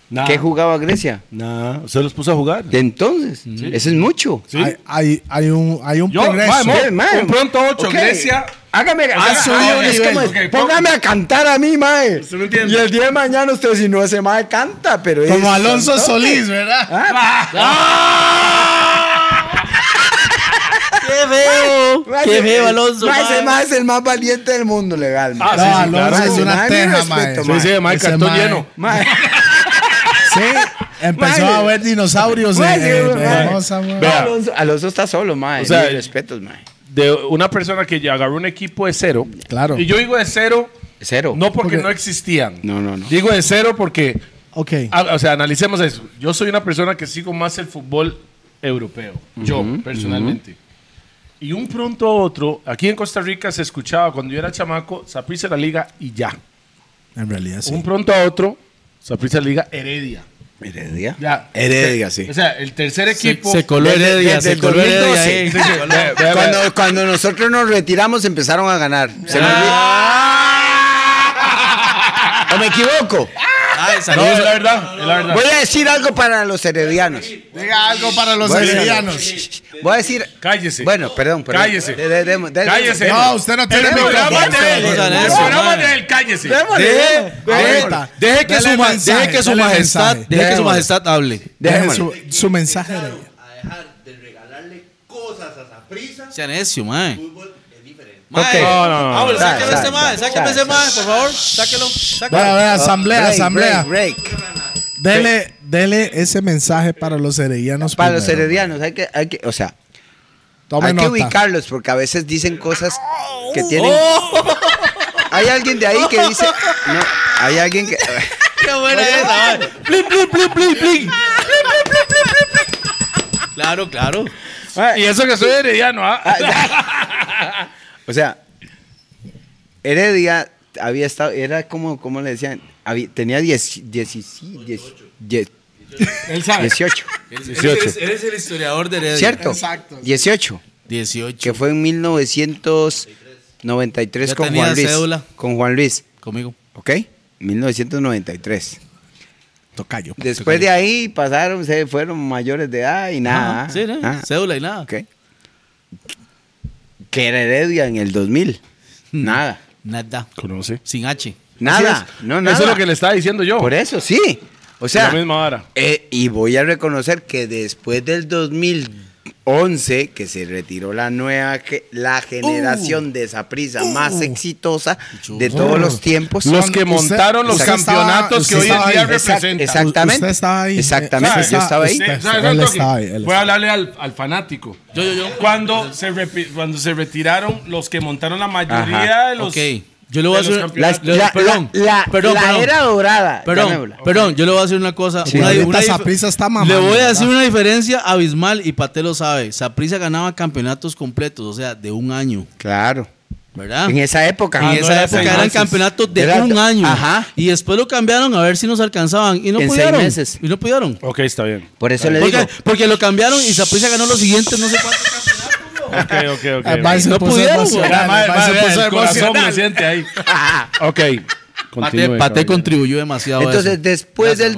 Nada.
¿Qué jugaba Grecia?
Nada. Usted los puso a jugar.
De entonces, eso es mucho.
Sí.
Hay, hay, hay un, hay un
Yo,
progreso.
mae, mo-
Sí, mae.
un pronto ocho,
Ok.
Grecia.
Hágame, o
Ha
sea,
subido
ah,
un
es
nivel.
como es,
Ok, pon-
póngame a cantar a mí, mae.
no entiende.
Y el día de mañana usted si no hace mae canta, pero es-
Como Alonso Solís, ¿verdad?
¡Qué feo!
Mae,
¡Qué
ese-
feo, Alonso!
mae, ese
mae.
mae es el más valiente del mundo legal. mae.
Ah,
No,
sí, sí,
Alonso
claro.
es una
Mae, mi
teja,
respeto,
mae.
Sí, sí, mae,
Ese
cartón
mae.
lleno.
Mae,
Sí, empezó
Mae.
a ver dinosaurios en,
Mae, sí,
en- en
mae.
Hermosa, güey.
eh, Vea.
Alonso, Alonso está solo, mae.
O sea,
Mis respetos, mae.
De una persona que ya agarró un equipo de cero.
Claro.
Y yo digo de cero,
Cero.
no porque
Porque-
no existían.
No, no, no.
Digo de cero porque
Ok.
Ah, O sea, analicemos eso. Yo soy una persona que sigo más el fútbol europeo. yo, personalmente. Y un pronto a otro, aquí en Costa Rica se escuchaba cuando yo era chamaco, Saprissa la Liga y ya.
En realidad, sí.
Un pronto a otro, Saprissa la Liga, Heredia.
Heredia.
Ya.
Heredia, sí.
O sea, el tercer
Se,
equipo.
se coló
Desde-
Heredia,
desde
se
el
coló Heredia.
2012.
ahí.
Sí, sí, ve- ve- ve-
Cuando, cuando nosotros nos retiramos empezaron a ganar. Se me olvida. ¿O me equivoco?
Ah.
Ay,
No,
saludos.
es la verdad, es la verdad.
Voy a decir algo para los heredianos.
Diga algo para los
Voy a decir-
heredianos.
Voy a decir.
Cállese.
Bueno, perdón, perdón.
Cállese.
De- de- de- de-
Cállese.
No, usted no tiene
El programa
micrófono.
de él.
No hagan
El
eso,
programa
madre.
de él, cállese.
Démosle,
Deje,
démosle.
deje-
Ahorita.
deje que
Dele
su, ma-
mensaje,
deje que su
dele
majestad,
mensaje.
deje que su
Démosle.
majestad hable.
Deje
Démosle.
su, su mensaje. Heredia.
a dejar de regalarle cosas a esa prisa,
Sea necio, mae.
fútbol es diferente.
Mae,
No, no, no,
Ah, bueno,
no.
sáquenlo
Dale,
este
dale,
mae, sáquenme
dale,
ese
dale.
mae, por favor. Sáquelo, sáquelo.
Vea, vea, asamblea,
Oh, Break,
asamblea.
break, break.
Dele, dele ese mensaje para los heredianos.
Para los
primero.
heredianos, hay que, hay que, o sea,
Tome
hay
nota.
que ubicarlos porque a veces dicen cosas que tienen. Hay alguien de ahí que dice. No, hay alguien que.
Qué buena esa, mae. Claro, claro.
Y eso que soy herediano, ¿ah?
O sea, Heredia había estado, era como, ¿cómo le decían? Había- tenía 10, 17, 10, 10,
Él sabe.
18,
Eres,
18.
eres- eres el historiador de Heredia.
¿cierto? 18,
18.
que fue en 1993
Ya
con
tenía
Juan Luis.
cédula.
Con Juan Luis,
Conmigo.
¿ok? 1993.
Tocayo.
Después de ahí pasaron, se fueron mayores de edad y nada.
Ajá, sí, ¿no?
Ah,
Cédula y nada.
ok. Que era Heredia en el 2000. Nada.
Hmm. Nada.
Conoce.
Sin H.
Nada. No, nada.
Eso es lo que le estaba diciendo yo.
Por eso, sí. O sea,
la misma vara.
eh, y voy a reconocer que después del 2011, que se retiró la nueva, ge- la
Uh.
generación de esa prisa más exitosa de todos los tiempos.
Los que
Usted-
montaron los
usted
estaba-
campeonatos
usted
que hoy en
estaba ahí.
día
Exact-
representan.
exactamente.
Usted estaba ahí.
Exactamente.
Usted
Yo estaba ahí.
está-
Sí, ¿sabes
él
otro
estaba ahí,
que-
él
Voy a
estaba
hablarle al, al fanático.
Yo, yo, yo.
Cuando se, repi- cuando se retiraron los que montaron la mayoría de los.
Ok. Yo le voy a
de los
hacer.
La,
campeonatos.
le-
la-
perdón,
la-
perdón,
la
perdón.
era dorada.
Perdón,
llamémosla.
perdón, yo le voy a decir una cosa.
Sí.
una-
La neta,
una dif-
Saprissa está mamando,
Le voy a
¿verdad?
decir una diferencia abismal y Pate lo sabe. Saprisa ganaba campeonatos completos, o sea, de un año,
Claro.
¿verdad?
En esa época.
En
Ah,
esa
no era
época
seis
eran
meses.
campeonatos de
Era-
un año.
Ajá.
Y después lo cambiaron a ver si nos alcanzaban. Y no
En seis
pudieron.
meses.
Y no pudieron.
Ok, está bien.
Por eso le digo.
Porque, porque lo cambiaron y Saprisa ganó los siguientes no sé cuántos campeonatos. bro.
Ok, ok, ok.
ahí. El Mae se
No
puso
pudieron,
emocional,
güey.
el
Madre,
Mae se
madre,
puso
el corazón
emocional.
me siente ahí.
Ok.
Pate,
Continúe,
Pate
caballero.
contribuyó demasiado. a eso.
Entonces, después
Gracias, man.
del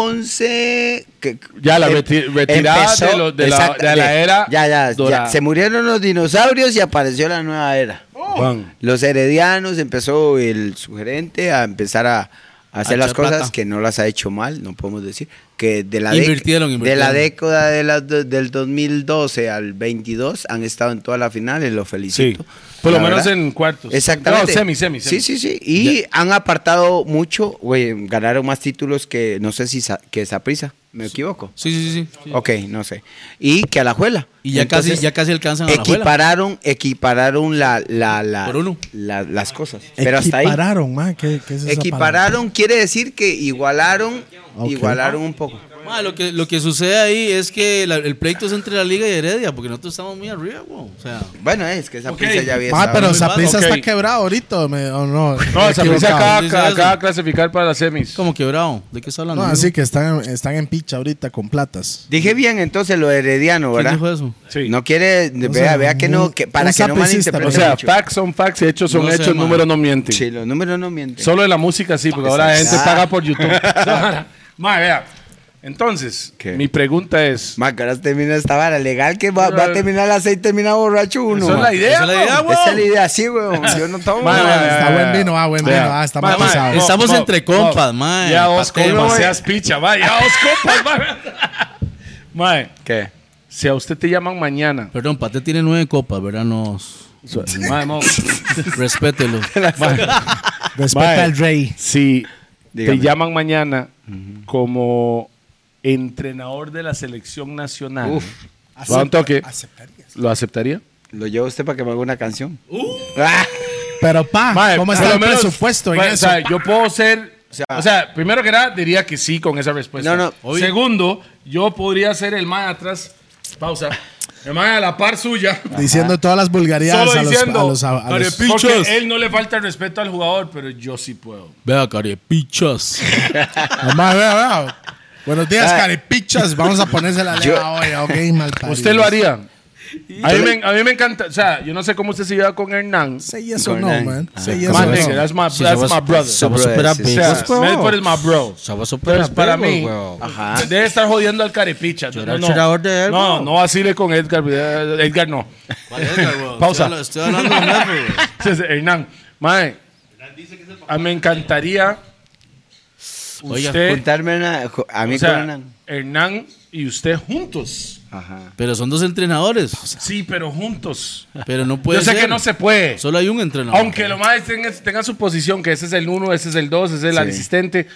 2011. que-
Ya la
em-
reti- retirada
empezó-
de lo- de la-
exacta-
de la
de-
era
Ya, ya, ya.
dorada.
Se murieron los dinosaurios y apareció la nueva era.
Oh.
Juan.
Los heredianos empezó el sugerente a empezar a. a Hacer
A
las
echar
cosas
plata.
que no las ha hecho mal, no podemos decir. Que de la,
Invirtieron,
dec- De
invirtieron.
la década de la do- del 2012 al 22 han estado en todas las finales, los felicito.
Sí. Por lo
La
menos
verdad.
en cuartos.
Exactamente.
No, semi, semi, semi.
Sí, sí, sí. Y han apartado mucho, güey, ganaron más títulos que, no sé si Sa- que Saprisa, me equivoco.
Sí, sí, sí. sí.
Ok, no sé. Y que Alajuela.
Y ya casi- ya casi alcanzan a Alajuela.
Equipararon, equipararon la, la, la-
Por uno.
la- las cosas. Pero hasta ahí.
Equipararon, mae, ¿qué- qué es esa palabra?
Equipararon quiere decir que igualaron,
Ok.
igualaron un poco.
Ma, lo, que, lo que sucede ahí es que la- el pleito es entre la Liga y Heredia, porque nosotros estamos muy arriba, güey. O sea,
Bueno, es que esa
Ok.
ya había
Mae,
estado.
Ah, pero
muy mal.
Saprissa
Ok.
está quebrado ahorita, me- o no.
No,
Me
esa
he
prisa
equivocado.
acaba,
¿Dónde dice
acaba-
eso?
acaba de clasificar para las semis.
como quebrado. ¿De qué está hablando?
No, así que están, están en picha ahorita con platas.
Dije bien entonces lo de herediano,
¿Quién
¿verdad?
dijo eso?
Sí.
No quiere, vea,
sea,
vea que no,
muy-
que para
un
que no
sapricista,
malinterpreten
o sea,
mucho.
facts son facts, hechos son
No sé,
hechos,
man.
números no mienten.
Sí, los números no mienten.
Solo de la música sí, porque ahora la gente
Ah.
paga por YouTube.
Madre, vea.
Entonces,
¿Qué?
mi pregunta es...
Macaras termina esta vara legal que va, va a terminar a las seis, termina borracho uno.
Esa es la
man.
idea,
Esa es la idea,
weón.
Esa es la idea, sí, weón. Yo no tomo.
Madre,
weón.
madre,
está
madre,
buen vino, ah, buen
madre.
vino, ah, está
Madre,
mal
madre,
pasado.
no,
Estamos
no,
entre
no.
compas, mae.
Ya vos
Pate,
compas,
mae.
seas picha, mae. Ya vos compas, mae. Mae,
¿Qué?
si a usted te llaman mañana...
Perdón, Pate tiene nueve copas, ¿verdad? Nos...
Mae, mo-
Respételo.
Respeta
Mae.
al rey.
si
Dígame.
te llaman mañana como entrenador de la selección nacional, va un toque, ¿lo aceptaría?
Lo llevo a usted para que me haga una canción.
Pero pa,
Mae,
¿cómo
por
está
lo
el
menos,
presupuesto en
mae,
eso?
o sea, yo puedo ser... O sea, primero que nada, diría que sí con esa respuesta.
No, no,
Obvio. Segundo, yo podría ser el man atrás. Pausa. El man a la par suya.
diciendo todas las vulgaridades
Solo
a los,
diciendo.
a los- a- a los-
Porque él no le falta el respeto al jugador, pero yo sí puedo.
Vea, carepichas.
Además, vea, vea. Buenos días,
Ah.
caripichas. Vamos a ponerse la leva hoy, ok, mal parido.
¿Usted lo haría? A mí, me, a mí me encanta. O sea, yo no sé cómo usted se lleva con Hernán.
Say yes or no,
Conan.
man. Say yes
Come
or
on, nigga,
no.
that's my,
Sí,
that's
somos-
my brother.
somos-
Somos
Brother,
super
sí,
O sea,
amigos, bro.
Medford es my bro.
Somos super
Entonces, para mí,
amigos, weón.
Ajá.
debe estar jodiendo al carepicha.
Yo
No,
era
no,
el tirador de él,
no,
bro.
no vacile con Edgar. eh, Edgar no.
¿Cuál es, weón?
Pausa.
Estoy hablando estoy hablando de Medford, weón.
Entonces, Hernán, mae, a- me encantaría
Oiga,
usted,
Juntarme a, una- ju- a mí
o sea,
con una-
Hernán y usted juntos.
Ajá.
Pero son dos entrenadores.
Sí, pero juntos.
Pero no puede
Yo sé
ser.
que no se puede.
Solo hay un entrenador.
Aunque lo más tenga, tenga su posición, que ese es el uno, ese es el dos, ese es el
Sí.
asistente,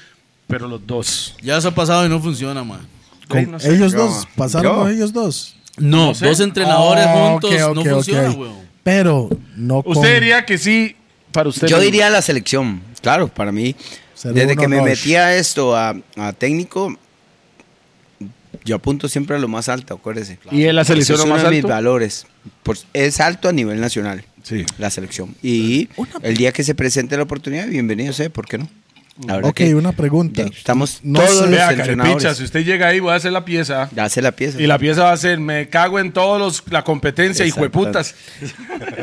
pero los dos.
Ya eso ha pasado y no funciona, man.
Con
no sé,
ellos
yo-
dos, pasaron
yo.
con ellos dos.
No,
sé.
dos entrenadores
Ah,
juntos
ok,
no
ok, ok.
funciona, weón.
Pero no con...
Usted diría que sí para usted.
Yo
mismo.
diría la selección, claro, para mí.
Ser
desde
un
que me
honor.
metí a esto, a, a técnico, yo apunto siempre a lo más alto, acuérdese.
¿Y él la selección
Ese es
lo
uno
más
de mis
alto?
valores. Por- es alto a nivel nacional,
Sí.
la selección. Y el día que se presente la oportunidad, bienvenido sea, ¿por qué no? La verdad
Ok,
que
una pregunta.
ya Estamos
No
todos
sé.
los
Vea,
Vea, carepicha,
seleccionadores.
si usted llega ahí, voy a hacer la pieza.
Ya hace la pieza.
Y la pieza va a ser, me cago en todos los, la competencia, hijo de putas.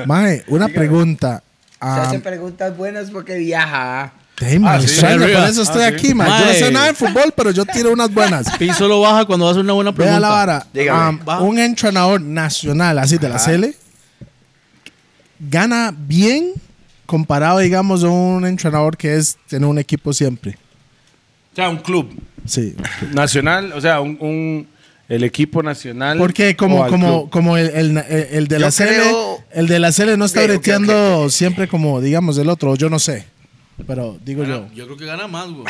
Mae, una pregunta.
Se
Ah,
hacen preguntas buenas porque viaja.
damn, mae,
sí,
suena,
arriba.
por eso estoy
Ah, sí.
aquí, mae. Yo no sé
Mae.
nada de fútbol, pero yo tiro unas buenas.
Piso lo baja cuando hace una buena pregunta.
Vea la vara.
Dígame.
Am, un entrenador nacional, así de la CL, gana bien comparado, digamos, a un entrenador que es tener un equipo siempre.
O sea, un club.
Sí.
Nacional, o sea, un, un- el equipo nacional.
Porque
o
como,
al
como,
club.
como el, el- el- el de
Yo
la CL,
creo-
el de la CL no está
Ok, ok,
breteando siempre como, digamos, el otro, yo no sé. Pero digo yo.
Gana-
Ah,
Yo creo que gana más, weón.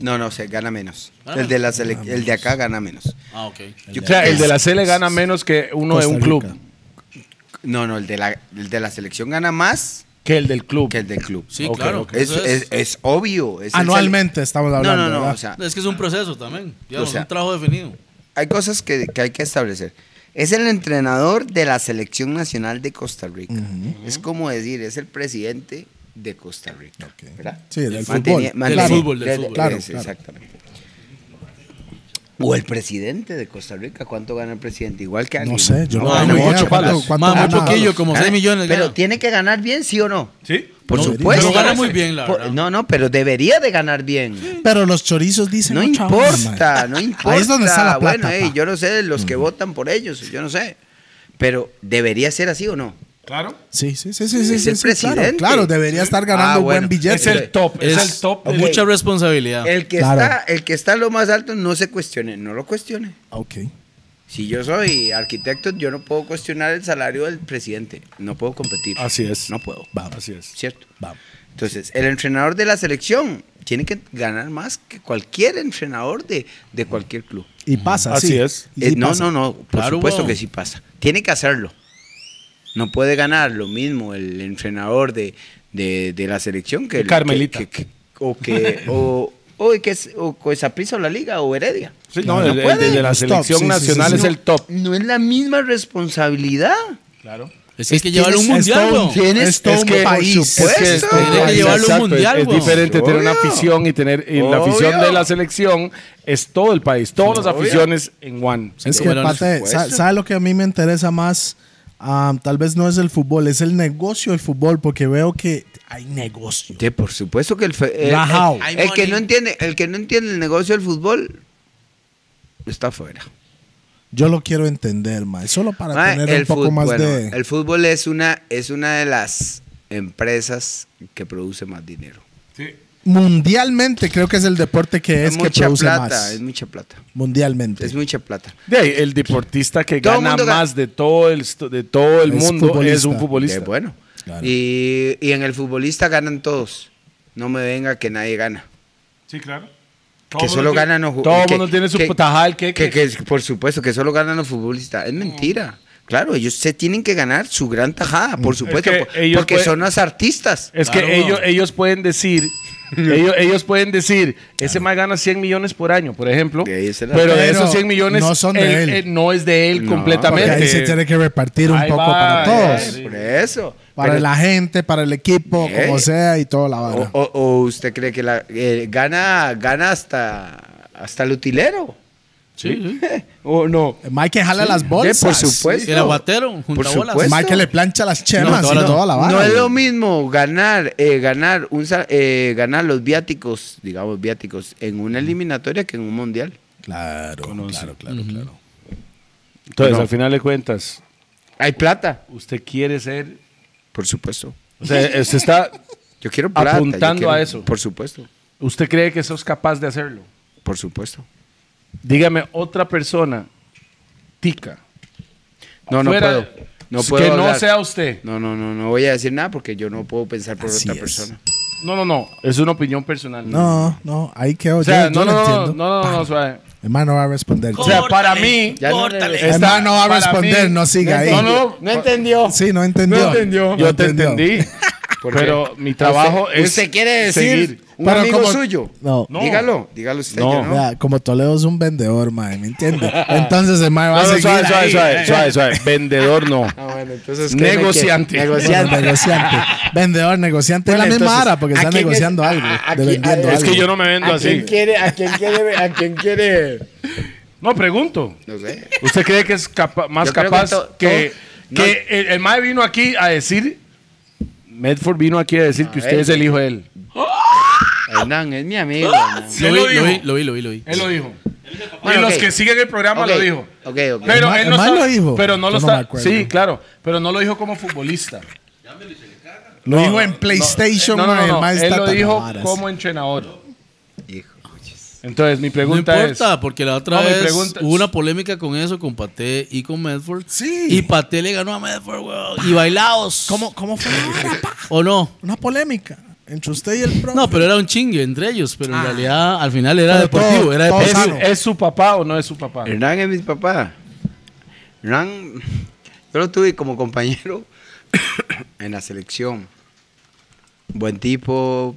No, no, se gana menos.
Gana
el, de la selec- el de acá gana menos.
Ah, ok.
Yo
O sea,
creo
el
que
de la C le gana menos que uno de un
Costa
club.
Rica.
No, no, el de, la, el de la selección gana más
Que el del club.
que el del club.
Sí,
Ok,
claro.
ok.
Es,
eso
es- es obvio. es el
Anualmente estamos
sele-
hablando.
No, no, no.
¿verdad?
O sea,
Es que es un proceso también. Digamos,
O sea,
un trabajo definido.
hay cosas que, que hay que establecer. Es el entrenador de la selección nacional de Costa Rica. Es como decir, es el presidente de Costa Rica. ¿verdad?
Sí, del
Mantenía-
fútbol.
mantenía-
Del fútbol, del
desde-
fútbol.
Claro,
es-
claro.
Exactamente. O el presidente de Costa Rica, ¿cuánto gana el presidente? Igual que alguien.
No sé, yo no,
Ah,
tengo
muy
idea
ocho
cuánto-
palos.
cuánto
Más muy
gana.
poquillo, como
Gana-
6 millones.
Pero
gana.
tiene que ganar bien, ¿sí o no?
¿Sí.
Por
No,
supuesto.
pero gana muy bien, la
Por-
verdad.
No, no, pero debería de ganar bien.
Pero los chorizos dicen
No
ocho horas,
importa,
mae.
Ah, no importa.
Ahí es donde está la plata. Mm.
Bueno, ey,
pa.
yo no sé, los que votan por ellos, yo no sé. Pero, ¿debería ser así o no?
Claro.
Sí, sí, sí, sí, sí,
Es
sí,
el
sí, claro,
presidente.
claro, debería estar ganando
Ah,
un
bueno.
buen billete.
Es el
top, es,
Es
el top. del-
mucha responsabilidad.
El que,
Claro.
está, el que está lo más alto no se cuestione, no lo cuestione.
Ok.
Si yo soy arquitecto, yo no puedo cuestionar el salario del presidente. No puedo competir.
Así es.
No puedo.
pues.
Así es.
¿Cierto?
Vamos.
Entonces, el entrenador de la selección tiene que ganar más que cualquier entrenador de, de cualquier club.
Y pasa,
Así
sí.
es.
Y
Eh,
sí
no,
pasa.
no, no, por
Claro,
supuesto
weón.
que sí pasa. Tiene que hacerlo. No puede ganar lo mismo el entrenador de, de- de la selección que el
Carmelita.
que- que- que- o que o, o que es o Cosaprisa o la liga o Heredia.
Sí, no,
No
el, el
puede.
de la
Los top,
selección
sí, sí, sí,
nacional
sí.
es el top.
No es la misma responsabilidad.
es que hay que llevarlo a un
Tienes-
mundial,
es todo
weón.
un- Es todo
este
un país. Es que-
supuesto. Tiene que
pues, Exacto,
llevarlo a un mundial,
Es,
weón.
diferente tener una
Obvio.
afición y tener y la afición
Obvio.
de la selección es todo el país, todas las
Obvio.
aficiones en one.
Es que,
Bueno, no
Pate,
supuesto.
sa- ¿sabe lo que a mí me interesa más? Ah, tal vez no es el fútbol, es el negocio del fútbol, porque veo que hay negocio.
Sí, por supuesto que el, fe- el-
Rajao.
el- el que no entiende el que no entiende el negocio del fútbol está fuera.
Yo lo quiero entender, ma. Solo para
Mae,
tener un poco
fut-
más
bueno,
de.
el fútbol es una es una de las empresas que produce más dinero.
Mundialmente creo que es el deporte que es, que
mucha
produce
plata,
más.
es mucha plata.
mundialmente.
Es mucha plata. Eh,
De ahí, el deportista que
Todo el
gana
mundo gana.
más de todo el, esto- de todo el
Es
mundo es
futbolista.
un futbolista.
Eh, bueno.
Claro.
Y, y en el futbolista ganan todos. No me venga que nadie gana.
Sí, claro.
que solo ganan los ju-
todo el
que-
mundo tiene su
que-
tajada del queque.
que, que Por supuesto, que solo ganan los futbolistas. Es
Mm.
mentira. Claro, ellos se tienen que ganar su gran tajada, por supuesto,
Mm. que
po-
ellos
porque
pueden-
son los artistas.
Es
Claro,
que ellos,
weón.
ellos pueden decir, ellos, ellos pueden decir, ese más gana 100 millones por año, por ejemplo.
De ahí se la-
Pero, de
Pero
esos 100 millones
no son de él.
no es de él
No,
Porque
completamente.
ahí se tiene que repartir un
Ahí
poco
va,
para todos.
eh,
Por eso.
Para
Pero- Oh,
la gente, para el equipo,
Eh.
como sea y toda la
o,
vara.
o- o usted cree que la, eh, gana, gana hasta, hasta el utilero.
Sí, sí.
O no.
Mike que jala las bolsas.
Sí, por supuesto.
El aguatero, junta
Por
bolas.
supuesto.
Mike que le plancha las chemas
No,
y
toda la-
toda la vara.
No es lo
güey.
mismo ganar, eh, ganar, un, sa- eh, ganar los viáticos, digamos viáticos, en una eliminatoria que en un mundial.
Claro, claro, claro, claro.
Entonces,
No.
al final de cuentas,
Hay plata,
usted quiere ser.
por supuesto.
O sea, eh, usted está
Yo quiero plata. yo
Apuntando
quiero-
a eso.
Por supuesto.
¿Usted cree que sos capaz de hacerlo?
Por supuesto.
Dígame otra persona, tica,
No, no
Fuera-
puedo. No
que
puedo
no
hablar.
sea usted.
No, no, no, no voy a decir nada porque yo no puedo pensar por otra persona.
No, no, no. Es una opinión personal.
No, no, ahí quedó.
O sea,
yo, yo
no, no,
lo
no, no,
entiendo.
no, no, no, suave.
El man no va a responder.
O sea, para mí,
Ya no
El
regresé.
está-
man no va a
para
responder,
mí-
no siga ahí.
no, no,
No entendió.
Sí, no entendió.
no entendió.
No
Yo te
entendió.
entendí.
¿Por qué?
Pero mi trabajo
Usted-
es.
¿Usted quiere decir
seguir.
un
Pero
amigo
como-
suyo?
No.
No.
Dígalo, dígalo usted.
No.
yo no.
Vea, como Toledo es un vendedor, mae, ¿me entiende? Entonces el mae va
No,
a
no,
seguir
suave, suave,
ahí.
suave, suave, suave. Vendedor no.
Ah, bueno, entonces. ¿qué me quiere?
Negociante.
Bueno,
Negociante.
negociante. Vendedor, negociante. es la
Bueno,
misma
entonces,
ara porque
¿a
está
quién
negociando
este-
es-
algo.
a- a- a
de
quién-
vendiendo
a-
ah, Es que
algo.
yo no me vendo
¿A quién
así.
quiere? ¿A quién quiere? ¿A quién quiere?
No, pregunto.
No sé.
¿Usted cree que es capa- más
Yo creo que
capaz que,
to- to-
que,
no.
el, el mae vino aquí a decir, Medford vino aquí a decir que usted
ver.
es el hijo de él?
Hernán es mi amigo. Hernán.
Lo
Él
vi,
lo
lo vi,
dijo.
lo vi, lo vi, lo vi.
Él lo dijo.
Bueno,
y los
ok.
que siguen el programa
Ok,
lo dijo.
Ok, ok.
Pero
ma-
él
el
no
mae
está-
lo dijo.
Pero no
Yo
lo
no
está.
me acuerdo.
sí, claro. Pero no lo dijo como futbolista.
Lo dijo en PlayStation,
No, no,
mae,
no,
el
no,
mae
Él
está
lo
tan-
dijo
Varas.
como entrenador.
Hijo,
Entonces, mi
No
pregunta es.
importa, porque la otra
No, mi
vez
pregunta-
hubo una polémica con eso, con Paté y con Medford.
Sí.
Y Paté le ganó a Medford, weón. Y bailaos.
¿Cómo, ¿Cómo fue la vara, pa?
¿O no?
Una polémica entre usted y el profe.
No, pero era un chingue entre ellos, pero en
Ah.
realidad al final era
Pero todo-
deportivo, era
todo
deportivo.
sano.
¿Es, es su papá o no es su papá?
Hernán es mi papá. Hernán, yo lo tuve como compañero en la selección. Buen tipo,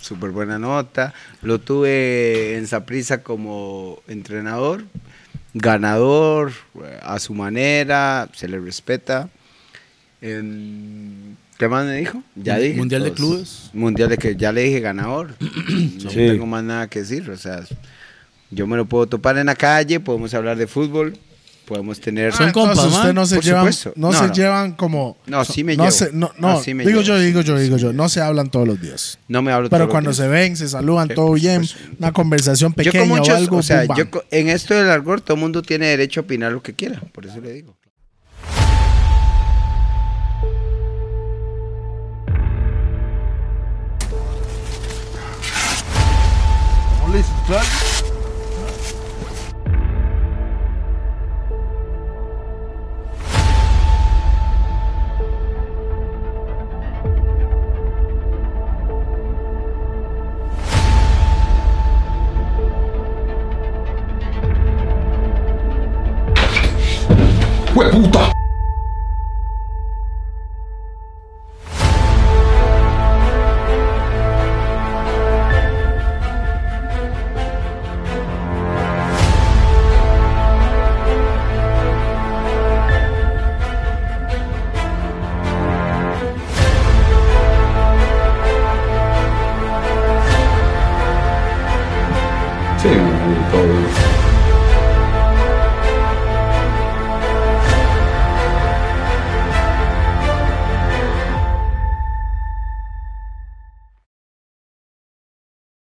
súper buena nota. Lo tuve en Saprisa como entrenador, ganador, eh, a su manera, se le respeta. Em, ¿Qué más me dijo? Ya dije.
Mundial de
todos.
clubes.
Mundial de que ya le dije ganador. no
Sí.
tengo más nada que decir, o sea, yo me lo puedo topar en la calle, podemos hablar de fútbol, podemos tener...
Son
Ah, entonces
compas,
usted
man,
no se
por
llevan,
supuesto.
no,
No,
se
no.
llevan como
No, sí me
no
llevo.
se- no,
No,
no,
sí me
digo
llevo.
yo, digo yo, digo yo, no se hablan todos los días.
no me hablo
Pero
todos los
cuando
días.
se ven, se saludan,
Sí,
todo
por
bien,
supuesto.
una conversación
Yo
pequeña
con muchos,
o algo.
o sea,
boom, bam.
yo co- en esto del argor todo el mundo tiene derecho a opinar lo que quiera, por eso le digo.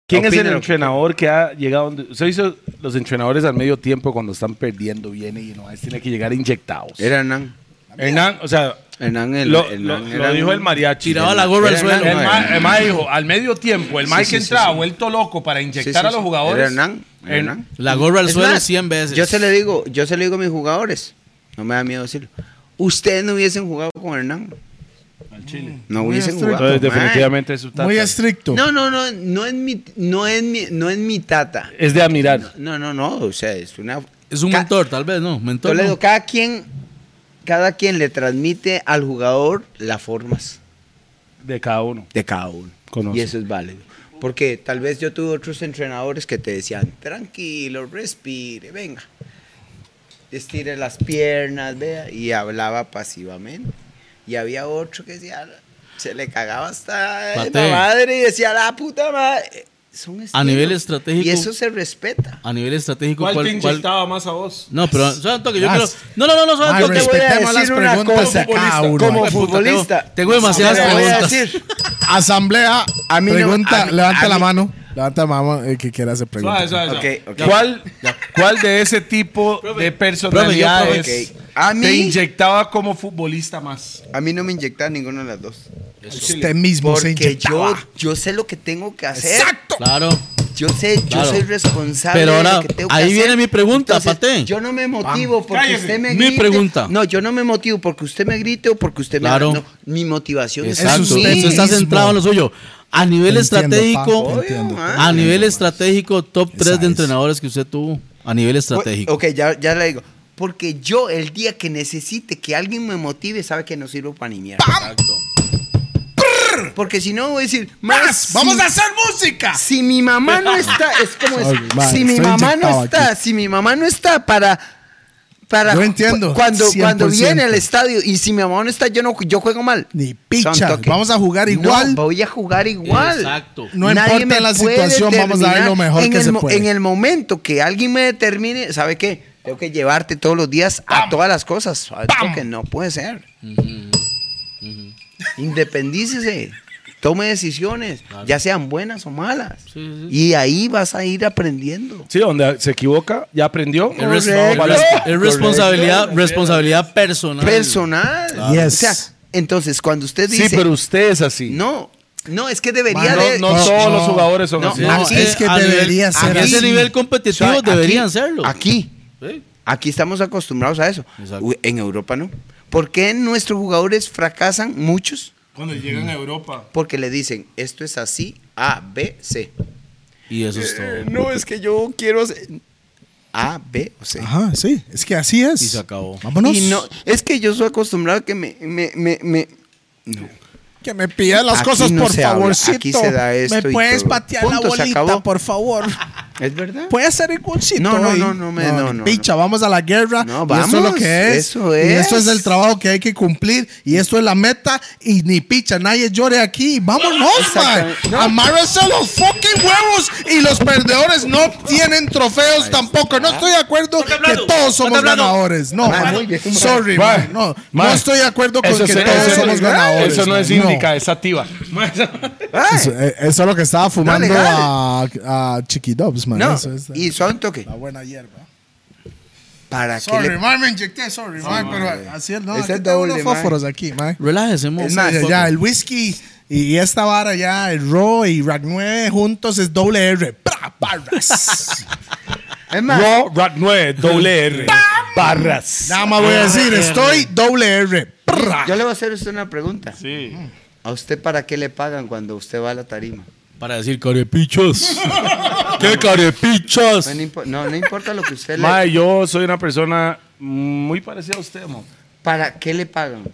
¿Quién es el
Opinen lo que
entrenador que ha llegado? Donde, usted hizo los entrenadores al medio tiempo cuando están perdiendo viene y no tiene que llegar inyectados.
Era Hernán.
Hernán, o sea,
Hernán el...
lo,
Hernán,
lo- lo
era
dijo
un-
el mariachi.
Tiraba
El-
la gorra al
Era
suelo.
Hernán,
El
no,
ma,
era-
el ma dijo, al medio tiempo, el Mike
sí,
que
sí,
entraba
sí.
vuelto loco para inyectar
Sí, sí,
a los
sí.
jugadores.
Era Hernán. era
En-
Hernán.
La gorra al
Es
suelo
más,
100 veces.
Yo se le digo, yo se le digo a mis jugadores, no me da miedo decirlo. Ustedes no hubiesen jugado con Hernán. No hubiesen
estricto.
jugado.
Entonces,
mae.
definitivamente es su tata.
Muy estricto.
No, no, no, no es mi, no es mi, no es mi tata.
Es de admirar.
No, no, no, o sea, es una.
Es un
Ca-
mentor, tal vez, ¿no? Mentor.
Toledo,
no.
cada quien, cada quien le transmite al jugador las formas
De cada uno.
de cada uno.
Conoce.
Y eso es válido. Porque tal vez yo tuve otros entrenadores que te decían, tranquilo, respire, venga. Estire las piernas, vea. Y hablaba pasivamente. Y había otro que decía, se le cagaba hasta la
Patea.
madre y decía, la puta madre. Son estilos.
nivel estratégico-
Y eso se respeta.
A nivel estratégico,
¿Cuál, te
¿cuál? cuál-
inyectaba más a vos?
No, pero suave un toque, yo
Las-
quiero. No, no, no, no, suave
Mae,
un toque.
te voy a
respetemos las
decir una
preguntas
cosa,
a cada
futbolista.
uno.
Como
mae.
Hijo de puta,
futbolista,
Tengo, tengo demasiadas
Te voy a
preguntas.
decir,
Asamblea,
A mí no-
pregunta,
a mí-
levanta
a
la
mí-
mano, levanta la mano el que quiera hacer pregunta.
Suave, suave, suave.
Ok, ok.
¿Cuál, ¿Cuál de ese tipo de personalidades
profe, ok. A
te
mí-
inyectaba como futbolista más?
A mí no me inyectaba ninguna de las dos.
Usted mismo se
Porque yo,
inyectaba.
yo sé lo que tengo que hacer.
¡Exacto!
Claro.
Yo sé, yo
Claro.
soy responsable
Pero
de
ahora,
lo que tengo que
ahí
hacer.
viene mi pregunta, Paté.
Yo no me motivo porque
Cállese.
usted me
Mi
grite.
pregunta.
No, yo no me motivo porque usted me grite o porque usted
Claro.
me... no, mi motivación
Exacto.
es
Eso
Usted
mí.
usted
está
mismo.
centrado en lo suyo. A nivel
Entiendo,
estratégico,
Paco, entiendo.
a nivel estratégico, top 3
es.
de entrenadores que usted tuvo. A nivel estratégico.
Ok, ya, ya le digo. Porque yo el día que necesite que alguien me motive, sabe que no sirvo para ni mierda. Porque si no voy a decir, más,
¡Vamos
si-
a hacer música!
Si mi mamá no está, es como es,
Sorry, madre,
si mi
estoy
mamá no
inyectado
está, si mi mamá no está para para
Yo entiendo,
cu- cuando
100%.
cuando viene al estadio y si mi mamá no está, yo no yo juego mal.
Ni
Son
picha.
toque.
Vamos a jugar
No,
igual.
voy a jugar igual.
Exacto.
No
Nadie
importa
me
la
puede
situación, vamos a ver lo
determinar.
mejor
En
que
el
se
mo-
puede.
En el momento que alguien me determine, ¿sabe qué? Tengo que llevarte todos los días a todas las cosas. Que no puede ser. Independícese. Tome decisiones, ya sean buenas o malas. Y ahí vas a ir aprendiendo.
Sí, donde se equivoca, ya aprendió.
Es, res-
Correcto.
es res- es responsabilidad, responsabilidad personal.
Personal.
Yes.
O sea, entonces cuando usted
Sí,
dice,
pero usted es así.
no, no, es que debería
no,
de...
no
no,
todos
no.
los jugadores son
No,
así.
No,
Aquí
eh,
es
que
a nivel-
debería ser
A ese
así.
nivel
O sea,
competitivo
aquí-
deberían serlo.
Aquí,
Sí.
Aquí estamos acostumbrados a eso.
Exacto.
Uy, En Europa no. ¿Por qué nuestros jugadores fracasan muchos?
Cuando llegan a Europa.
Porque le dicen, esto es así, A, B, C.
Y eso es todo.
Eh, No, es que yo quiero hacer A, B o C.
Ajá, sí. Es que así es.
Y se acabó.
Vámonos.
Y no, es que yo soy acostumbrado a que me... me, me, me-
Que me pida las
Aquí
cosas,
no
por
se habla,
favorcito.
aquí se da esto
¿Me
y
puedes
todo.
patear
Punto, se
la bolita,
acabó.
por favor?
¿Es verdad?
¿Puede hacer el cuchito?
No, no,
hoy?
no, no me- no,
ni
no,
Picha, vamos a la guerra.
No,
y Esto es lo
vamos,
que es.
eso
Y esto es
es.
el trabajo que hay que cumplir. Y esto es la meta. Y ni picha, nadie llore aquí. Vámonos, man.
Exactamente. No.
Amárrense los fucking huevos. Y los perdedores no tienen trofeos tampoco. No estoy de acuerdo que todos somos ganadores. No,
Ah,
man.
muy bien.
Sorry,
Mae,
man. No,
mae.
no estoy de acuerdo con
Eso
que
es-
todos
eso es-
somos ganadores.
Eso no es
man.
indica, es activa.
Ay,
Eso, eh, eso es lo que estaba fumando
Dale, dale.
a, a Chiqui Dubs, man.
no,
Eso es, eh,
y son toque.
la buena hierba.
Para que
Sorry,
le...
man, me inyecté, sorry, man, pero así es, no,
Ese
aquí
es
tengo
doble,
unos
man.
fósforos aquí, man.
Relájese, mo.
Es más, ya, el whisky y esta vara ya, el Ro y Rack 9 juntos es doble R. ¡Pra, barras!
Es más,
Raw, Rat 9, doble R, barras.
Nada más voy a decir, estoy doble R. ¡Pra!
yo le voy a hacer a usted una pregunta. ¿A usted para qué le pagan cuando usted va a la tarima?
Pues,
Para decir carepichos. ¿Qué carepichos?
No, no impo- no, no importa lo que usted le...
Mae, yo soy una persona muy parecida a usted, mo,
¿Para qué le pagan?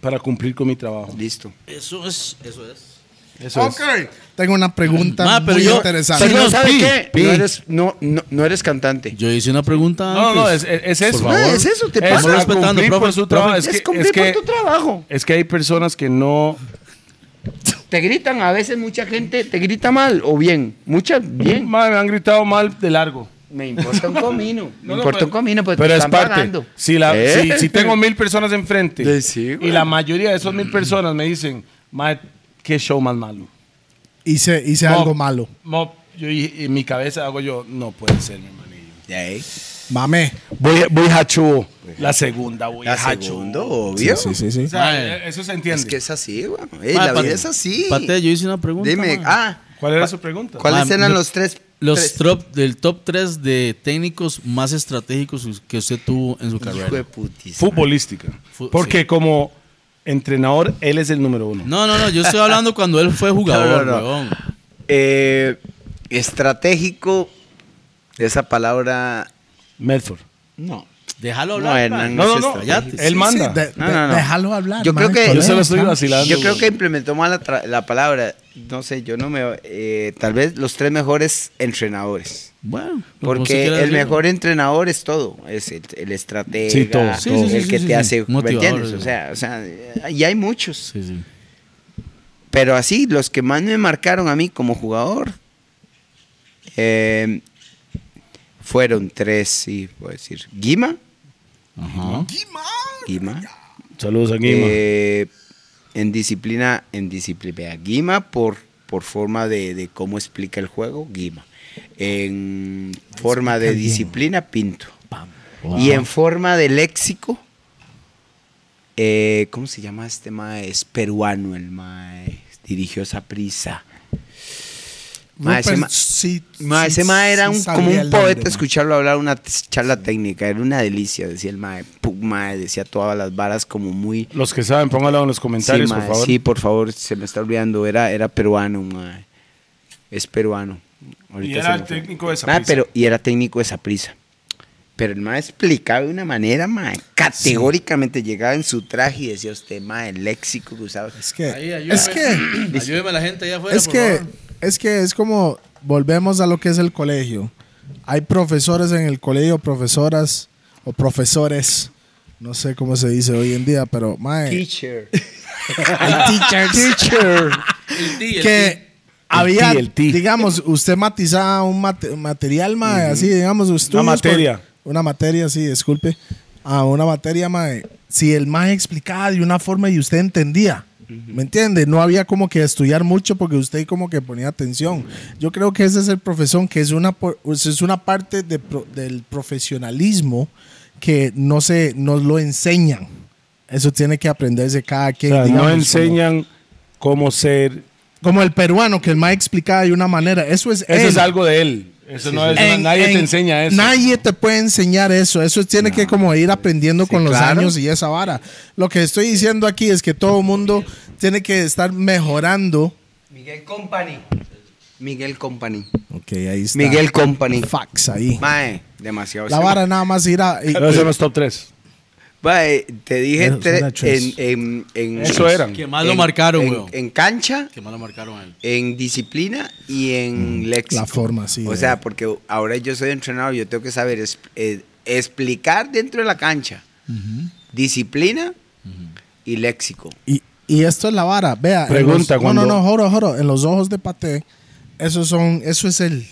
para cumplir con mi trabajo.
Listo.
Eso es, eso es.
Eso es.
Tengo una pregunta
Ma, pero
muy
yo-
interesante.
pero-
Pero
Dinos,
¿sabe
Pi,
qué?
Pi.
No eres, no, no, no eres cantante.
Yo hice una pregunta.
No, no, es,
antes.
es- es eso.
Por favor.
No, es eso, te
Es
pagan.
a
Respetando,
cumplir
profe,
por su
profe.
trabajo.
Es,
Es que,
cumplir
es que-
por tu trabajo.
es que hay personas que no.
Te gritan, a veces mucha gente te grita mal o bien. Muchas, bien.
Mae, me han gritado mal de largo.
Me importa un comino. Me
No, no,
importa
pero-
un comino, pues te
Pero es
están
parte.
pagando.
Si, la,
¿Eh?
si, si tengo mil personas enfrente
Sí, sí,
y
güey.
la mayoría de esas mil personas me dicen, Mae, qué show más malo.
hice hice
Mo,
algo malo.
mo, yo dije, en mi cabeza hago yo, no puede ser, mi hermanillo.
Ey,
Mame.
Voy, voy hachudo. Pues, La segunda, voy
La
hachudo.
segundo, obvio.
sí, sí.
O sea,
Mae.
eh, eso se entiende.
Es que es así, güey. Ey,
Ma,
la
Ah, Pate-
vida es así.
Pate, yo hice una pregunta.
Dime,
ma.
ah,
¿Cuál era su pregunta?
¿cuáles
Ma,
eran
yo-
los tres?
Los
tres-
top, del top 3 de técnicos más estratégicos que usted tuvo en su
Hijo de
carrera.
putis.
Futbolística.
Fu-
Porque
sí.
como entrenador, él es el número uno.
No, no, no, yo estoy hablando cuando él fue jugador,
No, no, no.
weón.
Eh, estratégico, esa palabra.
Medford.
No.
Déjalo
No,
hablar.
Hernán,
ma.
No, no,
es
no.
estratégico.
Él manda.
de-
No,
de-
no, no.
Déjalo hablar.
Yo creo
man,
que-
con
Yo se
él,
lo estoy
man.
vacilando.
Yo creo que implementó mal la, tra- la palabra. No sé, yo no me. eh, tal vez los tres mejores entrenadores.
Bueno, como usted
Porque el
quiera decirlo.
mejor entrenador es todo. Es el, el estratega,
Sí, todo, Sí, todo. sí, sí,
el
sí,
que
sí,
te
sí.
hace. ¿Me
Motivador,
entiendes?
sí.
O sea, o sea, eh, y hay muchos.
Sí, sí.
Pero así, los que más me marcaron a mí como jugador eh, fueron tres, sí, puedo decir. Guima.
Ajá.
Guima.
Saludos a Guima.
Eh, en disciplina, en disciplina. Guima por, por forma de, de cómo explica el juego, Guima. En forma de disciplina, Pinto.
Wow.
Y en forma de léxico, Eh, ¿Cómo se llama este mae? Es peruano el mae. Dirigió esa prisa. Mae, ese
Rupert
ma-
sí- sí-
mae, ese mae era
sí
un-
sabía
como
el
un
nombre,
poeta
mae.
escucharlo hablar una t- charla técnica. Era una delicia, decía el mae. Pum, mae, decía todas las varas como muy...
Los que saben, pónganlo en los comentarios,
sí, mae,
por favor.
sí, por favor, se me está olvidando. Era, era peruano, mae. Es peruano.
Y
Ahorita se
era
me
el
fue.
técnico de esa
Mae, pero, y era técnico de prisa Pero el mae explicaba de una manera, mae, categóricamente llegaba en su traje y decía usted, mae, el léxico que usaba.
Es que,
Ahí, ayúdame.
es que,
Ayúdeme a la gente allá afuera.
es
por
que,
favor.
es que es como volvemos a lo que es el colegio. Hay profesores en el colegio, profesoras o profesores, no sé cómo se dice hoy en día, pero mae,
Teacher.
teacher,
El tí, el
que había,
ti, el ti.
digamos, usted matizaba un mate- material, mae, así, digamos, usted
Una materia.
una materia, sí, disculpe, a una materia, mae, si el mae explicaba de una forma y usted entendía, ¿me entiende? No había como que estudiar mucho porque usted como que ponía atención. Yo creo que ese es el profesor, que es una, por- o sea, es una parte de pro- del profesionalismo que no se, nos lo enseñan. Eso tiene que aprenderse cada
O
quien.
sea,
digamos,
no
como-
enseñan cómo ser.
como el peruano, que el más explicaba de una manera. Eso es.
Eso
él.
es algo de él. Eso no es,
En-
nadie
en-
te enseña eso.
Nadie te puede enseñar eso. Eso tiene que como ir aprendiendo con los
claro.
años y esa vara. Lo que estoy diciendo aquí es que todo mundo tiene que estar mejorando.
Miguel Company. Miguel Company.
Ok, ahí está.
Miguel Company.
Fax ahí.
Mae, demasiado.
La
ese
vara nada más ir a. y-
No, eso no es top 3.
Mae, te dije
Era-
tre-
era tres.
en, en, en-
Eso eran.
Que más lo
en-
marcaron,
en-
weón.
En cancha,
Que más lo marcaron a él.
en disciplina y en léxico.
Mm, La forma, sí,
O
eh.
sea, porque ahora yo soy entrenador, yo tengo que saber es- eh, explicar dentro de la cancha disciplina y léxico.
Y, y esto es la vara. Vea. en
Pregunta,
los-
cuando-
No, no, no, joro, joro. En los ojos de Pate, eso, son, eso es el.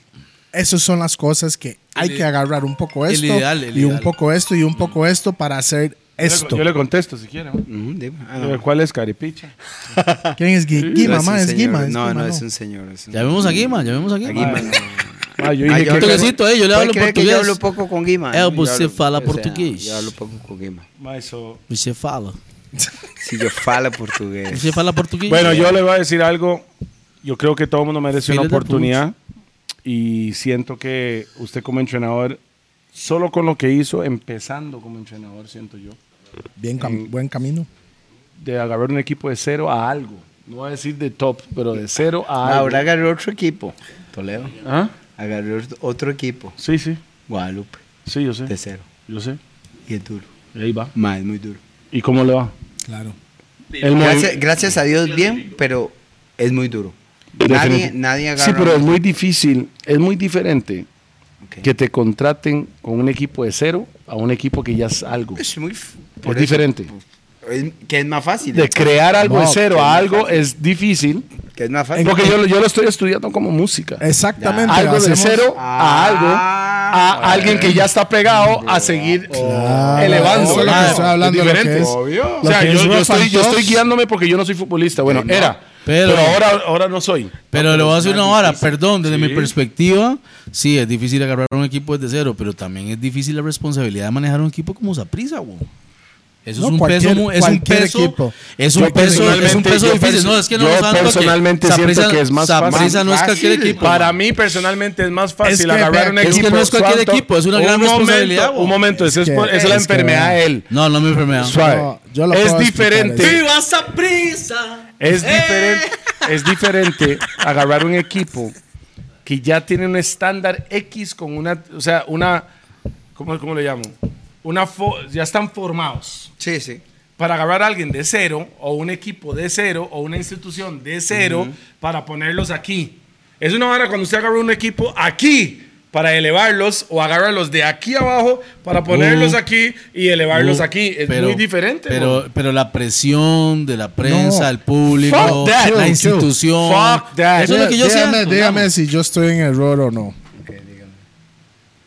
Esas son las cosas que hay
El-
que agarrar un poco
el
esto
ideal, el
y un
ideal.
poco esto y un poco esto para hacer esto.
Yo le contesto si quieren. ¿no?
Ujú, dime. Ah,
Eh, ¿Cuál es Caripicha?
¿Quién es Gui- Guima?
No,
ma,
un
es
señor.
Guima. es
No,
Guima,
no,
no.
es un señor. es un-
Ya vemos aquí, man. Ya vemos aquí.
Aquí, man, no.
Ah, yo
Ah,
dije
yo
que-
Un toquecito, eh, yo le
¿Puede
hablo
creer que
portugués.
Yo hablo poco con Guima.
Eh,
Yo
pues,
hablo-
se fala
o sea,
portugués.
Yo hablo poco con Guima.
Ma, eso-
Você fala.
Si yo falo portugués.
Você fala portugués.
Bueno, yo le voy a decir algo. Yo creo que todo el mundo merece una
Miles de
oportunidad. Y siento que usted como entrenador, solo con lo que hizo, empezando como entrenador, siento yo,
Bien
eh,
cam- buen camino.
de agarrar un equipo de cero a algo. No voy a decir de top, pero de cero a algo.
Ahora agarró otro equipo. Toledo.
¿Ah?
Agarró otro equipo.
Sí, sí.
Guadalupe.
Sí, yo
De
sé.
cero.
Yo sé.
Y es duro.
Ahí va.
Más, muy duro.
¿Y cómo le va?
Claro.
El movi-
Gracias, gracias a Dios, bien, pero es muy duro. Nadie,
Definitivo.
nadie agarra.
Sí, pero es muy difícil, es muy diferente
Ok.
que te contraten con un equipo de cero a un equipo que ya es algo.
Es muy f- pues,
es diferente.
Es- que es más fácil.
De crear algo de
No,
cero a algo es difícil.
que es más fácil.
Porque yo, lo- yo lo estoy estudiando como música.
Exactamente.
Algo de
hacemos-
cero a algo, a alguien que ya está plegado, a seguir
Claro,
elevando.
Ah, eso es lo que
Claro,
estoy hablando. lo
es
que
diferente.
es-
O sea,
lo que
yo,
es
yo
Rough
estoy,
and
yo estoy
Tough.
guiándome porque yo no soy futbolista. Bueno, era. Pero,
Pero-
ahora, ahora no soy.
Pero le voy a hacer una hora, perdón, desde mi perspectiva, sí, es difícil agarrar un equipo desde cero, pero también es difícil la responsabilidad de manejar un equipo como Saprisa, güey. Eso
No,
es un
cualquier-
peso, mu- es un
cualquier
peso,
equipo.
es un
Yo
peso, es un
personalmente-
peso
yo
difícil.
perso-
No, es que no
yo
nos dan toque.
personalmente
Saprissa-
siento que es más fácil.
Saprissa no es
Más
cualquier
fácil.
equipo.
Para mí personalmente es más fácil
Es que,
agarrar
vea,
un
es
equipo.
que no es cualquier
suave.
equipo, es una gran
Un momento,
responsabilidad, bo.
Un momento, esa es,
que-
por- esa es la
es que,
enfermedad
vea.
de él.
No, no me ah. enfermedad.
Suave.
No, yo la
es
puedo explicar
diferente.
eso.
¡Viva Saprissa!
Es diferente, es diferente agarrar un equipo que ya tiene un estándar X con una, o sea, una, ¿cómo, cómo le llamo? Una fo- ya están formados.
Sí, sí.
Para agarrar a alguien de cero, o un equipo de cero, o una institución de cero, para ponerlos aquí. Es una vara cuando usted agarra un equipo aquí para elevarlos, o agarrarlos de aquí abajo para ponerlos aquí y elevarlos aquí. Es
Pero-
muy diferente.
Pero,
bro.
pero la presión de la prensa,
No.
el público,
Fuck that.
la
Fuck
institución.
Fuck that.
Eso es lo que yo
dígame,
siento,
dígame
digamos.
si yo estoy en error o no.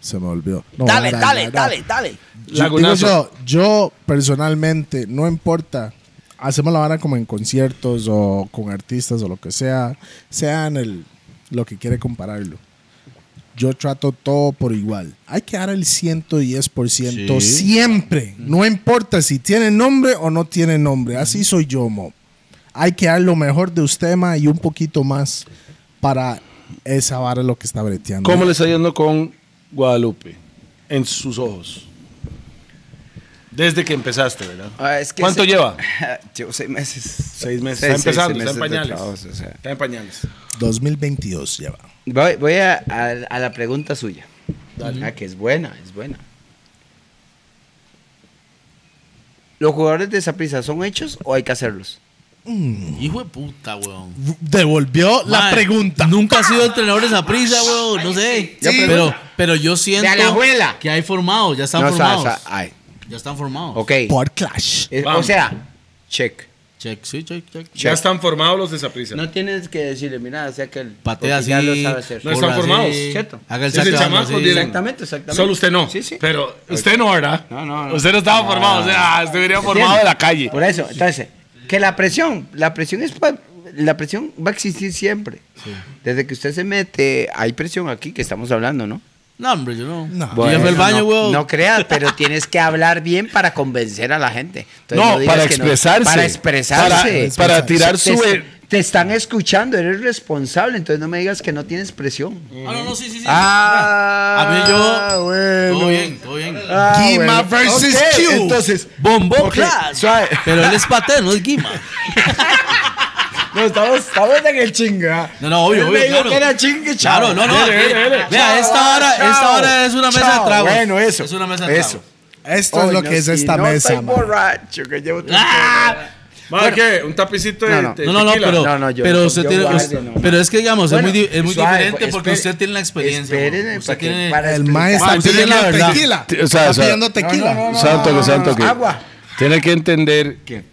Se me olvidó. No,
Dale,
era-
dale,
era-
dale, dale.
Yo, digo
Lagunazo.
yo, yo personalmente, no importa, hacemos la vara como en conciertos o con artistas o lo que sea, sea en el, lo que quiere compararlo. yo trato todo por igual. Hay que dar el 110%
Sí.
siempre. No importa si tiene nombre o no tiene nombre. Así soy yo, Mo. Hay que dar lo mejor de usted, ma, y un poquito más para esa vara lo que está breteando.
¿Cómo le está yendo con Guadalupe? En sus ojos. Desde que empezaste, ¿verdad?
Ah, es que
¿Cuánto
se-
lleva?
Llevo seis meses.
Seis meses. está
Seis-
empezando,
seis
está en
meses de
pañales.
trabajos, o sea.
Está en pañales.
2022 lleva.
Voy, voy a, a- a la pregunta suya. Ah, que es buena, es buena. ¿Los jugadores de esa prisa son hechos o hay que hacerlos?
Hijo de puta, weón.
Devolvió la
Mae,
pregunta.
Nunca ha sido entrenador de esa prisa, weón. No sé.
Ya, pero-
pero, pero yo siento
De Alajuela.
que hay formados, ya están
No, o sea,
formados.
o sea, ay,
Ya están formados.
ok.
Por Clash.
Es- o
Vamos.
sea, check.
Check, sí, check, check.
Ya están formados los de Saprissa.
No tienes que decirle, mira, o sea que el
Patea
porque
así.
ya lo sabe hacer.
No están
corra así,
formados.
Cierto.
Haga el
Ese
saque de
chamaco
banda, sí.
directo.
Ah, Exactamente, exactamente.
Solo usted no.
Sí, sí.
Pero usted no, ¿verdad?
No, no, no.
Usted no estaba formado. O sea, usted venía formado de la calle.
Por eso, entonces, que la presión, la presión es pa- la presión va a existir siempre. Desde que usted se mete, hay presión aquí que estamos hablando, ¿no?
No, hombre, yo no.
No.
Yo ya fui al baño,
no,
weón.
No creas, pero tienes que hablar bien para convencer a la gente. Entonces,
No,
digas
para
que
expresarse.
para expresarse.
Para, para tirar su.
Te, te están escuchando, eres responsable, entonces no me digas que no tienes presión.
Ah, no, no, sí, sí, sí.
Ah,
a mí yo.
bueno.
Todo bien, todo bien.
Ah,
Guima versus
Ok,
Q.
Entonces,
Bombo
ok,
class.
suave.
Pero él es paté, no es guima.
No, estamos, estamos en el chinga.
No, no, obvio,
Él
obvio,
Me dijo
claro.
que era chingue,
Claro,
chavo.
no, no.
Vele,
aquí-
vele, vele.
Vea, esta hora, esta hora es una mesa
Chao,
de tragos.
bueno, eso,
Es una mesa de
eso.
tragos.
Esto es lo que es esta
no
mesa.
Estoy
man.
borracho, que llevo tres
Ah,
horas.
¿Madre qué? ¿Un tapicito de,
No, no.
de
No, no, no,
tequila?
pero,
No, no, yo-
pero, usted
yo
tiene,
guardia,
usted-
no, no.
pero es que digamos,
Bueno,
es muy, di- es muy
suave,
diferente
espere-
porque usted tiene la experiencia.
espérenme,
güey.
para
usted
que-
tiene,
para
El maestro
Ma,
está
usted tiene
pidiendo
la verdad.
tequila.
T- o sea, o
está
sea,
pidiendo tequila.
santo que santo que.
Agua.
Tiene que entender
¿Qué?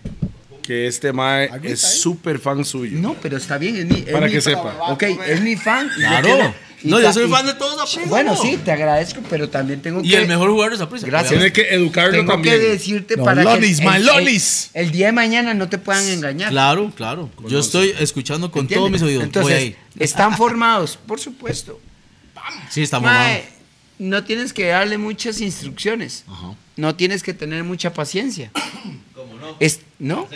que este mae
Agüita,
es
¿eh?
súper fan suyo.
No, pero está bien, es mi. es
Para
mi
que
fan.
sepa.
Ok, es mi fan. y yo
Claro.
quiero- y
No,
ta-
yo soy
y-
fan de todos a prisa,
Bueno,
¿no?
sí, te agradezco, pero también tengo que.
Y el mejor jugador es Aprisa.
Gracias.
Tiene que educarlo
Tengo
también.
que decirte
No,
para
lolis,
que.
man, lolis.
El, día de mañana no te puedan engañar.
Claro, claro. Yo estoy escuchando con
¿entiendes?
todos mis oídos.
Entonces,
Voy ahí.
están formados, por supuesto.
Sí, estamos
Mae, no tienes que darle muchas instrucciones. No tienes que tener mucha paciencia. Es, ¿No?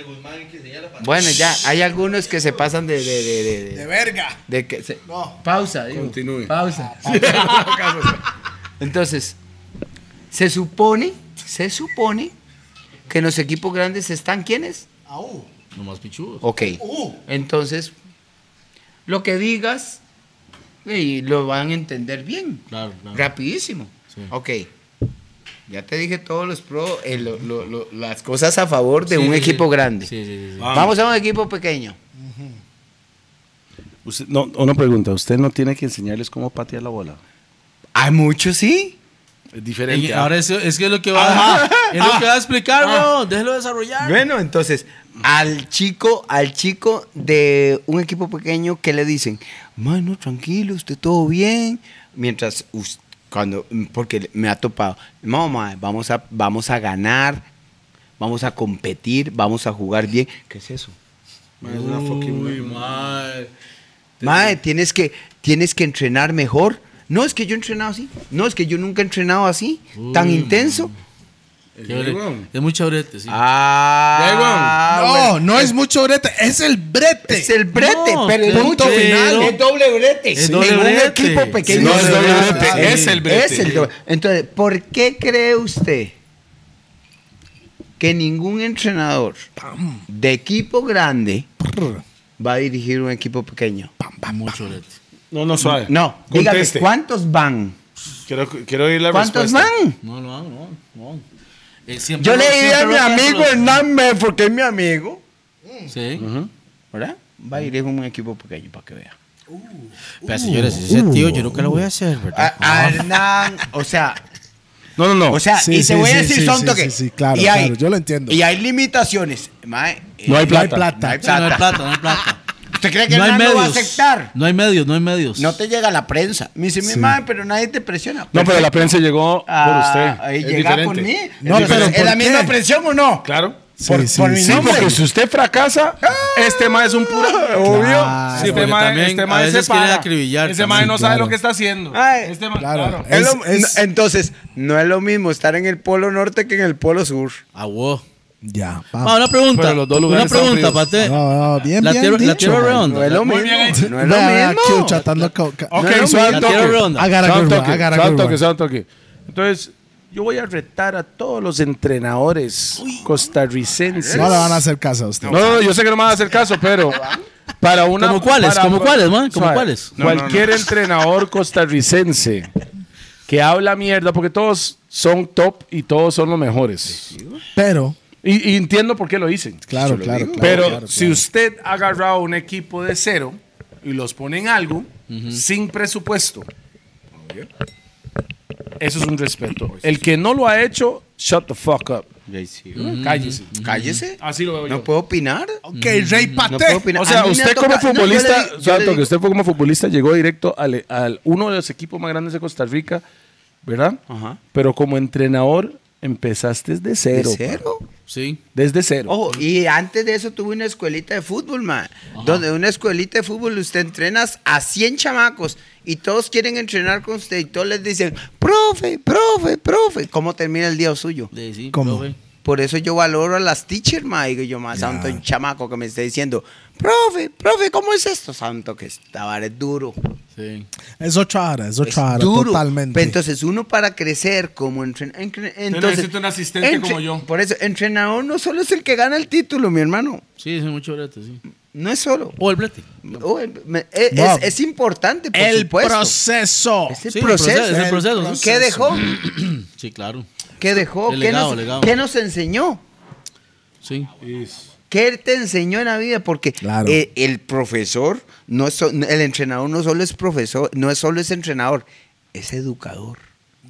Bueno, ya, hay algunos que se pasan de... De, de, de- de-
verga.
de que se-
No.
Pausa, digo,
Continúe.
Pausa. Entonces, se supone, se supone que en los equipos grandes están quienes.
Nomás pichudos.
Ok. Entonces, lo que digas, y lo van a entender bien.
Claro, claro.
Rapidísimo. Ok. Ya te dije todos los pro, eh, lo- lo- lo- las cosas a favor de
Sí,
un
sí,
equipo
sí.
grande.
Sí, sí, sí, sí.
Vamos. a un equipo pequeño.
Usted- no, una pregunta. Usted no tiene que enseñarles cómo patear la bola.
Hay muchos, sí.
Es diferente.
Y
¿ah?
ahora es, es que es lo que va, es lo que va a explicar, weón. Déjelo desarrollar.
Bueno, entonces, al chico, al chico de un equipo pequeño que le dicen, mano, tranquilo, usted todo bien. Mientras us- cuando, porque me ha topado, no, mae, vamos a, vamos a ganar, vamos a competir, vamos a jugar bien. ¿Qué es eso?
Mae, es una fucking-
Uy, madre.
Mae, tienes que, tienes que entrenar mejor. No, es que yo he entrenado así. No, es que yo nunca he entrenado así, tan intenso.
Qué bre- Es mucha brete, sí.
Ah,
no,
bueno.
no es mucho brete, es el brete.
Es el brete,
No,
pero el
punto
brete-
final.
Es doble brete.
Es doble
en
brete.
un equipo pequeño.
No, es doble brete,
Ah,
es el brete.
Es el doble. Entonces, ¿por qué cree usted que ningún entrenador de equipo grande va a dirigir un equipo pequeño?
Mucho brete.
No, no suave.
No, dígame,
Conteste.
¿cuántos van?
Quiero, quiero oír la
¿Cuántos
respuesta.
van?
No, no, no, no. Eh, siempre
Yo
lo-
le diré a
siempre
mi
lo que
amigo
hablo-
Hernán Mer, porque es mi amigo.
Sí.
¿Verdad? Va a dirigir un equipo pequeño para que vea.
Pero señores, ese tío yo nunca lo voy a hacer, ¿verdad?
A, a Ah, Hernán, o sea,
No, no, no.
O sea,
Sí,
y te
sí,
voy a
sí,
decir
sí,
son
sí,
toques.
sí, sí, claro,
y hay,
claro, yo lo entiendo.
Y hay limitaciones. Mae,
no hay
eh,
plata.
no hay
Sí, no hay
plata.
plata, no hay plata.
¿Usted cree que
No hay
Hernán
medios.
lo va a aceptar?
No hay medios, no hay medios.
No te llega la prensa. Me dice, mi madre, pero nadie te presiona.
No, pero la prensa llegó por
Ah,
usted.
Ahí
Es
llega por
diferente.
mí.
No,
Entonces,
pero
¿Es
¿por
la
qué?
misma presión o no?
Claro.
Sí,
por,
sí,
por mi
sí.
Sí,
nombre.
porque si usted fracasa, este mae es un puro.
Claro.
Obvio. Este
porque
mae
también
este
a
mae se
veces quiere
para. Este
acribillar
Ese
también,
mae no sabe
claro.
lo que está haciendo.
Ay, Eh,
Este mae-
claro.
claro.
Es-
Es lo-
es-
no- entonces, no es lo mismo estar en el polo norte que en el polo sur.
Ah, wow.
Ya,
Ma,
vamos.
una pregunta.
Pero los dos
Una
lugares están
pregunta,
fríos.
Pate.
Ah. No, no, bien,
pues. la
bien
tierra, la
dicho,
tierra
man.
redonda.
No es lo
Muy bien
mismo.
hecho.
No es lo
Vea, vea,
mismo.
Q chatando co- ca-
Ok,
No, no,
suave
la
un toque.
tierra redonda.
I got a
Suave un
good one,
toque,
I got a
suave un
good
toque,
one.
suave un toque. Entonces, yo voy a retar a todos los entrenadores costarricenses.
No le van a hacer caso a usted.
No, no, yo sé que no me van a hacer caso, pero para una.
¿Cómo cuáles?
para-
¿Cómo cuáles, man? ¿Cómo
Suave.
cuáles?
no, no.
Cualquier entrenador costarricense que habla mierda, porque todos son top y todos son los mejores.
Pero,
Y, y entiendo por qué lo dicen.
claro, claro, claro.
Pero
claro,
si
claro.
usted ha agarrado un equipo de cero y los pone en algo sin presupuesto, eso es un respeto. El que no lo ha hecho, shut the fuck up. Cállese.
Cállese.
Así lo veo yo.
No puedo opinar.
Ok, Rey
No
Pate.
puedo opinar.
O sea,
A mí me
usted
ha
como
tocado- no, yo le
futbolista,
di- yo
Santo,
le
que
digo-
usted fue como futbolista llegó directo al, al- uno de los equipos más grandes de Costa Rica, ¿verdad?
Ajá.
Pero como entrenador empezaste desde
¿De
cero.
cero?
Sí.
Desde cero.
Ojo, y antes de eso tuve una escuelita de fútbol, man. Donde en una escuelita de fútbol usted entrenas a 100 chamacos y todos quieren entrenar con usted y todos les dicen, profe, profe, profe. ¿Cómo termina el día suyo?
De, sí
¿Cómo?
profe.
Por eso yo valoro a las teachers, ma. Digo yo, ma, santo, un chamaco que me esté diciendo, profe, profe, ¿cómo es esto? Santo, que esta vara es duro.
Sí.
Es otra hara, es
Es
otra hara,
duro.
totalmente.
Pero entonces, uno para crecer como entrenador.
necesita un asistente como yo.
Por eso, entrenador no solo es el que gana el título, mi hermano.
Sí, es mucho brete, sí.
No es solo.
O el brete.
Oh, eh, me- eh, es,
Wow.
es importante, por
el
supuesto.
proceso.
Es el
Sí, el
proceso.
proceso, es el proceso, sí.
¿Qué dejó?
Sí, claro.
¿Qué dejó?
El
¿Qué,
legado,
nos,
legado.
qué nos enseñó?
Sí.
¿Qué te enseñó en la vida? Porque
Claro.
eh, el profesor, no es so- el entrenador no solo es profesor, no es solo es entrenador, es educador.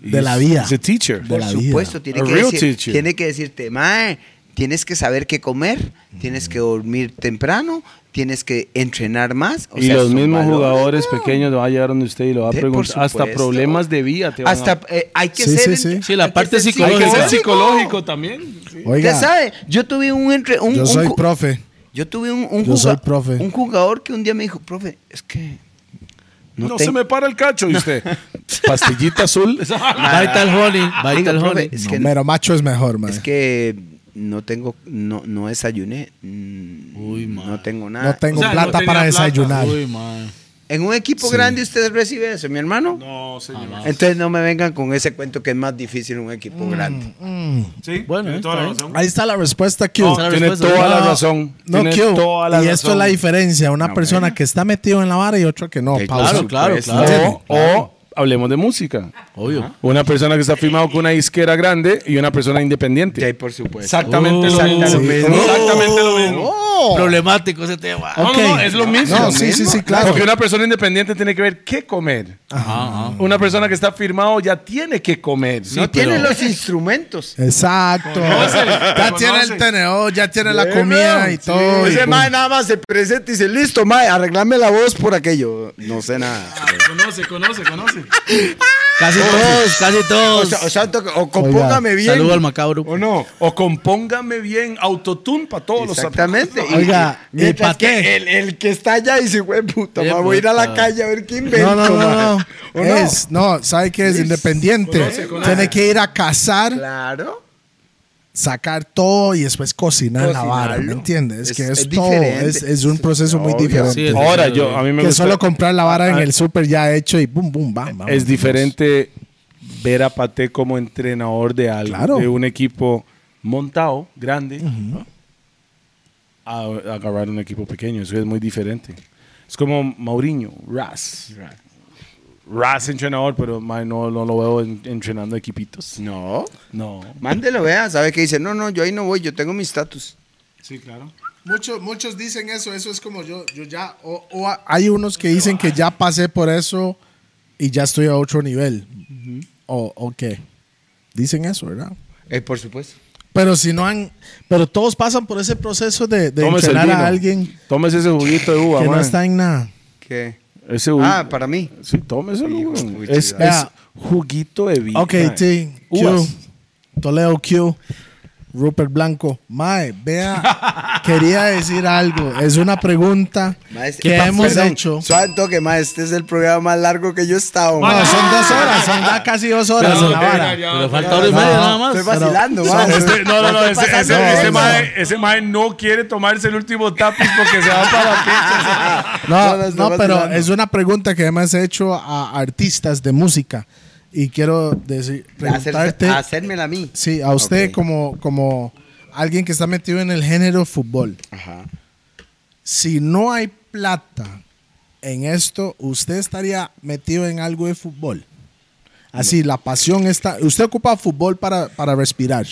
De la vida.
He's a teacher.
De
Por
la
supuesto,
vida.
tiene
A
que,
real
decir-
teacher.
tiene que decirte, mae, tienes que saber qué comer, tienes
Mm.
que dormir temprano, tienes que entrenar más. O
y
sea,
los
son
mismos
valores.
jugadores pequeños van a llegar donde usted y lo va a
Sí, por
preguntar. Hasta
supuesto.
problemas de vida te van
Hasta,
a...
eh, hay que
Sí, sí,
ser
sí.
Sí, la
hay que
parte
ser
Hay
psicológica.
que ser
Lógico.
psicológico también.
Oiga,
Usted sabe, yo tuve un entre un,
yo
un
soy
ju-
profe.
Yo tuve un, un
Yo
juga-
soy profe.
un jugador que un día me dijo, profe, es que
No,
te-
se me para el cacho, ¿y usted? Pastillita azul.
Vital Honey.
Digo,
Vital
profe,
Honey.
es
No,
que
Pero macho es mejor, man.
Es que no tengo, no, no desayuné. mm,
Uy, ma.
no tengo nada.
no tengo
o sea, no
plata
tenía
para
plata.
desayunar.
Uy, man.
En un equipo grande usted recibe eso, mi hermano.
No, señor.
Entonces no me vengan con ese cuento que es más difícil en un
Mm.
equipo grande.
Sí,
Bueno,
tiene
eh,
toda la
está
razón.
Ahí está la respuesta, Q.
No, tiene
Tiene
Respuesta,
toda la
No,
razón.
No,
Tiene
Q.
toda la
y esto es
razón.
la diferencia. Una
Ah,
persona
bueno.
que está metido en la vara y otro que no.
Que
Pausa. pues,
Claro, claro,
supuesto.
claro.
O, o hablemos de música.
Obvio.
Una persona que está firmado con una disquera grande y una persona independiente.
Sí, por supuesto.
Exactamente,
Oh,
lo mismo.
sí.
Exactamente lo mismo.
Oh.
Problemático ese tema.
No, no, no, es lo mismo.
No, sí, sí, sí, claro.
Porque una persona independiente tiene que ver qué comer.
Ah, Ajá, ajá.
Una persona que está firmado ya tiene que comer.
No tiene los instrumentos.
Exacto. ya tiene el tenedor, ya tiene la comida y todo. y
Ese
boom.
mae nada más se presenta y dice, listo, mae, arreglame la voz por aquello. No sé nada.
Conoce, conoce, conoce.
Casi todos, casi
O,
todos.
sea, o, sea, to- o compóngame bien.
Saludo al macabro.
¿O no?
O compóngame bien autotune para todos los
Exactamente. Y-
Oiga,
y-
mi
mientras
paté.
que el, el que está allá dice, güey, puta,
Qué
ma, voy a ir a la
puta.
calle a ver quién invento.
No, no, no,
ma".
no.
¿O no?
Es, no, ¿sabe qué es? Independiente. Tiene que ir a cazar,
Claro.
sacar todo y después cocinar la vara. ¿Me
Cocinarlo.
entiendes? Es
Es-
que es,
es
todo.
diferente.
Es, es un proceso muy
Obvio.
diferente.
Sí, es
Ahora
diferente,
yo, a mí me
que
gusta. Ah.
solo comprar la vara en el súper ya hecho y boom, boom, bam. vámonos.
es diferente ver a Pate como entrenador de algo,
Claro.
de un equipo montado, grande, a, a agarrar un equipo pequeño. Eso es muy diferente. Es como Mauriño, Raz. Raz entrenador, pero mae, no, no lo veo en- entrenando equipitos.
No.
No.
Mándelo, vea, sabe que dice, no, no, yo ahí no voy, yo tengo mi estatus.
Sí, claro.
Muchos, muchos dicen eso, eso es como yo, yo ya, o, o a- hay unos que dicen que ya pasé por eso y ya estoy a otro nivel. O, o qué. Dicen eso, ¿verdad?
Eh, por supuesto.
Pero si no han, pero todos pasan por ese proceso de, de
Tómese el
entrenar
vino.
a alguien que
Tómese ese juguito de uva,
no
mae.
está en nada.
¿Qué?
Ese jugu-
Ah, para mí.
Sí, tómeselo,
Hijo
güey.
de pucha,
Es,
ya.
es juguito de vida.
Ok, sí.
Uvas.
Q. Toledo Q. Rupert Blanco. Mae, vea, quería decir algo. Es una pregunta
Maestro,
que
perdón,
hemos
perdón,
hecho.
Suave un toque, ma, Este es el programa más largo que yo he estado, ma.
No, son dos horas, son ya casi dos horas
Pero,
en la vara.
pero falta hora y media nada más.
Estoy vacilando, ma.
Este- no, no, no, ese, ese,
No,
ese
no.
mae, ese mae no quiere tomarse el último tapiz porque se va para la pizza.
No,
No, no,
no,
estoy
pero
vacilando.
es una pregunta que hemos hecho a artistas de música. Y quiero decir, preguntarte.
Hacerse- Hacérmela a mí.
Sí, a usted
Ok.
como, como alguien que está metido en el género fútbol.
Ajá.
Si no hay plata en esto, ¿usted estaría metido en algo de fútbol? Así, la pasión está... Usted ocupa fútbol para, para respirar.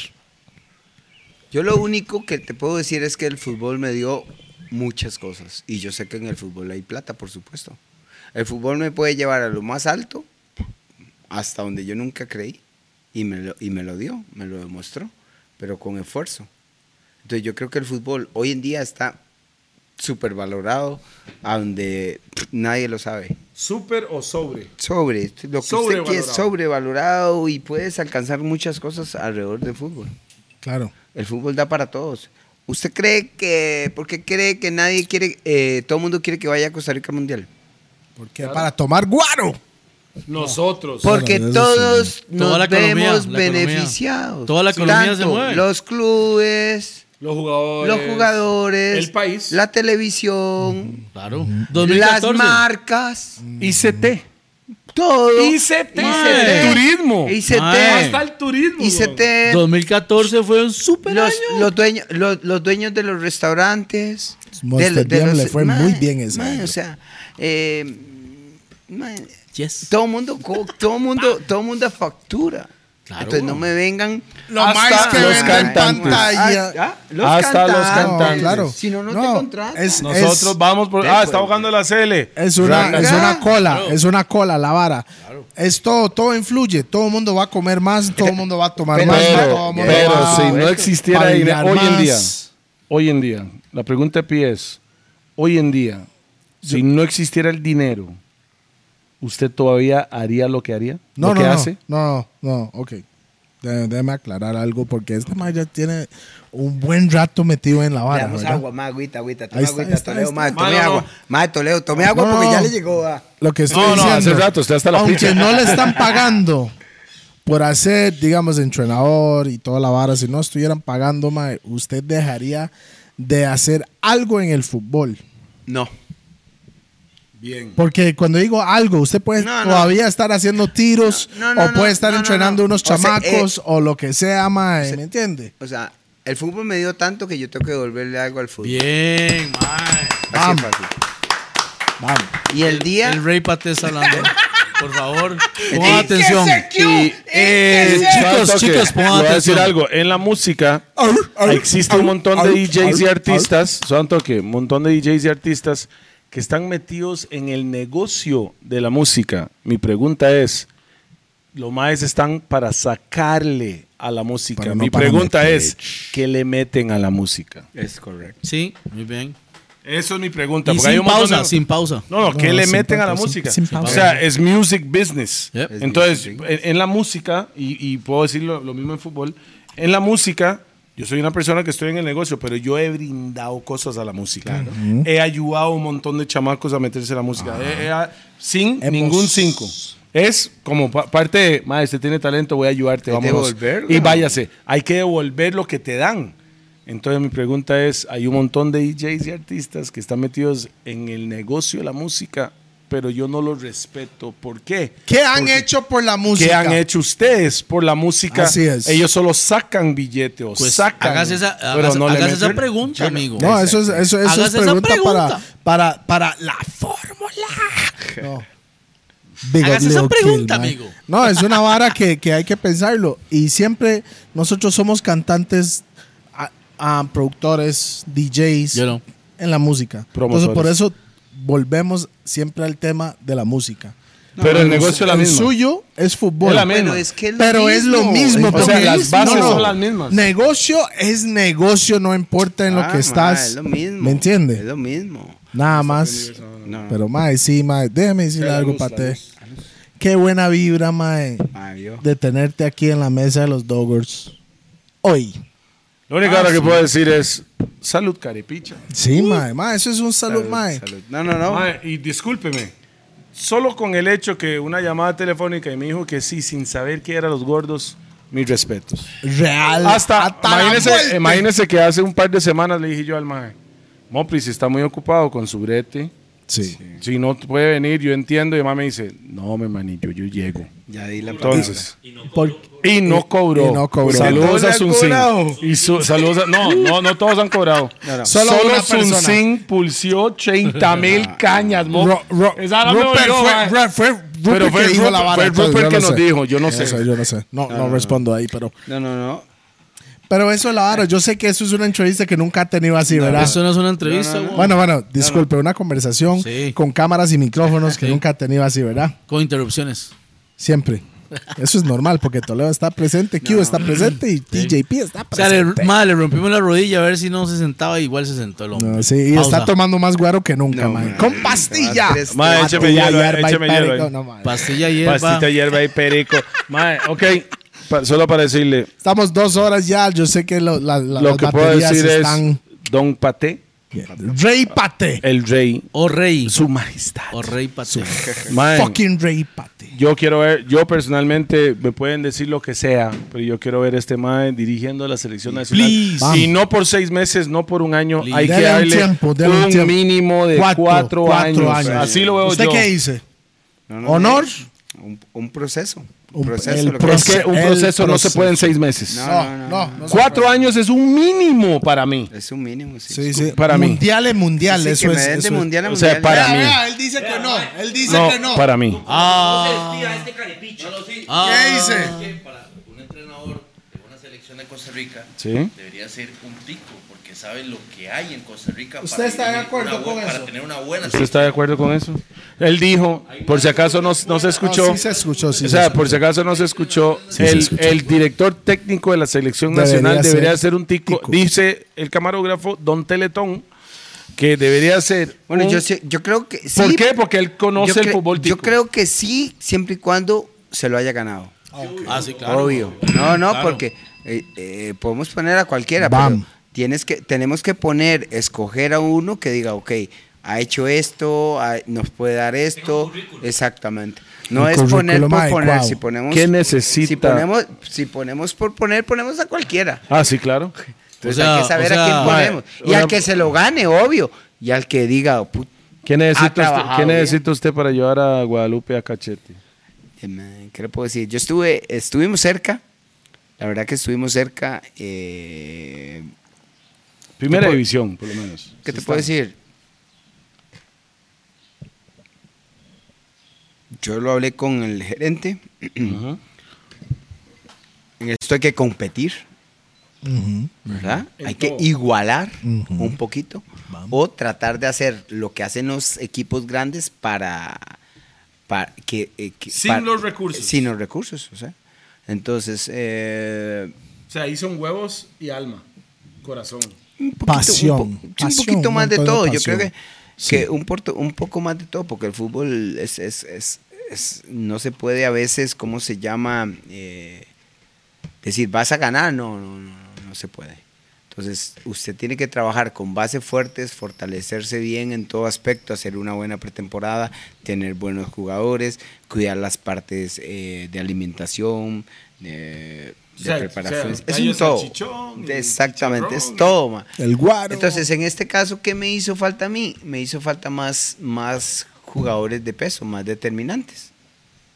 Yo lo único que te puedo decir es que el fútbol me dio muchas cosas. Y yo sé que en el fútbol hay plata, por supuesto. El fútbol me puede llevar a lo más alto, hasta donde yo nunca creí. Y me lo, y me lo dio, me lo demostró, pero con esfuerzo. Entonces yo creo que el fútbol hoy en día está súper valorado, a donde nadie lo sabe.
¿Súper o sobre?
Sobre, lo que usted quiere es
Sobrevalorado.
sobrevalorado y puedes alcanzar muchas cosas alrededor del fútbol.
Claro.
El fútbol da para todos. ¿Usted cree que, por qué cree que nadie quiere, eh, todo el mundo quiere que vaya a Costa Rica al Mundial?
Porque para tomar guaro.
Nosotros.
Porque
eso sí.
todos
Toda la
nos
economía,
vemos
la economía.
beneficiados.
Toda la economía se mueve.
Los clubes,
Los jugadores.
los jugadores,
Pues, El país.
la televisión,
Claro.
las
2014.
marcas,
Mm.
ICT.
todo.
ICT.
ICT.
Turismo.
ICT.
Mae.
Hasta el turismo. weón.
ICT.
2014 fue un super
Los,
año.
los, dueños, los, los dueños de los restaurantes.
Monster
de- de
Jam
los-
le fue
mae,
muy bien ese
mae,
año.
O sea, eh, mae,
Yes.
todo mundo, co- todo mundo, todo mundo factura.
Claro.
Entonces no me vengan
Lo
Hasta
más que
los
ven en
cantantes.
pantalla.
Ah, ah, los
Hasta los
cantantes.
No,
cantantes.
claro.
Si no, no, te contratan.
es-
Nosotros
es-
vamos por.
Ven,
Ah,
pues.
está ahogando la CL.
Es una,
Raca.
es una cola, es una cola la vara. Es todo, todo influye. Todo el mundo va a comer más, todo el mundo va a tomar
Pero-
más.
pero-
todo el mundo
pero
va a
si no
existiera
bailar
hoy en día,
más.
hoy en día, la pregunta de pie es: hoy en día, si no existiera el dinero, ¿usted todavía haría lo que haría?
No,
¿Lo
no,
que
no,
hace?
no, no, ok. Dé- Déjame aclarar algo porque este man ya tiene un buen rato metido en la
Le
vara.
damos
¿verdad?
agua, más agüita, agüita, toma
Ahí está,
agüita,
ahí está,
Toledo,
ahí
mae,
está.
tome
Mae, no,
agua,
no.
mae, Toledo, tome agua
No,
porque ya
no.
le llegó ah. a...
Lo que estoy
No, no,
diciendo,
hace rato, usted hasta la
Aunque
picha.
no le están pagando por hacer, digamos, entrenador y toda la vara, si no estuvieran pagando, mae, usted dejaría de hacer algo en el fútbol.
No.
Porque cuando digo algo, usted puede
No, no.
todavía estar haciendo tiros
No, no,
o
no,
puede estar
no, no,
entrenando
no.
unos
O sea,
chamacos o lo que sea, mae,
sea,
¿me entiende?
O sea, el fútbol me dio tanto que yo tengo que devolverle algo al fútbol.
Bien, mae.
Así
Vamos.
de fácil.
Vamos.
Y el día...
El Rey Pate está hablando. Por favor, pongan atención.
Y,
Eh, chicos,
Tanto que
chicos,
le voy
pongan
a decir
atención.
algo. En la música existe un montón de DJs y artistas, tanto que un montón de DJs y artistas que están metidos en el negocio de la música. Mi pregunta es, los maes están para sacarle a la música.
Pero no
Mi
para
pregunta
meter.
es, ¿qué le meten a la música?
Es correcto.
Sí, muy bien.
Eso es mi pregunta.
Y
porque hay
sin
un montón de-
pausa, sin pausa.
No, no, ¿qué
No,
le
sin
meten a la
pausa,
música?
sin pausa.
O sea, es music business.
Yep.
Es
Entonces,
music
en, en la música, y, y puedo decir lo, lo mismo en fútbol, en la música, yo soy una persona que estoy en el negocio, pero yo he brindado cosas a la música. He ayudado a un montón de chamacos a meterse a la música. He- he- a- sin
Hemos-
ningún cinco. Es como pa- parte de, "Ma, usted tiene talento, voy a ayudarte,
Hay que
vámonos.
devolverlo.
Y váyase. Hay que devolver lo que te dan. Entonces mi pregunta es, hay un montón de DJs y artistas que están metidos en el negocio de la música, pero yo no los respeto. ¿Por qué?
¿Qué han hecho por la música?
¿Qué han hecho ustedes por la música?
Así es.
Ellos solo sacan billete o
Pues
sacan.
hagas esa,
pero
hagas-
no le
hagas esa
meten.
pregunta, amigo.
No, eso es, eso, eso
Hagas
es
esa
pregunta,
pregunta.
Para, para, para la fórmula. No. Big
Hagas
up,
esa
Leo
pregunta,
Kill, man.
amigo.
No, es una vara que, que hay que pensarlo. Y siempre nosotros somos cantantes, a- a productores, DJs
Yo no.
en la música. Entonces,
Promotores.
por eso volvemos siempre al tema de la música.
Pero el negocio es la
el
misma.
suyo es fútbol.
Es la misma.
Pero es que
Pero es lo mismo.
O sea,
porque-
las bases son las mismas.
Negocio es negocio, no importa en lo
Ah,
que
ma,
estás.
es lo mismo.
¿Me
Es
entiende?
lo mismo.
Nada más.
No,
Pero, mae, sí, mae. Déjame decirle algo, Pate. Qué buena vibra, eh, mae,
ma, yo-
de tenerte aquí en la mesa de los Doggers. Hoy.
Lo único ahora que puedo decir es salud, carepicha.
Sí, mae, mae, eso es un salud, eh, mae.
Salud. No, no, no.
Mae, y discúlpeme, solo con el hecho que una llamada telefónica y me dijo que sí, sin saber qué eran los gordos, mis respetos.
Real. Ah,
Hasta,
la
imagínese,
muerte.
imagínese que hace un par de semanas le dije yo al mae, Mopris está muy ocupado con su brete.
Sí.
Si no puede venir, yo entiendo. Y el mae me dice, no, mi manillo, yo llego.
Ya di la
Entonces,
Por-
y no cobró.
Y no cobró.
Saludos
Porque
a
todos han
Sunsin.
cobrado.
Y su- saludos a- no, no, no todos han cobrado.
Solo
Solo,
una persona.
Sunsin pulsió 30 mil cañas, mo.
Ro- Ro-
Esa la me
Rupert
dolió,
fue,
ma.
Ru- fue
Pero
Rupert
fue
que dijo
Rupert-
la vara.
fue
entonces,
Rupert
yo
que nos dijo, yo no sé. Ah,
Yo no sé. No, no respondo ahí, pero.
No, no, no.
Pero eso es la vara. Yo sé que eso es una entrevista que nunca ha tenido así, ¿verdad?
Eso no es una entrevista, güey.
Bueno, bueno, disculpe, una conversación
Sí.
con cámaras y micrófonos que
Sí.
nunca ha tenido así, ¿verdad?
Con interrupciones.
Siempre. Eso es normal porque Toledo está presente, Q está presente y TJP está
O sea, le,
presente.
madre, le rompimos la rodilla a ver si no se sentaba. Igual se sentó el hombre.
No, sí, y
Pausa.
está tomando más guaro que nunca,
No,
man.
man.
Con pastilla.
Tres-
Mae, écheme
Pastilla,
hielo,
hierba y
écheme hielo
perico.
ahí.
No, man.
Pastilla y hierba.
Pastita hierba y perico. Mae, ok. Pa- solo para decirle,
Estamos dos horas ya. Yo sé que lo, la, la-
lo
las
que puedo
baterías
decir
están.
es Don Paté,
Rey Pate.
el rey,
O rey.
su majestad.
O rey patrón.
Mae,
Fucking Rey Pate.
yo quiero ver, yo personalmente me pueden decir lo que sea, pero yo quiero ver a este mae dirigiendo la selección nacional.
Please. Vamos.
Y no por seis meses, no por un año.
Please.
Hay que
Dele un
darle
tiempo, dele un
un,
tiempo.
mínimo de cuatro, años. Así lo veo
¿Usted
yo.
qué dice?
No, no, no.
¿Honor?
Un, un proceso. Un
Un-
proceso.
el
lo que-
pro-
Es que un
El
proceso no se
proceso.
puede en seis meses.
No,
No, no, no. se
Cuatro años es un mínimo para mí.
Es un mínimo, sí.
Sí, sí.
Para mí.
mundial es mundial,
Sí, que
eso
me
es.
den de
eso es.
mundial a
O sea,
mundial.
para mí.
él dice que no. Él dice
No, para mí.
Ah.
este
¿Qué dice?
Ah.
que para un entrenador de una selección de Costa Rica
Sí.
debería ser un tico porque sabe lo que hay en Costa Rica
¿Usted
para
está de
dirigir
acuerdo
una bu-
con
para
eso?
tener una buena
Ah,
¿Usted está de acuerdo con eso? Él dijo, por si acaso no, no se escuchó.
No, sí se escuchó, sí se
o sea,
escuchó.
por si acaso no se escuchó,
Sí se
el,
escuchó.
el director técnico de la selección
Debería
nacional
ser
debería ser un tico.
tico.
Dice el camarógrafo Don Teletón que debería ser.
Bueno,
un-
yo, sí- yo creo que sí.
¿Por qué? Porque él
Yo,
conoce el
cre-
fútbol
yo
tico.
creo que sí, siempre y cuando se lo haya ganado.
Ah, sí, claro.
Obvio. No, no,
Claro.
porque eh, eh, podemos poner a cualquiera,
Bam.
pero tienes que, tenemos que poner, escoger a uno que diga, ok, ha hecho esto, ha- nos puede dar esto. Exactamente. No
Un
es poner
currículum
por
adecuado.
poner. Si ponemos,
¿Qué necesita?
Si ponemos, si ponemos por poner, ponemos a cualquiera.
Ah, sí, claro.
Entonces
O sea,
hay que saber
o sea,
a quién ponemos.
mae,
y
una-
al que se lo gane, obvio. Y al que diga, "Oh, "Put-
¿Qué
Ha
necesita, usted,
trabajado
qué
bien.
necesita usted para llevar a Guadalupe a cachete?
Eh, man, ¿Qué le puedo decir? Yo estuve, estuvimos cerca. La verdad que estuvimos cerca. eh,
Primera
Tipo-
división, por lo menos.
¿Qué te puedo decir? Yo lo hablé con el gerente.
Ajá.
En esto hay que competir, ¿verdad? Hay que igualar un poquito o tratar de hacer lo que hacen los equipos grandes para, para que, eh, que-
Sin
para-
los recursos.
Sin los recursos, o sea. Entonces, eh,
O sea, ahí son huevos y alma, corazón.
un poquito,
Pasión,
un, po- sí, un
pasión,
poquito
un
más de
montón de
todo. Yo creo
pasión.
que, que un, porto- un poco más de todo, porque el fútbol es, es- es- es- no se puede a veces, ¿cómo se llama? Eh, decir, vas a ganar. No, no, no, no, no se puede. Entonces, usted tiene que trabajar con bases fuertes, fortalecerse bien en todo aspecto, hacer una buena pretemporada, tener buenos jugadores, cuidar las partes eh, de alimentación, de, de
sea,
preparaciones.
o sea,
es un
gallo
todo.
salchichón y
Exactamente, es
chicharrón.
todo, ma.
El guaro.
Entonces, en este caso, ¿qué me hizo falta a mí? Me hizo falta más, más jugadores de peso, más determinantes.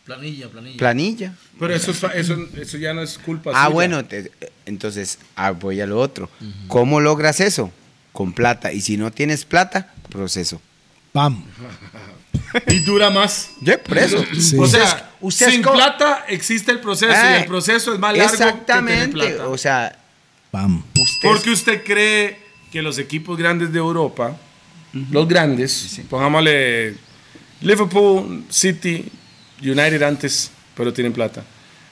Planilla, planilla.
Planilla.
Pero eso, es fa- eso, eso ya no es culpa
Ah,
suya.
bueno, te- entonces ah, voy a lo otro. ¿Cómo logras eso? Con plata. Y si no tienes plata, proceso.
Bam.
Y dura más.
Ya, por eso.
Sí.
O sea,
Usted
sin
esco-
plata existe el proceso y el
Eh,
proceso es más largo
Exactamente.
que tener plata.
O sea,
Bam.
usted.
Porque usted cree que los equipos grandes de Europa, los grandes, pongámosle Liverpool, City, United antes, pero tienen plata.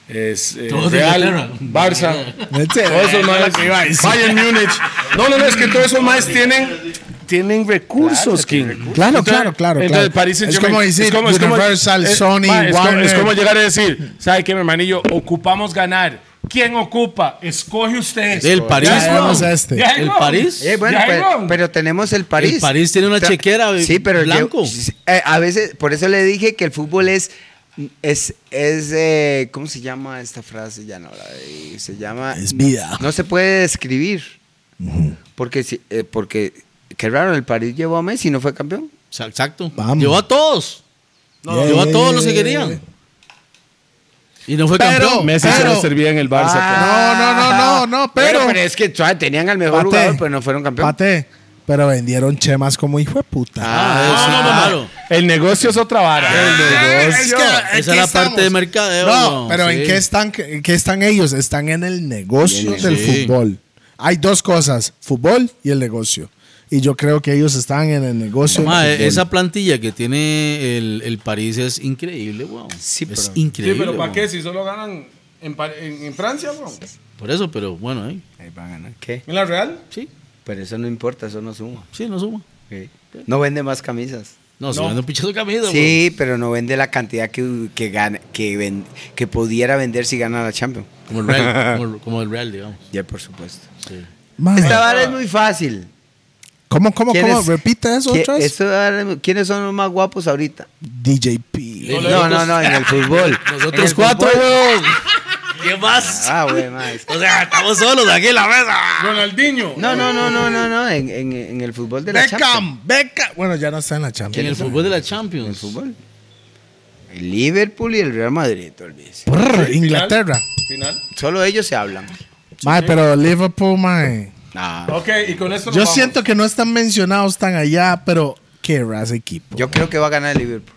Es eh,
Todos de
Real,
Inglaterra.
Barça,
That's it.
todos esos maes, Bayern Múnich. No, no, no, es que todos esos maes tienen tienen recursos, King.
Claro, claro, claro,
Entonces,
claro.
París
Es como decir Universal, Sony,
es como, es
Warner.
como llegar a decir, ¿sabe qué, mi hermanillo? Ocupamos ganar. ¿Quién ocupa? Escoge usted.
Del París.
Ya sabemos
weón.
este.
Ya,
El
weón.
París.
Eh, bueno,
Ya,
pe- pero,
weón.
tenemos el París.
El París tiene una
Tra-
chequera,
Sí, pero yo-
blanco.
eh, a veces, por eso le dije que el fútbol es. Es, es eh, ¿Cómo se llama esta frase? Ya no la eh, Se llama.
Es vida.
No se puede describir. Porque, si- eh, porque. Qué raro, el París llevó a Messi y no fue campeón.
Sa- Exacto.
Vamos.
Llevó a todos.
No.
Llevó a todos los que querían. Y no fue
Pero-
campeón.
Messi se
Pero- Ah.
lo servía en el
pues.
Barça.
No, no, no, no, no, pero-
Bueno, es que todavía tenían al mejor
Pate,
jugador, pero no fueron campeón.
Pate, pero vendieron chemas como hijo de puta.
Ah,
no, no, no.
claro.
pero- El negocio es otra vara.
Ah.
Es que, ¿en
Esa
qué
es la
estamos?
parte de mercadeo.
No,
no,
pero ¿en
sí.
qué están, en qué están ellos? Están en el negocio del
sí.
fútbol. Hay dos cosas, fútbol y el negocio. Y yo creo que ellos están en el negocio.
Ma,
del
eh,
fútbol.
esa plantilla que tiene el, el París es increíble, weón.
Sí,
es
pero-
increíble.
Sí, pero ¿para
weón.
qué? Si solo ganan en, Par- en- en Francia, weón.
Por eso, pero bueno, eh,
Ahí van a ganar. ¿Qué?
¿En la Real?
sí,
Pero eso no importa, eso no suma.
sí, no suma.
Sí. No vende más camisas.
No, se vende un pinchazo de camisa, weón.
Sí, pero no vende la cantidad que, que, gana, que, ven- que pudiera vender si gana la Champions.
Como el Real, como, el- como el Real, digamos.
Ya, por supuesto.
Sí.
Ma,
Esta vara es muy fácil.
¿Cómo, Ah, cómo,
¿Quién
cómo?
es-
Repite eso
¿Qui-
otra vez.
esta vara es muy- ¿Quiénes son los más guapos ahorita?
DJP.
No, no, no, en el fútbol. En
Nosotros
el
cuatro,
fútbol.
weón. ¿Qué más?
Ah, güey, ma, es-
O sea, estamos solos aquí en la mesa.
Ronaldinho.
No, no, no, no, no, no. En, en- en el fútbol de la Champions.
Beckham, Beckham. Bueno, ya no está en la
En el
Champions.
fútbol de la
En el
Champions.
fútbol. El Liverpool y el Real Madrid, te olvides.
Brr,
Final.
Inglaterra.
Final.
Solo ellos se hablan.
Ma, pero Liverpool, mae.
Ah,
Ok, y con esto nos
Yo
vamos.
siento que no están mencionados tan allá, pero qué raza equipo.
yo creo que va a ganar el Liverpool.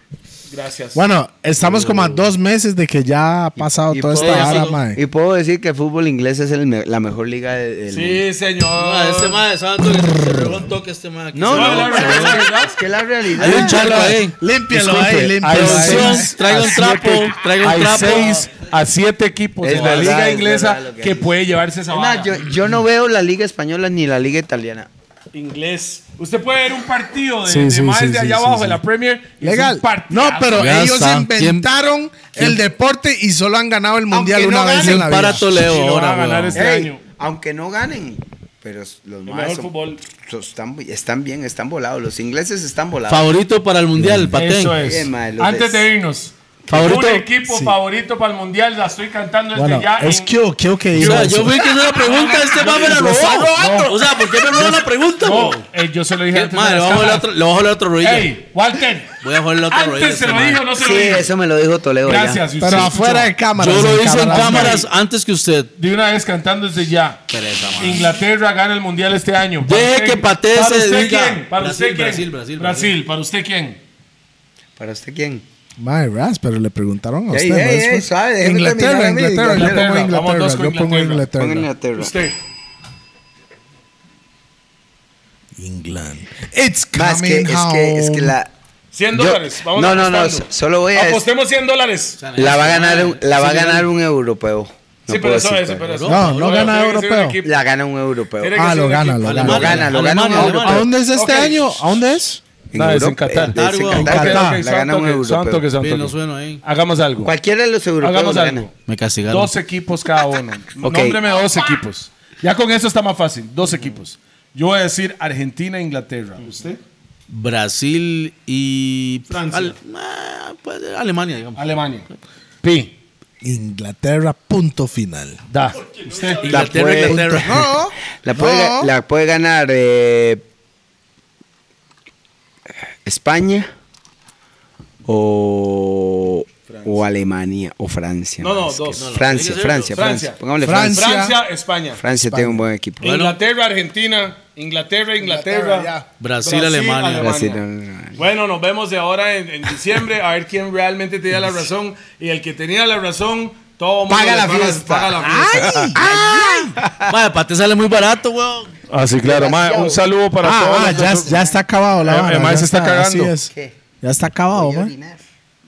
Gracias.
Bueno, estamos como a dos meses de que ya ha pasado
Y
toda esta
puedo-
vara, eh.
sí,
mae.
Y puedo decir que el fútbol inglés es el me- la mejor liga de- del mundo.
Sí, señor.
Ah, este madre, ¿sabes tú? Se pegó un toque este madre.
No,
Sí,
no,
la
no,
verdad.
es que- es que la realidad.
Hay
Eh,
un charco ahí.
Límpialo
Disculpe,
ahí,
hay
límpialo ahí.
Producción,
seis
traiga
a
un trapo,
siete-
traiga un
hay
trapo.
seis a siete equipos
Es
en la
verdad,
liga
es
inglesa
verdad lo que
que,
dices.
puede llevarse esa
Es
vara.
más, yo, yo no veo la liga española ni la liga italiana.
Inglés. Usted puede ver un partido de,
Sí,
de
sí,
más
sí,
de
sí,
allá
sí,
abajo
sí.
de la Premier. y es
Legal.
un partido.
No, pero
Ya
ellos
está.
inventaron el deporte y solo han ganado el mundial
Aunque no
una vez
ganen,
en la vida.
Para Toledo
Y lo va a
ahora,
ganar
weón.
este
Ey,
año.
aunque no ganen, pero s- los
El
más
mejor
son-
fútbol.
son- están, están bien, están volados. Los ingleses están volados.
Favorito para el mundial, Patén.
Eso es.
Eh, mae, los
Antes
des-
de irnos.
Favorito.
Un equipo
Sí.
favorito para el mundial. La estoy cantando desde
Bueno,
ya.
es
en-
que que que
O
iba
sea,
a
yo
decir.
vi que es una pregunta, este va me la
Lo está
robó. O sea, ¿por qué me roba la pregunta,
No,
weón?
eh, yo se lo dije
¿Qué-
antes. de
Madre, le
las
voy a joder la
cámaras.
otra- le voy a joder la otra rodilla.
Ey, Walter.
Voy a joder la otra rodilla.
Antes se
este
lo
madre.
dije o no se
Sí,
lo dije.
eso me lo dijo Toledo. ya.
Gracias. y
Pero
usted
afuera
escuchó.
de cámaras.
Yo lo hice en cámaras
cámaras.
antes que usted.
De una vez cantando desde ya.
Pereza, madre.
Inglaterra gana el mundial este año. ¿Para
Deje
usted-
que Paté
¿Para
se
usted
diga.
quién? ¿Para
Brasil,
usted quién?
Brasil, Brasil,
Brasil. ¿Para usted quién?
¿Para usted quién?
Mae, Ras, pero le preguntaron a usted.
Ey, ey,
¿no? Es-
ey, suave, déjeme
Inglaterra,
terminar a mí.
Inglaterra, yo
Inglaterra,
pongo
vamos
Inglaterra,
dos con
yo pongo
Inglaterra.
Pongan
Inglaterra.
Inglaterra.
Usted.
England. It's
Ma, es,
coming
que, es, que, es que
home.
la.
100
Yo-
dólares. Vamos
no, no, no,
apostando.
so- solo voy a decir-
Apostemos 100 dólares.
La va a ganar un, la va a ganar un europeo. No puedo
sí, pero eso
decir
es.
cuál.
Pero eso.
No, no
Pero
gana
tiene que ser un
europeo.
equipo.
La gana un europeo.
Tiene que
Ah,
ser
lo
un
gana,
equipo.
lo
Alemania,
gana.
Lo gana, lo gana un
Alemania,
europeo.
¿A dónde es este
Ok.
año? ¿A dónde es?
En
No, es en
Europa,
Qatar.
eh, es en
Ok, ok,
Qatar.
Qatar.
La gana
santo
un
que
europeo.
santo.
Bien, no
que-
sueno ahí.
Hagamos algo.
Cualquiera de los europeos
Hagamos
la
algo.
gana.
Me castigaron.
Dos equipos cada uno.
Ok.
Nómbreme dos equipos. Ya con eso está más fácil. Dos equipos. Yo voy a decir Argentina e Inglaterra. ¿Usted?
Brasil y.
Francia.
Ale- ah, puede ser Alemania, digamos.
Alemania. Pi.
Inglaterra, punto final.
Da. Usted.
Inglaterra,
puede-
Inglaterra.
No.
La puede,
No.
la puede ganar eh, España o, o Alemania o Francia.
No, no,
es que
dos, no, no,
Francia,
tiene que ser
Francia,
dos.
Francia.
Francia.
Pongámosle Francia.
Francia.
Francia, España. E
Francia tiene un buen equipo.
Inglaterra, Argentina. Inglaterra, Inglaterra.
Inglaterra, ya.
Brasil, Alemania.
Brasil, eh,
Bueno, nos vemos de ahora en, en diciembre a ver quién realmente tenía la razón. Y el que tenía la razón, todo mundo
Paga
le
la fiesta.
Paga la fiesta.
Madre, para ti sale muy barato, weón.
Ah, sí, claro. mae, un saludo para todos.
Ah, ah,
los-
ya, ya está acabado la
Eh,
vara,
eh, mae,
ya
se está
así
cagando.
es.
¿Qué?
Ya está acabado,
Voy a
man.
orinar.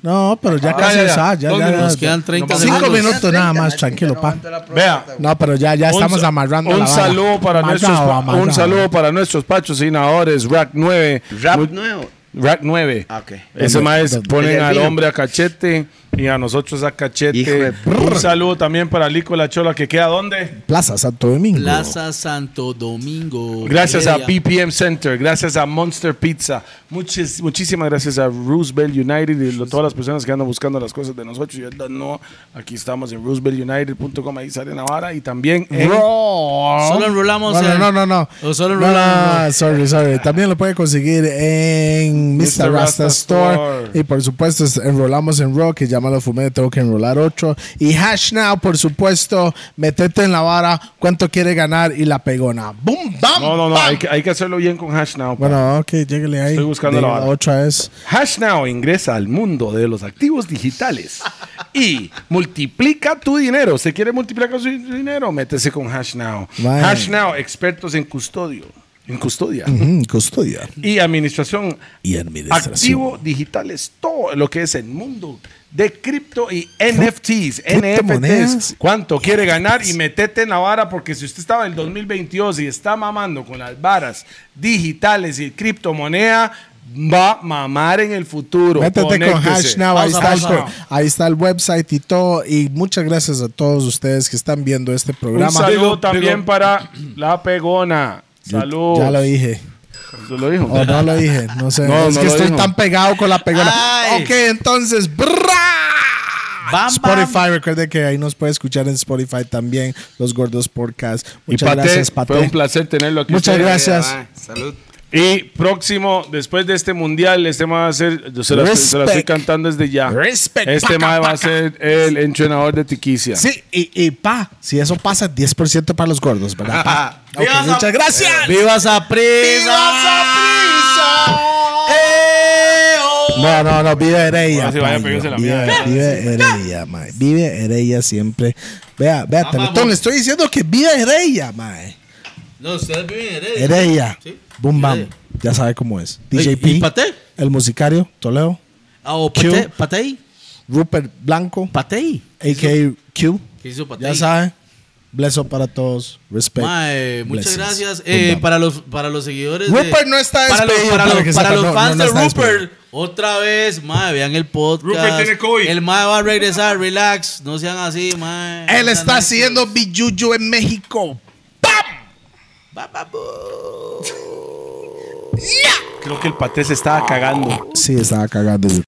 No, pero ya
Ah,
casi
ya, ya.
es, ah, ya,
¿Dónde
ya,
Nos
ya.
quedan 30
Cinco
segundos.
minutos. Esto nada más, tranquilo, pa.
Vea.
No, pero ya, ya
Un
estamos
sa-
amarrando
un
la vara.
saludo para
Amarrado,
nuestros pa-
amarrado.
un saludo para nuestros patrocinadores Rack 9
Rap
Muy-
nuevo.
Rack 9
Ah, ok.
ese
Donde-
maestro
donde-
ponen
Desde el
al
vino.
hombre a cachete y a nosotros a
Hijo de
Cachete. Un saludo también para Lico La Chola, que queda ¿dónde?
Plaza Santo Domingo.
Plaza Santo Domingo.
Gracias a
Heredia.
BPM Center, gracias a Monster Pizza, muchis- muchísimas gracias a Roosevelt United y lo- todas las personas que andan buscando las cosas de nosotros. Y ahorita no, aquí estamos en rooseveltunited.com, ahí sale Navarra y también en
Bro.
Solo enrolamos
Bueno,
en-
no, no, no.
O solo
no, no,
enrolamos-
no, sorry, sorry. También lo puede conseguir en Mr. Rasta,
Mr. Rasta
Store.
Store.
Y por supuesto, es- enrolamos en Rock, que llama lo fumé, tengo que enrolar otro. Y Hash Now, por supuesto, metete en la vara, cuánto quiere ganar y la pegona. ¡Bum, bam!
No, no, no,
bam.
hay que, hay que hacerlo bien con Hash Now. pa.
Bueno, ok, lléguele ahí.
Estoy buscando la
Diga,
vara.
Otra es.
Hash Now ingresa al mundo de los activos digitales y multiplica tu dinero. ¿Se quiere multiplicar su dinero? Métese con Hash Now.
Mae.
Hash Now, expertos en custodio, en custodia
Mm, custodia
y administración,
y administración.
activo digitales, todo lo que es el mundo de cripto y NFTs,
criptomonedas.
NFTs. ¿Cuánto quiere ganar? Y metete en la vara porque si usted estaba en el 2022 y está mamando con las varas digitales y criptomoneda, va a mamar en el futuro.
Métete con
Conéctese.
Hash Now, ahí, está
Pausa,
el,
pausa.
co- ahí está el website y todo. Y muchas gracias a todos ustedes que están viendo este
Un
programa.
saludo
Digo,
también
digo.
para la pegona.
Yo-
Saludos.
Ya lo dije.
Lo dijo.
O no lo dije, no sé.
No,
es
no
que
lo
estoy
dijo.
tan pegado con la pegona.
Ay.
Ok, entonces. brrra.
Bam, bam.
Spotify, recuerde que ahí nos puede escuchar en Spotify también, Los Gordos Podcast.
Y
Muchas
Paté,
gracias,
fue un
Pate.
placer tenerlo aquí.
Muchas
usted.
gracias.
Salud.
Y próximo, después de este mundial, este tema va a ser, yo se la, estoy- se la estoy
Respect.
cantando desde ya.
Respect,
Este
paca,
tema va
paca.
a ser el entrenador de Tiquicia.
Sí, y, y pa, si eso pasa, 10% para los gordos, ¿verdad? pa? Ok,
Viva Zap-
muchas gracias.
¡Viva Saprisa!
No, no, no, vive Heredia.
Ahora sí vaya a
payo.
pegarse la
vive,
mía.
vive Heredia, mae. Vive Heredia siempre. Vea, vea, Teletón,
vamos.
estoy diciendo que vive Heredia, mae.
No, ustedes viven en Heredia.
Heredia.
Sí.
Boom, bam.
Heredia.
Ya sabe cómo es.
Ey,
DJP.
¿y Paté?
El musicario, Toledo.
Ah, o
Q.
Pate- Patey.
Rupert Blanco,
Patey.
a.k.a. Q.
¿Qué hizo Patey?
Ya sabe. Bleso para todos. Respect.
Mae, muchas
Blessings.
gracias.
Boom,
Eh,
bam.
para, los, para los seguidores.
Rupert no está
para los,
despedido,
para
para
los-
que
para
sepan,
los
no,
fans
no, no
de
está
Rupert. Otra vez, mae, vean el podcast.
Rupert tiene COVID.
El mae va a regresar, relax. No sean así, mae.
Él
No sean
está
así.
haciendo billuyo en México.
Ba, ba, bu.
Creo que el paté se estaba cagando.
Sí, estaba cagando.